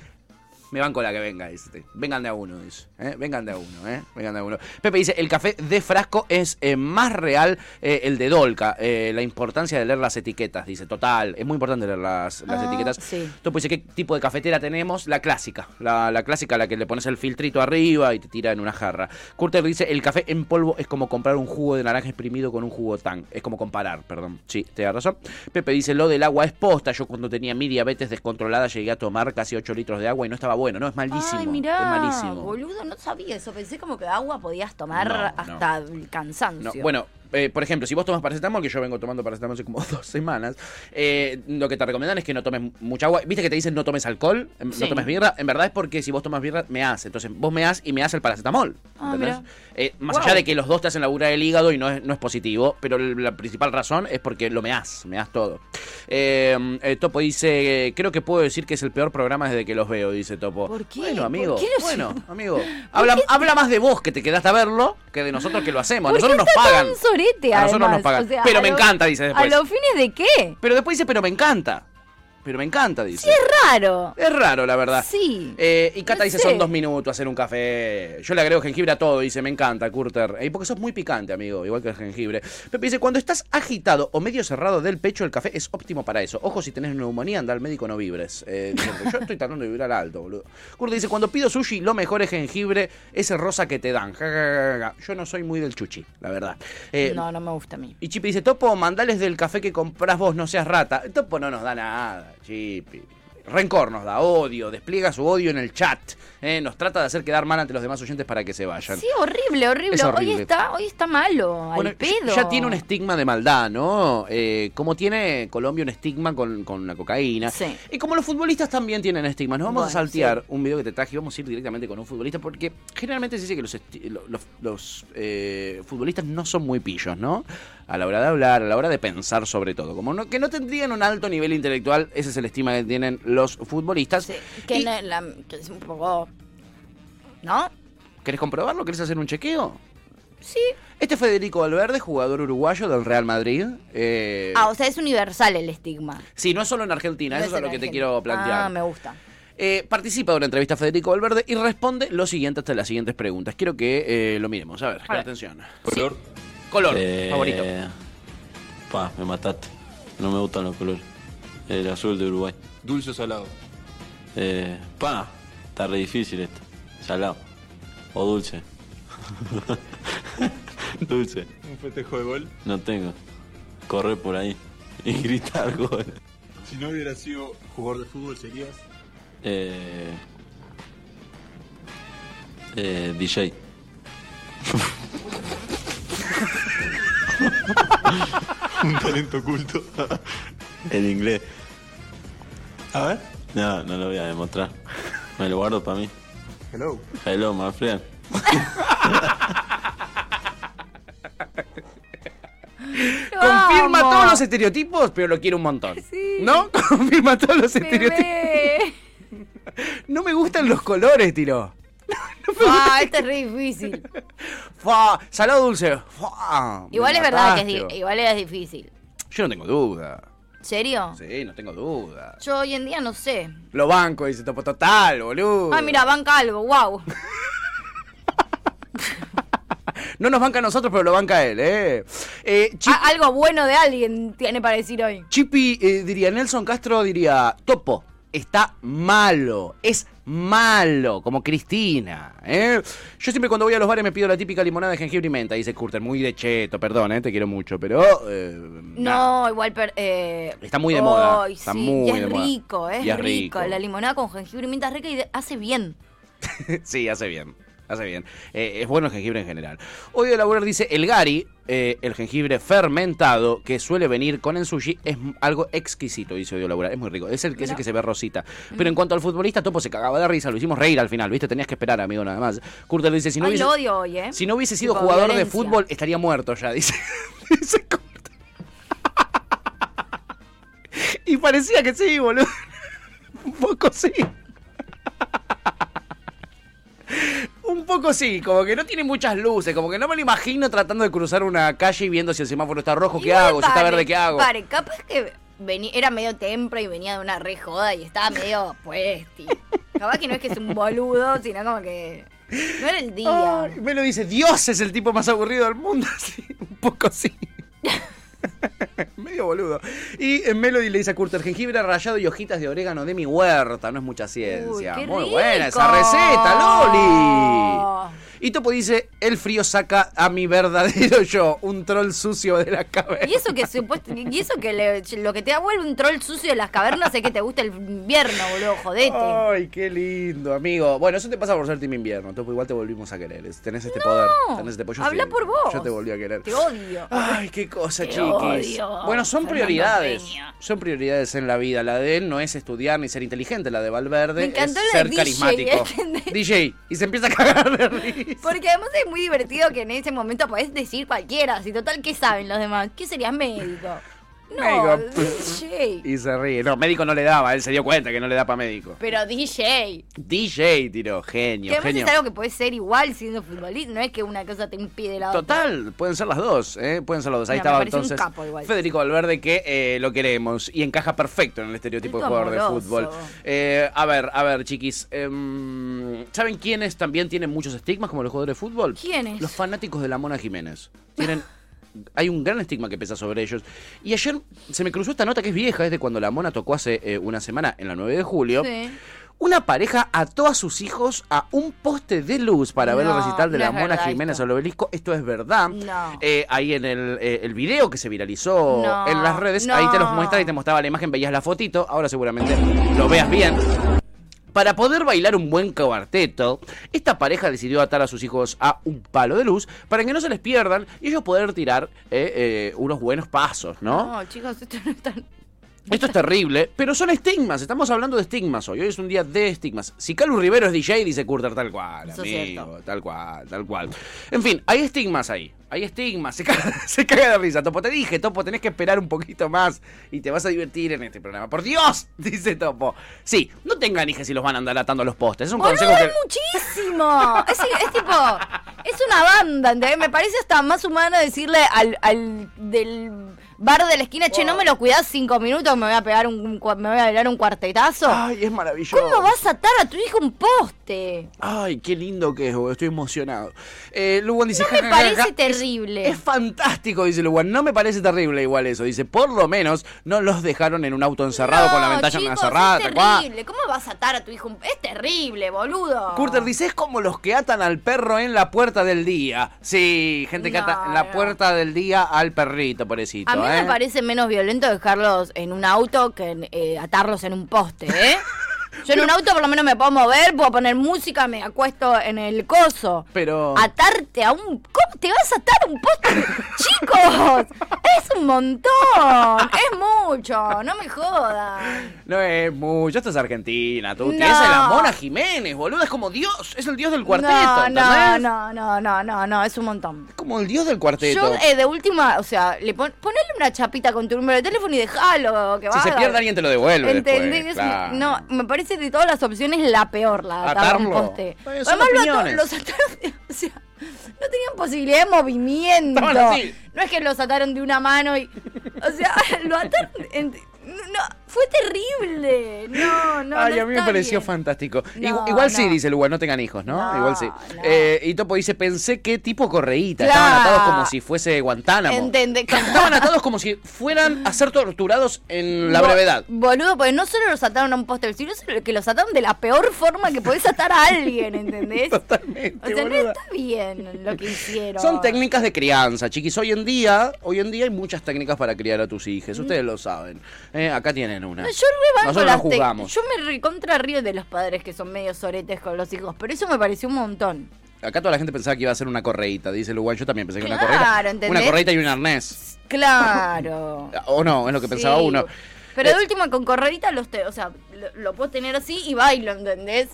Speaker 2: me van con la que venga, dice. este. Vengan de a uno, dice. ¿eh? Vengan de a uno, ¿eh? Vengan de a uno. Pepe dice, el café de frasco es eh, más real eh, el de Dolca. Eh, la importancia de leer las etiquetas, dice. Total, es muy importante leer las, las
Speaker 3: Ah,
Speaker 2: etiquetas.
Speaker 3: sí.
Speaker 2: Topo dice, ¿qué tipo de cafetera tenemos? La clásica. La, la clásica, la que le pones el filtrito arriba y te tira en una jarra. Curter dice, el café en polvo es como comprar un jugo de naranja exprimido con un jugo tan. Es como comparar, perdón. Sí, te da razón. Pepe dice, lo del agua es posta. Yo cuando tenía mi diabetes descontrolada llegué a tomar casi 8 litros de agua y no estaba bueno. No, es malísimo.
Speaker 3: Ay, mirá,
Speaker 2: es malísimo.
Speaker 3: boludo, no sabía eso. Pensé como que agua podías tomar
Speaker 2: No, no.
Speaker 3: hasta el cansancio.
Speaker 2: No, bueno, eh, por ejemplo, si vos tomas paracetamol, que yo vengo tomando paracetamol hace como dos semanas, eh, lo que te recomiendan es que no tomes mucha agua. ¿Viste que te dicen no tomes alcohol? em,
Speaker 3: Sí.
Speaker 2: No tomes birra. En verdad es porque si vos tomas birra, me hace. Entonces vos me haces y me hace el paracetamol.
Speaker 3: Ah,
Speaker 2: ¿entendés?
Speaker 3: mirá.
Speaker 2: Eh, más
Speaker 3: Guau.
Speaker 2: allá de que los dos te hacen laburar el hígado y no es, no es positivo, pero el- la principal razón es porque lo me haces, me das todo. Eh, eh, Topo dice, eh, creo que puedo decir que es el peor programa desde que los veo, dice Topo.
Speaker 3: ¿Por qué?
Speaker 2: Bueno,
Speaker 3: ¿Por
Speaker 2: amigo.
Speaker 3: qué los-
Speaker 2: bueno, amigo. Ah, Habla, habla más de vos que te quedaste a verlo que de nosotros que lo hacemos. A
Speaker 3: ¿Por qué
Speaker 2: nosotros nos
Speaker 3: está
Speaker 2: pagan.
Speaker 3: Pues tan sorete,
Speaker 2: A nosotros
Speaker 3: además?
Speaker 2: nos pagan.
Speaker 3: O sea,
Speaker 2: pero
Speaker 3: a
Speaker 2: me
Speaker 3: lo-
Speaker 2: encanta, dice
Speaker 3: ¿A
Speaker 2: después.
Speaker 3: los fines de qué?
Speaker 2: Pero después dice, pero me encanta. Pero me encanta, dice.
Speaker 3: Es raro.
Speaker 2: Es raro, la verdad.
Speaker 3: Sí.
Speaker 2: Eh, y
Speaker 3: No
Speaker 2: Cata dice,
Speaker 3: sé.
Speaker 2: son dos minutos hacer un café. Yo le agrego jengibre a todo, dice, me encanta, Curter. Y porque sos muy picante, amigo, igual que el jengibre. Pepe dice, cuando estás agitado o medio cerrado del pecho, el café es óptimo para eso. Ojo, si tenés neumonía, anda al médico, no vibres. Eh, dice, yo estoy tratando de vibrar alto, boludo. Curter dice, cuando pido sushi, lo mejor es jengibre, ese rosa que te dan. Ja, ja, ja, ja, ja. Yo no soy muy del chuchi, la verdad. Eh,
Speaker 3: no, no me gusta a mí.
Speaker 2: y Chipi dice, Topo, mandales del café que compras vos, no seas rata. Topo no nos da nada, Chipi. Rencor nos da odio, despliega su odio en el chat. eh, nos trata de hacer quedar mal ante los demás oyentes para que se vayan.
Speaker 3: Sí, horrible, horrible.
Speaker 2: Es horrible.
Speaker 3: Hoy está, hoy está malo,
Speaker 2: Bueno,
Speaker 3: al pedo.
Speaker 2: ya tiene un estigma de maldad, ¿no? Eh, como tiene Colombia un estigma con, con la cocaína.
Speaker 3: Sí.
Speaker 2: Y como los futbolistas también tienen estigmas. Nos vamos a
Speaker 3: Bueno,
Speaker 2: saltear un video que te traje y vamos a ir directamente con un futbolista porque generalmente se dice que los, esti- lo- los, los, eh, futbolistas no son muy pillos, ¿no? A la hora de hablar, a la hora de pensar sobre todo. Como no, que no tendrían un alto nivel intelectual, ese es el estigma que tienen los futbolistas.
Speaker 3: Sí, que,
Speaker 2: Y-
Speaker 3: no- la- que es un poco. ¿No?
Speaker 2: ¿Querés comprobarlo? ¿Querés hacer un chequeo?
Speaker 3: Sí.
Speaker 2: Este es Federico Valverde, jugador uruguayo del Real Madrid. Eh,
Speaker 3: Ah, o sea, es universal el estigma.
Speaker 2: Sí, no es solo en Argentina,
Speaker 3: No
Speaker 2: eso es,
Speaker 3: en
Speaker 2: lo que te
Speaker 3: Argentina.
Speaker 2: quiero plantear.
Speaker 3: Ah, me gusta.
Speaker 2: Eh, participa de una entrevista a Federico Valverde y responde lo siguiente hasta las siguientes preguntas. Quiero que eh, lo miremos. A ver, con atención.
Speaker 12: Color.
Speaker 2: Color,
Speaker 12: eh,
Speaker 2: favorito.
Speaker 12: Pa, me mataste. No me gustan los colores. El azul de Uruguay.
Speaker 6: Dulce o salado.
Speaker 12: Eh, pa, está re difícil esto. Salado. O dulce. dulce.
Speaker 6: Un festejo de gol.
Speaker 12: No tengo. Correr por ahí. Y gritar gol.
Speaker 6: Si no hubiera sido jugador de fútbol, serías.
Speaker 12: Eh, eh, DJ.
Speaker 13: Un talento oculto.
Speaker 12: En inglés. A ver. No, no lo voy a demostrar. Me lo guardo para mí.
Speaker 13: Hello.
Speaker 12: Hello, my friend.
Speaker 2: Confirma todos los estereotipos, pero lo quiero un montón. ¿No? Confirma todos los estereotipos. No me gustan los colores, tiró.
Speaker 3: Ah, este es re difícil.
Speaker 2: Fa, salado dulce. Fa, me
Speaker 3: Igual es verdad que es,
Speaker 2: mataste.
Speaker 3: di- eh, igual es difícil.
Speaker 2: Yo no tengo duda.
Speaker 3: ¿En serio?
Speaker 2: Sí, no tengo duda.
Speaker 3: Yo hoy en día no sé.
Speaker 2: Lo banco, dice Topo Total, boludo.
Speaker 3: Ah, mira, banca algo, wow.
Speaker 2: No nos banca a nosotros, pero lo banca él, ¿eh? eh Chi-
Speaker 3: Algo bueno de alguien tiene para decir hoy.
Speaker 2: Chipi eh, diría, Nelson Castro diría, Topo, está malo, es malo, como Cristina, ¿eh? Yo siempre cuando voy a los bares me pido la típica limonada de jengibre y menta, dice Curter, muy de cheto, perdón, ¿eh? Te quiero mucho, pero... eh, nah.
Speaker 3: No, igual. per- eh,
Speaker 2: Está muy de moda,
Speaker 3: ay,
Speaker 2: está
Speaker 3: sí,
Speaker 2: muy
Speaker 3: y es
Speaker 2: de moda.
Speaker 3: rico, es
Speaker 2: Y es
Speaker 3: rico.
Speaker 2: rico.
Speaker 3: La limonada con jengibre y menta es rica y de- hace bien.
Speaker 2: sí, hace bien, hace bien. Eh, es bueno el jengibre en general. Odio elaborar, dice, el gari, eh, el jengibre fermentado que suele venir con el sushi, es m- algo exquisito, dice Odio elaborar, es muy rico. Es el que, es el que se ve rosita. Pero en cuanto al futbolista, Topo se cagaba de risa, lo hicimos reír al final, ¿viste? Tenías que esperar, amigo, nada más. Curter dice, si no
Speaker 3: Ay,
Speaker 2: hubiese...
Speaker 3: lo odio hoy, ¿eh?
Speaker 2: Si no hubiese sido
Speaker 3: Tipo,
Speaker 2: jugador de
Speaker 3: violencia.
Speaker 2: fútbol, estaría muerto ya, dice. dice Corta. y parecía que sí, boludo. Un poco sí. Un poco sí, como que no tiene muchas luces, como que no me lo imagino tratando de cruzar una calle y viendo si el semáforo está rojo, ¿qué hago? Si está
Speaker 3: Pare,
Speaker 2: verde, ¿qué hago?
Speaker 3: Pare, capaz que vení- era medio tempra y venía de una re joda y estaba medio puesti. capaz que no es que es un boludo, sino como que. No era el día.
Speaker 2: Ay, me lo dice, Dios es el tipo más aburrido del mundo. Sí, un poco así. Medio boludo. Y eh, Melody le dice a Curter, jengibre rallado y hojitas de orégano de mi huerta. No es mucha ciencia.
Speaker 3: qué
Speaker 2: Muy
Speaker 3: rico.
Speaker 2: buena esa receta, Loli. Y Topo dice, el frío saca a mi verdadero yo, un troll sucio de la cabeza.
Speaker 3: Y eso que supuesto, y eso que le- lo que te da vuelve un troll sucio de las cavernas es que te gusta el invierno, boludo, jodete.
Speaker 2: Ay, qué lindo, amigo. Bueno, eso te pasa por ser team invierno. Topo, igual te volvimos a querer. Es- Tenés este poder. Tenés este poder.
Speaker 3: habla por vos.
Speaker 2: Yo te volví a querer.
Speaker 3: Te odio.
Speaker 2: Ay, qué cosa,
Speaker 3: Te
Speaker 2: chiquis.
Speaker 3: odio,
Speaker 2: Bueno, son
Speaker 3: Fernando
Speaker 2: prioridades.
Speaker 3: Peña.
Speaker 2: Son prioridades en la vida. La de él no es estudiar ni ser inteligente. La de Valverde
Speaker 3: Me encantó
Speaker 2: es
Speaker 3: la ¿eh?
Speaker 2: ser
Speaker 3: DJ,
Speaker 2: carismático.
Speaker 3: ¿entendés?
Speaker 2: DJ. Y se empieza a cagar de risa.
Speaker 3: Porque además es muy divertido que en ese momento podés decir cualquiera. Si total, ¿qué saben los demás? ¿Qué serías médico? No,
Speaker 2: Médico.
Speaker 3: DJ.
Speaker 2: Y se ríe. No, médico no le daba. Él se dio cuenta que no le da para médico.
Speaker 3: Pero DJ.
Speaker 2: DJ tiró.
Speaker 3: Que
Speaker 2: Genio,
Speaker 3: además
Speaker 2: genio.
Speaker 3: es algo que puedes ser igual siendo futbolista. No es que una cosa te impide la otra.
Speaker 2: Total, pueden ser las dos, ¿eh? pueden ser las dos. Ahí
Speaker 3: Mira, me
Speaker 2: estaba
Speaker 3: parece un
Speaker 2: entonces
Speaker 3: capo igual.
Speaker 2: Federico Valverde que eh, lo queremos y encaja perfecto en el estereotipo de
Speaker 3: Esto
Speaker 2: jugador de
Speaker 3: amoroso.
Speaker 2: fútbol. Eh, a ver, a ver, chiquis, em, ¿saben quiénes también tienen muchos estigmas como los jugadores de fútbol?
Speaker 3: ¿Quiénes?
Speaker 2: Los fanáticos de la Mona Jiménez. Tienen hay un gran estigma que pesa sobre ellos. Y ayer se me cruzó esta nota que es vieja, es de cuando la Mona tocó hace eh, una semana, en la 9 de julio.
Speaker 3: Sí.
Speaker 2: Una pareja ató a sus hijos a un poste de luz para ver el
Speaker 3: No,
Speaker 2: recital de
Speaker 3: no
Speaker 2: la
Speaker 3: es
Speaker 2: Mona
Speaker 3: verdad
Speaker 2: Jiménez al obelisco. Esto es verdad.
Speaker 3: No.
Speaker 2: Eh, ahí en el, eh, el video que se viralizó
Speaker 3: No,
Speaker 2: en las redes,
Speaker 3: no.
Speaker 2: ahí te los muestra y te mostraba la imagen, veías la fotito, ahora seguramente lo veas bien. Para poder bailar un buen cuarteto, esta pareja decidió atar a sus hijos a un palo de luz para que no se les pierdan y ellos poder tirar eh, eh, unos buenos pasos, ¿no?
Speaker 3: No, chicos, esto no está.
Speaker 2: Esto es terrible, pero son estigmas. Estamos hablando de estigmas hoy. Hoy es un día de estigmas. Si Calu Rivero es DJ, dice Curter tal cual,
Speaker 3: Eso es
Speaker 2: amigo. Tal cual, tal cual. En fin, hay estigmas ahí. Hay estigmas. Se caga, se caga de risa. Topo, te dije, Topo, tenés que esperar un poquito más y te vas a divertir en este programa. ¡Por Dios! Dice Topo. Sí, no tengan hijas si los van a andar atando a los postes. Es un
Speaker 3: Boludo,
Speaker 2: consejo que.
Speaker 3: es muchísimo. Es, es tipo. Es una banda, ¿entendés? Me parece hasta más humano decirle al, al del bar de la esquina, che,
Speaker 2: Oh.
Speaker 3: no me lo cuidás cinco minutos, me voy a pegar un, un cua- me voy a bailar un cuartetazo.
Speaker 2: Ay, es maravilloso.
Speaker 3: ¿Cómo vas a atar a tu hijo un poste?
Speaker 2: Ay, qué lindo que es, boludo. Estoy emocionado. Eh, Luwan dice,
Speaker 3: No me
Speaker 2: "Ja, ja, ja, ja".
Speaker 3: parece
Speaker 2: Es-
Speaker 3: terrible.
Speaker 2: Es, fantástico, dice Luwan. No me parece terrible igual eso. Dice, por lo menos no los dejaron en un auto encerrado con la
Speaker 3: No,
Speaker 2: ventana
Speaker 3: chicos,
Speaker 2: cerrada.
Speaker 3: Es
Speaker 2: tal cual.
Speaker 3: terrible. ¿Cómo vas a atar a tu hijo un Es terrible, boludo.
Speaker 2: Curter dice, es como los que atan al perro en la puerta del día. Sí, gente que ata en la puerta del día al perrito, pobrecito.
Speaker 3: A mí
Speaker 2: ¿eh?
Speaker 3: me parece menos violento dejarlos en un auto que en, eh, atarlos en un poste, ¿eh? Yo en un auto por lo menos me puedo mover, puedo poner música, me acuesto en el coso.
Speaker 2: Pero.
Speaker 3: Ah. Atarte a un. ¿Cómo te vas a atar a un poste? Chicos, es un montón. Es mucho, no me jodan.
Speaker 2: No es mucho, esto es Argentina, tú.
Speaker 3: No.
Speaker 2: Esa es la Mona Jiménez, boludo. Es como Dios, es el Dios del cuarteto.
Speaker 3: no, no,
Speaker 2: ¿entendés?
Speaker 3: no, no, no, no, no, es un montón.
Speaker 2: Como el Dios del
Speaker 3: Yo,
Speaker 2: cuarteto.
Speaker 3: eh, de última, o sea, le pon, ponele una chapita con tu número de teléfono y dejalo, que
Speaker 2: si
Speaker 3: va.
Speaker 2: se pierde, alguien te lo devuelve.
Speaker 3: ¿Entendés?
Speaker 2: después, claro.
Speaker 3: No, me parece de todas las opciones la peor, la de atar a un
Speaker 2: Atarlo.
Speaker 3: poste.
Speaker 2: Está bien, son
Speaker 3: Además, lo ató-
Speaker 2: opiniones.
Speaker 3: los ataron, de- o sea, no tenían posibilidad de movimiento.
Speaker 2: Estaban así.
Speaker 3: No es que los ataron de una mano y. O sea, lo ataron. en- no, fue terrible. No, no.
Speaker 2: Ay,
Speaker 3: no
Speaker 2: a mí me
Speaker 3: está
Speaker 2: pareció
Speaker 3: bien.
Speaker 2: fantástico. Igu-
Speaker 3: No,
Speaker 2: igual sí, dice Lugar, no tengan hijos, ¿no? igual sí. Eh, y Topo dice, pensé que tipo correíta. Estaban
Speaker 3: Claro.
Speaker 2: atados como si fuese Guantánamo.
Speaker 3: Entendé.
Speaker 2: Estaban atados como si fueran a ser torturados en la
Speaker 3: Bo-
Speaker 2: brevedad.
Speaker 3: Boludo, porque no solo los ataron a un poste, sino que los ataron de la peor forma que podés atar a alguien, ¿entendés? O sea, no está bien lo que hicieron.
Speaker 2: Son técnicas de crianza, chiquis. Hoy en día, hoy en día hay muchas técnicas para criar a tus hijos. Ustedes lo saben. Eh, acá tienen una.
Speaker 3: No, Mm. yo rebanco
Speaker 2: Nosotros
Speaker 3: las
Speaker 2: no
Speaker 3: te-
Speaker 2: juzgamos.
Speaker 3: Yo me recontra río de los padres que son medio soretes con los hijos, pero eso me pareció un montón.
Speaker 2: Acá toda la gente pensaba que iba a ser una correíta, dice Lugan. Yo también pensé que
Speaker 3: Claro,
Speaker 2: una correíta.
Speaker 3: ¿entendés?
Speaker 2: Una correíta y un arnés.
Speaker 3: Claro.
Speaker 2: O no, es lo que pensaba
Speaker 3: Sí.
Speaker 2: uno.
Speaker 3: Pero de última, con corredita los te, o sea, lo, lo puedo tener así y bailo, ¿entendés?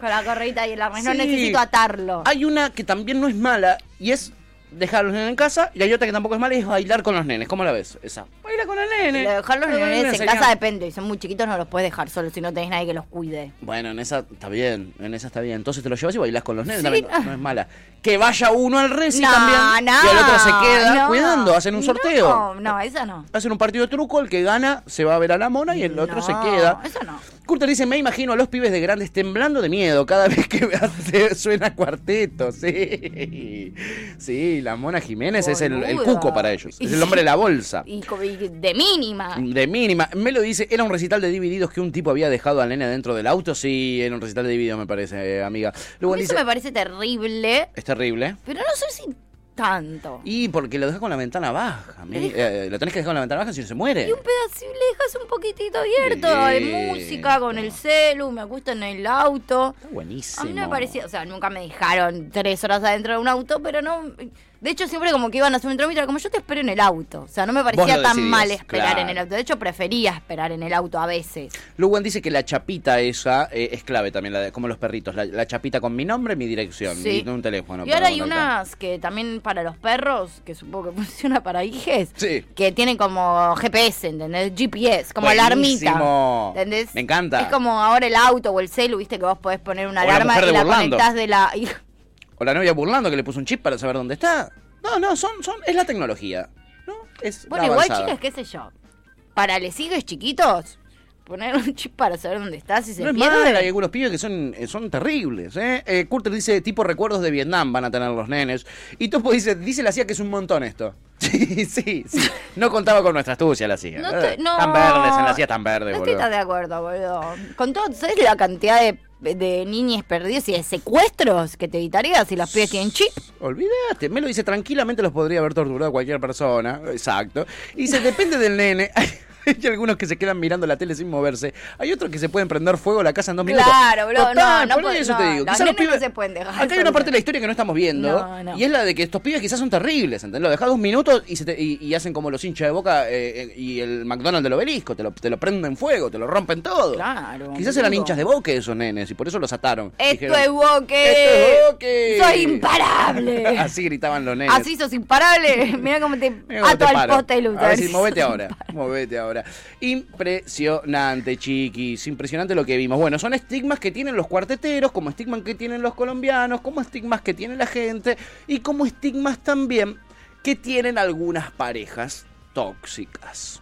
Speaker 3: Con la corredita y el arnés, Pues no
Speaker 2: Sí.
Speaker 3: necesito atarlo.
Speaker 2: Hay una que también no es mala y es dejar a los nenes en casa. Y hay otra que tampoco es mala y es bailar con los nenes. ¿Cómo la ves? Esa.
Speaker 3: Baila con el nene. dejar los
Speaker 2: Baila con el
Speaker 3: nenes en
Speaker 2: nene, señor.
Speaker 3: casa depende, y son muy chiquitos, no los puedes dejar solos si no tenés nadie que los cuide.
Speaker 2: Bueno, en esa está bien. En esa está bien. Entonces te lo llevas y bailas con los nenes.
Speaker 3: Sí,
Speaker 2: también.
Speaker 3: ah.
Speaker 2: No es mala. Que vaya uno al reci
Speaker 3: No,
Speaker 2: también.
Speaker 3: no,
Speaker 2: y el otro se queda
Speaker 3: no.
Speaker 2: cuidando. Hacen un sorteo.
Speaker 3: No, no, esa no.
Speaker 2: Hacen un partido de truco, el que gana se va a ver a la mona y el otro se queda.
Speaker 3: Eso no.
Speaker 2: Curter dice, me imagino a los pibes de grandes temblando de miedo cada vez que hace- suena cuarteto. Sí, sí la mona Jiménez es el, el
Speaker 3: Boluda.
Speaker 2: cuco para ellos. Es el hombre de la bolsa.
Speaker 3: Y, ah. co- y de mínima.
Speaker 2: De mínima. Me lo dice, era un recital de divididos que un tipo había dejado al nene dentro del auto. Sí, era un recital de divididos, me parece, eh, amiga. Luego
Speaker 3: eso
Speaker 2: dice,
Speaker 3: me parece terrible,
Speaker 2: es terrible.
Speaker 3: pero no sé si tanto.
Speaker 2: Y porque lo deja con la ventana baja. mi- eh, lo tenés que dejar con la ventana baja si no se muere.
Speaker 3: Y un pedazo le dejas un poquitito abierto de
Speaker 2: Bien.
Speaker 3: música con el celu, me acuesto en el auto.
Speaker 2: Buenísimo.
Speaker 3: A mí no me parecía, o sea, nunca me dejaron tres horas adentro de un auto, pero no. De hecho, siempre como que iban a hacer un trámite, era como yo te espero en el auto. O sea, no me parecía
Speaker 2: lo
Speaker 3: tan
Speaker 2: decidías,
Speaker 3: mal esperar
Speaker 2: claro.
Speaker 3: en el auto. De hecho, prefería esperar en el auto a veces.
Speaker 2: Lugan dice que la chapita esa eh, es clave también, la de- como los perritos, la, la chapita con mi nombre y mi dirección
Speaker 3: Sí.
Speaker 2: y un teléfono.
Speaker 3: y
Speaker 2: para
Speaker 3: ahora hay
Speaker 2: contactar.
Speaker 3: unas que también para los perros, que supongo que funciona para hijes,
Speaker 2: Sí.
Speaker 3: que tienen como GPS, ¿entendés? GPS, como
Speaker 2: Buenísimo.
Speaker 3: alarmita. ¿Entendés?
Speaker 2: Me encanta.
Speaker 3: Es como ahora el auto o el celu, viste que vos podés poner una
Speaker 2: O la
Speaker 3: alarma
Speaker 2: mujer de
Speaker 3: y la
Speaker 2: Burlando.
Speaker 3: conectás de la. y-
Speaker 2: O la novia burlando que le puso un chip para saber dónde está. No, no, son, son, es la tecnología. ¿no? Es la
Speaker 3: Bueno, igual,
Speaker 2: avanzada.
Speaker 3: chicas, qué sé yo. Para les sigues chiquitos, poner un chip para saber dónde estás y se
Speaker 2: No es
Speaker 3: pierde.
Speaker 2: mala, hay algunos pibes que son, eh, son terribles. ¿eh? Eh, Curter dice, tipo recuerdos de Vietnam van a tener los nenes. Y Topo dice, dice la CIA que es un montón esto. Sí, sí, sí. No contaba con nuestra astucia la CIA.
Speaker 3: No
Speaker 2: ¿eh?
Speaker 3: estoy- no.
Speaker 2: Tan verdes, en la CIA tan verdes,
Speaker 3: No estoy
Speaker 2: boludo.
Speaker 3: tan de acuerdo, boludo. Con todo, ¿sabes la cantidad de, de niñas perdidas y de secuestros que te evitarías si las pibes tienen chip?
Speaker 2: Olvídate, me lo dice tranquilamente los podría haber torturado cualquier persona, exacto. Y dice, depende del nene. Hay algunos que se quedan mirando la tele sin moverse. Hay otros que se pueden prender fuego la casa en dos minutos.
Speaker 3: Claro, boludo, no,
Speaker 2: Total,
Speaker 3: no
Speaker 2: por
Speaker 3: puede-
Speaker 2: eso
Speaker 3: no,
Speaker 2: te digo.
Speaker 3: los
Speaker 2: Quizá los
Speaker 3: nenes no
Speaker 2: pibes-
Speaker 3: se pueden dejar
Speaker 2: Acá hay una
Speaker 3: solos.
Speaker 2: parte de la historia que no estamos viendo.
Speaker 3: No, no.
Speaker 2: Y es la de que estos pibes quizás son terribles, ¿entendés? Lo dejás dos minutos y, se te- y- y hacen como los hinchas de boca eh, eh, y el McDonald's del obelisco. Te lo, te lo prenden fuego, te lo rompen todo.
Speaker 3: Claro,
Speaker 2: Quizás eran
Speaker 3: boludo.
Speaker 2: hinchas de boca esos nenes y por eso los ataron.
Speaker 3: Esto
Speaker 2: Dijeron,
Speaker 3: es
Speaker 2: "Esto
Speaker 3: Woke.
Speaker 2: es boque".
Speaker 3: Soy imparable.
Speaker 2: Así gritaban los nenes.
Speaker 3: Así sos imparable. Mira cómo te
Speaker 2: Mira cómo
Speaker 3: ato
Speaker 2: te
Speaker 3: al
Speaker 2: paro.
Speaker 3: poste de luz.
Speaker 2: A ver si- movete ahora, movete ahora. Impresionante, chiquis, impresionante lo que vimos. Bueno, son estigmas que tienen los cuarteteros, como estigmas que tienen los colombianos, como estigmas que tiene la gente y como estigmas también que tienen algunas parejas tóxicas.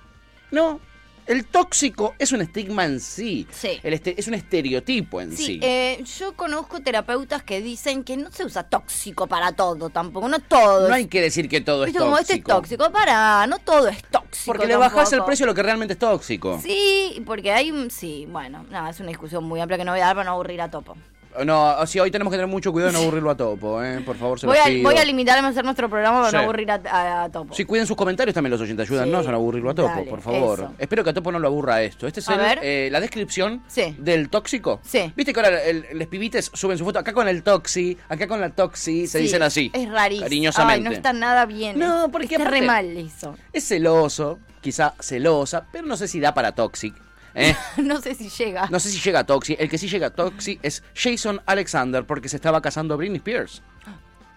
Speaker 2: No, el tóxico es un estigma en sí.
Speaker 3: Sí.
Speaker 2: El este- es un estereotipo en sí.
Speaker 3: Sí, eh, yo conozco terapeutas que dicen que no se usa tóxico para todo tampoco, no todo.
Speaker 2: no
Speaker 3: es-
Speaker 2: hay que decir que todo es
Speaker 3: ¿Viste
Speaker 2: tóxico.
Speaker 3: como este es tóxico? Para, no todo es tóxico.
Speaker 2: Porque le bajás el
Speaker 3: tampoco.
Speaker 2: precio a lo que realmente es tóxico.
Speaker 3: Sí, porque hay. un- Sí, bueno, nada, es una discusión muy amplia que no voy a dar para no aburrir a topo.
Speaker 2: No, o sea, hoy tenemos que tener mucho cuidado de no aburrirlo a Topo, ¿eh? Por favor, se
Speaker 3: Voy
Speaker 2: los
Speaker 3: a,
Speaker 2: pido.
Speaker 3: voy a limitarme a hacer nuestro programa para
Speaker 2: Sí.
Speaker 3: no aburrir a, a- a Topo.
Speaker 2: Sí, cuiden sus comentarios también los oyentes, ayúdennos
Speaker 3: Sí,
Speaker 2: a no aburrirlo a Topo,
Speaker 3: dale,
Speaker 2: por favor.
Speaker 3: eso.
Speaker 2: Espero que a Topo no lo aburra esto. Este es
Speaker 3: A
Speaker 2: el,
Speaker 3: ver.
Speaker 2: eh, la descripción
Speaker 3: Sí.
Speaker 2: del tóxico.
Speaker 3: Sí.
Speaker 2: Viste que ahora el- los pibites suben su foto acá con el toxi, acá con la toxi, se
Speaker 3: Sí,
Speaker 2: dicen así.
Speaker 3: Es rarísimo. Ay,
Speaker 2: Cariñosamente.
Speaker 3: no está nada bien. No, porque está re
Speaker 2: aparte-
Speaker 3: mal eso.
Speaker 2: Es celoso, quizá celosa, pero no sé si da para toxic. ¿eh?
Speaker 3: no sé si llega.
Speaker 2: No sé si llega a Toxi. El que sí llega a Toxi es Jason Alexander porque se estaba casando a Britney Spears.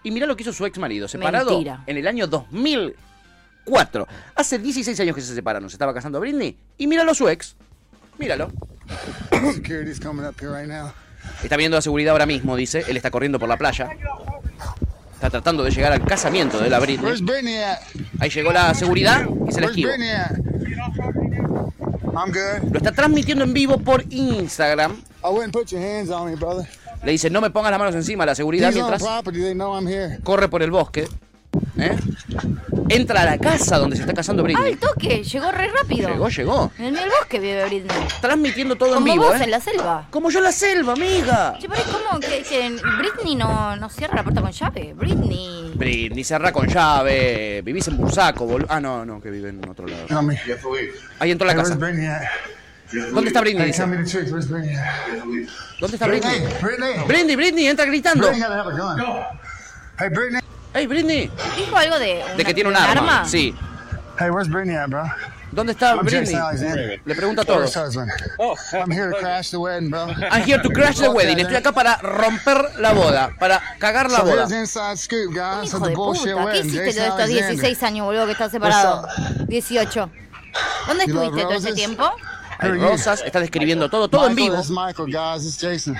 Speaker 2: Y mirá lo que hizo su ex marido, separado
Speaker 3: Mentira.
Speaker 2: en el año 2004. Hace 16 años que se separaron, se estaba casando a Britney. Y míralo su ex. Míralo.
Speaker 14: Security's coming up here right now.
Speaker 2: Está viendo la seguridad ahora mismo, dice. Él está corriendo por la playa. Está tratando de llegar al casamiento de la
Speaker 14: Where's
Speaker 2: Britney.
Speaker 14: Britney at?
Speaker 2: Ahí llegó la seguridad y se la
Speaker 14: Where's
Speaker 2: esquiva.
Speaker 14: Britney at? I'm good.
Speaker 2: Lo está transmitiendo en vivo por Instagram.
Speaker 14: I wouldn't put your hands on me, brother.
Speaker 2: Le dice, no me pongas las manos encima a la seguridad
Speaker 14: He's on
Speaker 2: mientras
Speaker 14: property. They know I'm here.
Speaker 2: corre por el bosque. ¿eh? Entra a la casa donde se está casando
Speaker 3: Ah,
Speaker 2: Britney.
Speaker 3: el toque. Llegó re rápido.
Speaker 2: Llegó, llegó.
Speaker 3: En el bosque vive Britney.
Speaker 2: Transmitiendo todo en
Speaker 3: Como
Speaker 2: vivo,
Speaker 3: vos
Speaker 2: ¿eh?
Speaker 3: en la selva.
Speaker 2: Como yo en la selva, amiga.
Speaker 3: Che, pero es como que, que Britney no, no cierra la puerta con llave. Britney.
Speaker 2: Britney, cerrá con llave. Vivís en Bursaco, boludo. Ah, no, no, que vive en otro lado. Ahí entró la
Speaker 14: Hey,
Speaker 2: casa.
Speaker 14: Where's Britney at?
Speaker 2: ¿Dónde está Britney?
Speaker 14: Hey,
Speaker 2: Dice.
Speaker 14: tell me the truth. Where's Britney at?
Speaker 2: ¿Dónde está Britney?
Speaker 14: Britney, Britney.
Speaker 2: Britney, Britney, entra gritando.
Speaker 14: Britney gotta have a gun. Hey, Britney.
Speaker 2: Hey, Britney.
Speaker 3: Dijo algo de.
Speaker 2: De que tiene un arma. Sí.
Speaker 14: Hey, where's Britney at, bro?
Speaker 2: ¿Dónde está
Speaker 14: I'm
Speaker 2: Britney?
Speaker 14: Jason Alexander.
Speaker 2: Le pregunta a todos.
Speaker 14: Where's husband? I'm here to crash the wedding, bro.
Speaker 2: I'm here to crash the wedding. Estoy acá para romper la boda. Para cagar la
Speaker 14: So
Speaker 2: boda.
Speaker 14: here's inside scoop, guys. Of
Speaker 3: Hijo
Speaker 14: the
Speaker 3: de
Speaker 14: bullshit
Speaker 3: puta. ¿Qué
Speaker 14: wedding.
Speaker 3: hiciste todos
Speaker 14: Jason
Speaker 3: estos
Speaker 14: Alexander.
Speaker 3: 16 años, boludo, que estás separado? 18. ¿Dónde
Speaker 14: You love
Speaker 3: estuviste todo este
Speaker 14: roses?
Speaker 3: tiempo?
Speaker 2: Hay rosas, está describiendo todo, todo en
Speaker 14: Michael,
Speaker 2: vivo.
Speaker 14: This is Michael, guys. It's Jason.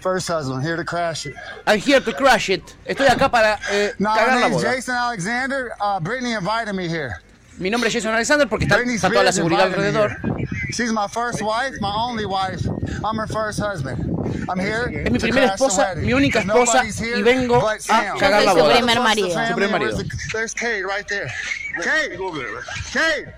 Speaker 14: First husband, here to crash it.
Speaker 2: I'm here to crash it. Estoy acá para eh,
Speaker 14: No,
Speaker 2: cagar
Speaker 14: my
Speaker 2: la
Speaker 14: name's
Speaker 2: boda.
Speaker 14: Jason Alexander. Uh, Brittany invited me here.
Speaker 2: Mi nombre es Jason Alexander porque está, está toda la seguridad alrededor.
Speaker 14: She's my first wife, my only wife. I'm her first husband. I'm here
Speaker 2: Es mi
Speaker 14: to
Speaker 2: primera
Speaker 14: crash the
Speaker 2: esposa,
Speaker 14: wedding.
Speaker 2: mi única esposa
Speaker 14: Nobody's here
Speaker 2: y vengo
Speaker 14: but
Speaker 2: a
Speaker 14: Sam.
Speaker 2: Ah, cagar la
Speaker 3: Yo soy su
Speaker 2: boda.
Speaker 3: primer marido.
Speaker 2: Su primer
Speaker 14: Where's
Speaker 2: marido.
Speaker 14: the- There's Cade right there. Cade, Cade,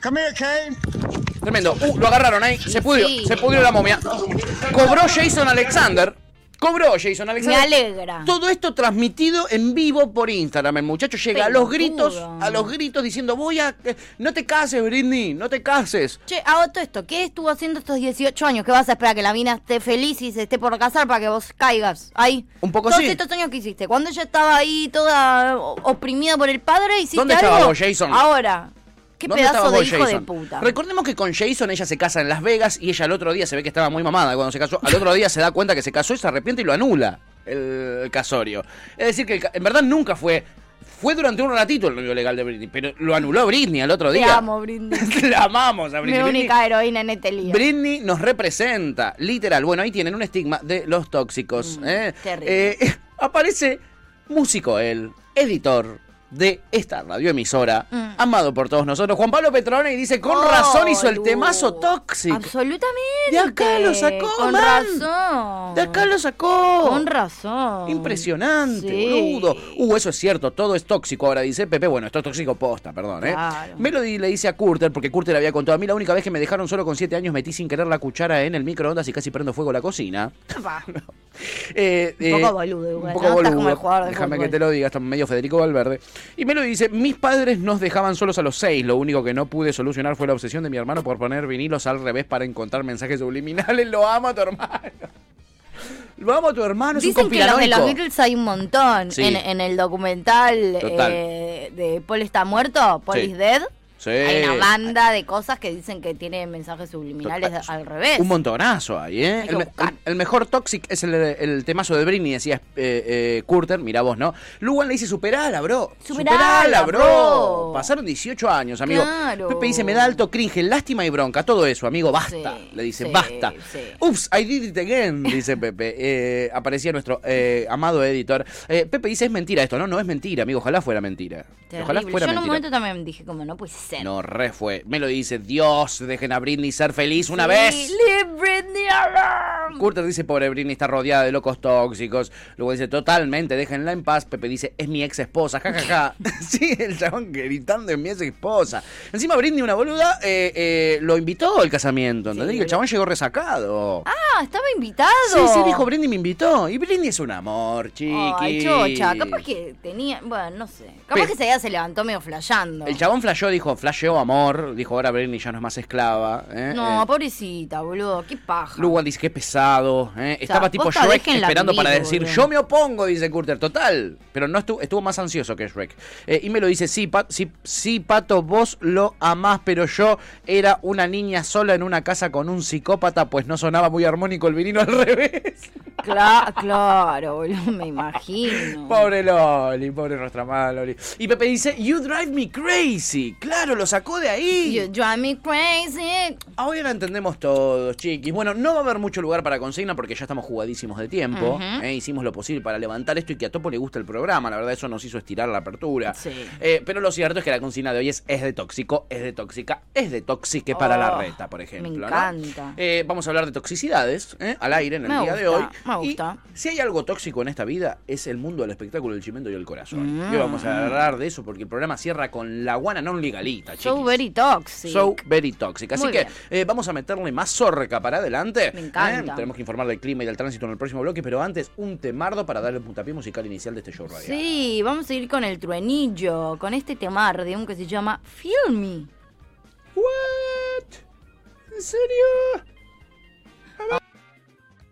Speaker 14: come here, Cade.
Speaker 2: Tremendo. Uh, lo agarraron ahí. Se pudrió,
Speaker 3: sí.
Speaker 2: se pudrió la momia. Cobró Jason Alexander. Cobró Jason
Speaker 3: Me
Speaker 2: Alexander.
Speaker 3: alegra.
Speaker 2: Todo esto transmitido en vivo por Instagram. El muchacho llega a los
Speaker 3: Pelotudo.
Speaker 2: gritos, a los gritos diciendo, voy a... eh, No te cases, Britney, no te cases.
Speaker 3: Che, hago todo esto. ¿Qué estuvo haciendo estos 18 años? ¿Qué vas a esperar? Que la mina esté feliz y se esté por casar para que vos caigas. Ahí.
Speaker 2: Un poco
Speaker 3: Todos
Speaker 2: sí.
Speaker 3: estos años que hiciste. Cuando ella estaba ahí toda o- oprimida por el padre, hiciste
Speaker 2: ¿Dónde
Speaker 3: algo.
Speaker 2: estabas vos, Jason?
Speaker 3: Ahora. Qué
Speaker 2: ¿Dónde
Speaker 3: pedazo
Speaker 2: estabas
Speaker 3: de
Speaker 2: vos,
Speaker 3: hijo
Speaker 2: Jason?
Speaker 3: de puta.
Speaker 2: Recordemos que con Jason ella se casa en Las Vegas y ella al otro día se ve que estaba muy mamada cuando se casó. Al otro día se da cuenta que se casó y se arrepiente y lo anula el casorio. Es decir, que el ca- en verdad nunca fue. Fue durante un ratito el novio legal de Britney, pero lo anuló Britney al otro
Speaker 3: Te
Speaker 2: día.
Speaker 3: amo, Brindy.
Speaker 2: La amamos a Britney.
Speaker 3: Mi
Speaker 2: Britney-
Speaker 3: única heroína en este lío.
Speaker 2: Britney nos representa, literal. Bueno, ahí tienen un estigma de los tóxicos. ¿eh?
Speaker 3: Mm, terrible.
Speaker 2: Eh, aparece músico él, editor de esta radioemisora,
Speaker 3: Mm.
Speaker 2: amado por todos nosotros, Juan Pablo Petrone, y dice, con razón hizo el
Speaker 3: Boludo.
Speaker 2: temazo tóxico.
Speaker 3: Absolutamente.
Speaker 2: De acá lo sacó,
Speaker 3: Eh, Con
Speaker 2: man.
Speaker 3: razón.
Speaker 2: De acá lo sacó.
Speaker 3: Con razón.
Speaker 2: Impresionante,
Speaker 3: Sí.
Speaker 2: boludo. Uh, eso es cierto, todo es tóxico. Ahora dice Pepe, bueno, esto es tóxico posta, perdón, ¿eh?
Speaker 3: Claro.
Speaker 2: Melody le dice a Curter, porque Curter había contado a mí la única vez que me dejaron solo con 7 años metí sin querer la cuchara en el microondas y casi prendo fuego la cocina.
Speaker 3: Pa.
Speaker 2: Eh,
Speaker 3: Un poco
Speaker 2: eh,
Speaker 3: boludo igual,
Speaker 2: un
Speaker 3: ¿no?
Speaker 2: poco
Speaker 3: Estás
Speaker 2: boludo.
Speaker 3: como el jugador de
Speaker 2: Déjame
Speaker 3: fútbol.
Speaker 2: que te lo diga, está medio Federico Valverde. Y me lo dice, mis padres nos dejaban solos a los seis. Lo único que no pude solucionar fue la obsesión de mi hermano por poner vinilos al revés para encontrar mensajes subliminales. Lo amo a tu hermano. Lo amo a tu hermano, Ah, es un
Speaker 3: Dicen que los de los
Speaker 2: conspiranoico.
Speaker 3: Beatles hay un montón.
Speaker 2: Sí.
Speaker 3: En, en el documental
Speaker 2: Total.
Speaker 3: eh, de Paul está muerto, Paul
Speaker 2: Sí.
Speaker 3: is dead.
Speaker 2: Sí.
Speaker 3: Hay una banda de cosas que dicen que tiene mensajes subliminales
Speaker 2: Total.
Speaker 3: al revés.
Speaker 2: Un montonazo ahí,
Speaker 3: Hay
Speaker 2: ¿eh?
Speaker 3: que
Speaker 2: El, me-
Speaker 3: buscar.
Speaker 2: el mejor Toxic es el, el temazo de Britney, decía eh, eh, Curter, mirá vos, ¿no? Lugan le dice, superala, bro.
Speaker 3: Superala, bro.
Speaker 2: Pasaron 18 años, amigo.
Speaker 3: Claro.
Speaker 2: Pepe dice, me da alto cringe, lástima y bronca, todo eso, amigo, basta.
Speaker 3: Sí,
Speaker 2: le dice,
Speaker 3: sí,
Speaker 2: basta.
Speaker 3: sí.
Speaker 2: Ups, I did it again, dice Pepe. Eh, aparecía nuestro eh, amado editor. Eh, Pepe dice, es mentira esto, no, no es mentira, amigo, ojalá fuera mentira.
Speaker 3: Terrible.
Speaker 2: Ojalá fuera
Speaker 3: Yo en un
Speaker 2: mentira.
Speaker 3: momento también dije, como no puede ser.
Speaker 2: No, re fue. Me lo dice, Dios, dejen a Britney ser feliz una
Speaker 3: Sí,
Speaker 2: vez.
Speaker 3: Leave Britney alone.
Speaker 2: Curter dice, pobre Britney está rodeada de locos tóxicos. Luego dice, totalmente, déjenla en paz. Pepe dice, es mi ex esposa, jajaja. sí, el chabón gritando, es mi ex esposa. Encima Britney, una boluda, eh, eh, lo invitó al casamiento, ¿entendés? Y el chabón llegó resacado.
Speaker 3: Ah, estaba invitado.
Speaker 2: Sí, sí, dijo, Britney me invitó. Y Britney es un amor, chiqui.
Speaker 3: Ay, chocha, capaz que tenía, bueno, no sé. Capaz
Speaker 2: Pe-
Speaker 3: que ese día se levantó medio flayando.
Speaker 2: El chabón flasheó, dijo, flasheó amor. Dijo, ahora Britney ya no es más esclava. ¿eh?
Speaker 3: No,
Speaker 2: Eh,
Speaker 3: pobrecita, boludo, qué paja.
Speaker 2: Lugan dice que pesado. ¿eh?
Speaker 3: sea,
Speaker 2: Estaba tipo
Speaker 3: posta,
Speaker 2: Shrek
Speaker 3: déjenla
Speaker 2: esperando para
Speaker 3: vivir,
Speaker 2: decir,
Speaker 3: boludo.
Speaker 2: yo me opongo, dice Curter, total. Pero no estuvo, estuvo más ansioso que Shrek. Eh, y me lo dice, sí, Pat- sí, sí, Pato, vos lo amás, pero yo era una niña sola en una casa con un psicópata, pues no sonaba muy armónico el vinilo al revés.
Speaker 3: Cla- claro, boludo, me imagino.
Speaker 2: Pobre Loli, pobre nuestra amada Loli. Y Pepe dice, you drive me crazy. Claro, lo sacó de ahí.
Speaker 3: You drive me crazy.
Speaker 2: Ahora entendemos todos, chiquis. Bueno, no va a haber mucho lugar para consigna porque ya estamos jugadísimos de tiempo.
Speaker 3: Ujú.
Speaker 2: ¿eh? Hicimos lo posible para levantar esto y que a Topo le gusta el programa. La verdad, eso nos hizo estirar la apertura.
Speaker 3: Sí.
Speaker 2: Eh, pero lo cierto es que la consigna de hoy es es de tóxico, es de tóxica, es de tóxique para la
Speaker 3: Oh,
Speaker 2: reta, por ejemplo.
Speaker 3: me
Speaker 2: ¿no?
Speaker 3: encanta.
Speaker 2: Eh, vamos a hablar de toxicidades ¿eh? al aire en el
Speaker 3: Me
Speaker 2: día de hoy.
Speaker 3: gusta, me gusta.
Speaker 2: Y si hay algo tóxico en esta vida, es el mundo del espectáculo, el chimento y el corazón.
Speaker 3: Mm.
Speaker 2: Y hoy vamos a hablar de eso porque el programa cierra con la guana non legalita, chiquis.
Speaker 3: So very toxic.
Speaker 2: So very toxic. Así
Speaker 3: Muy
Speaker 2: que
Speaker 3: bien.
Speaker 2: eh, vamos a meterle más zorca para adelante. ¿eh?
Speaker 3: Me encanta.
Speaker 2: Tenemos que informar del clima y del tránsito en el próximo bloque, pero antes un temardo para dar el puntapié musical inicial de este show radial.
Speaker 3: sí, vamos a ir con el truenillo, con este temardium que se llama Feel Me.
Speaker 2: ¿En serio?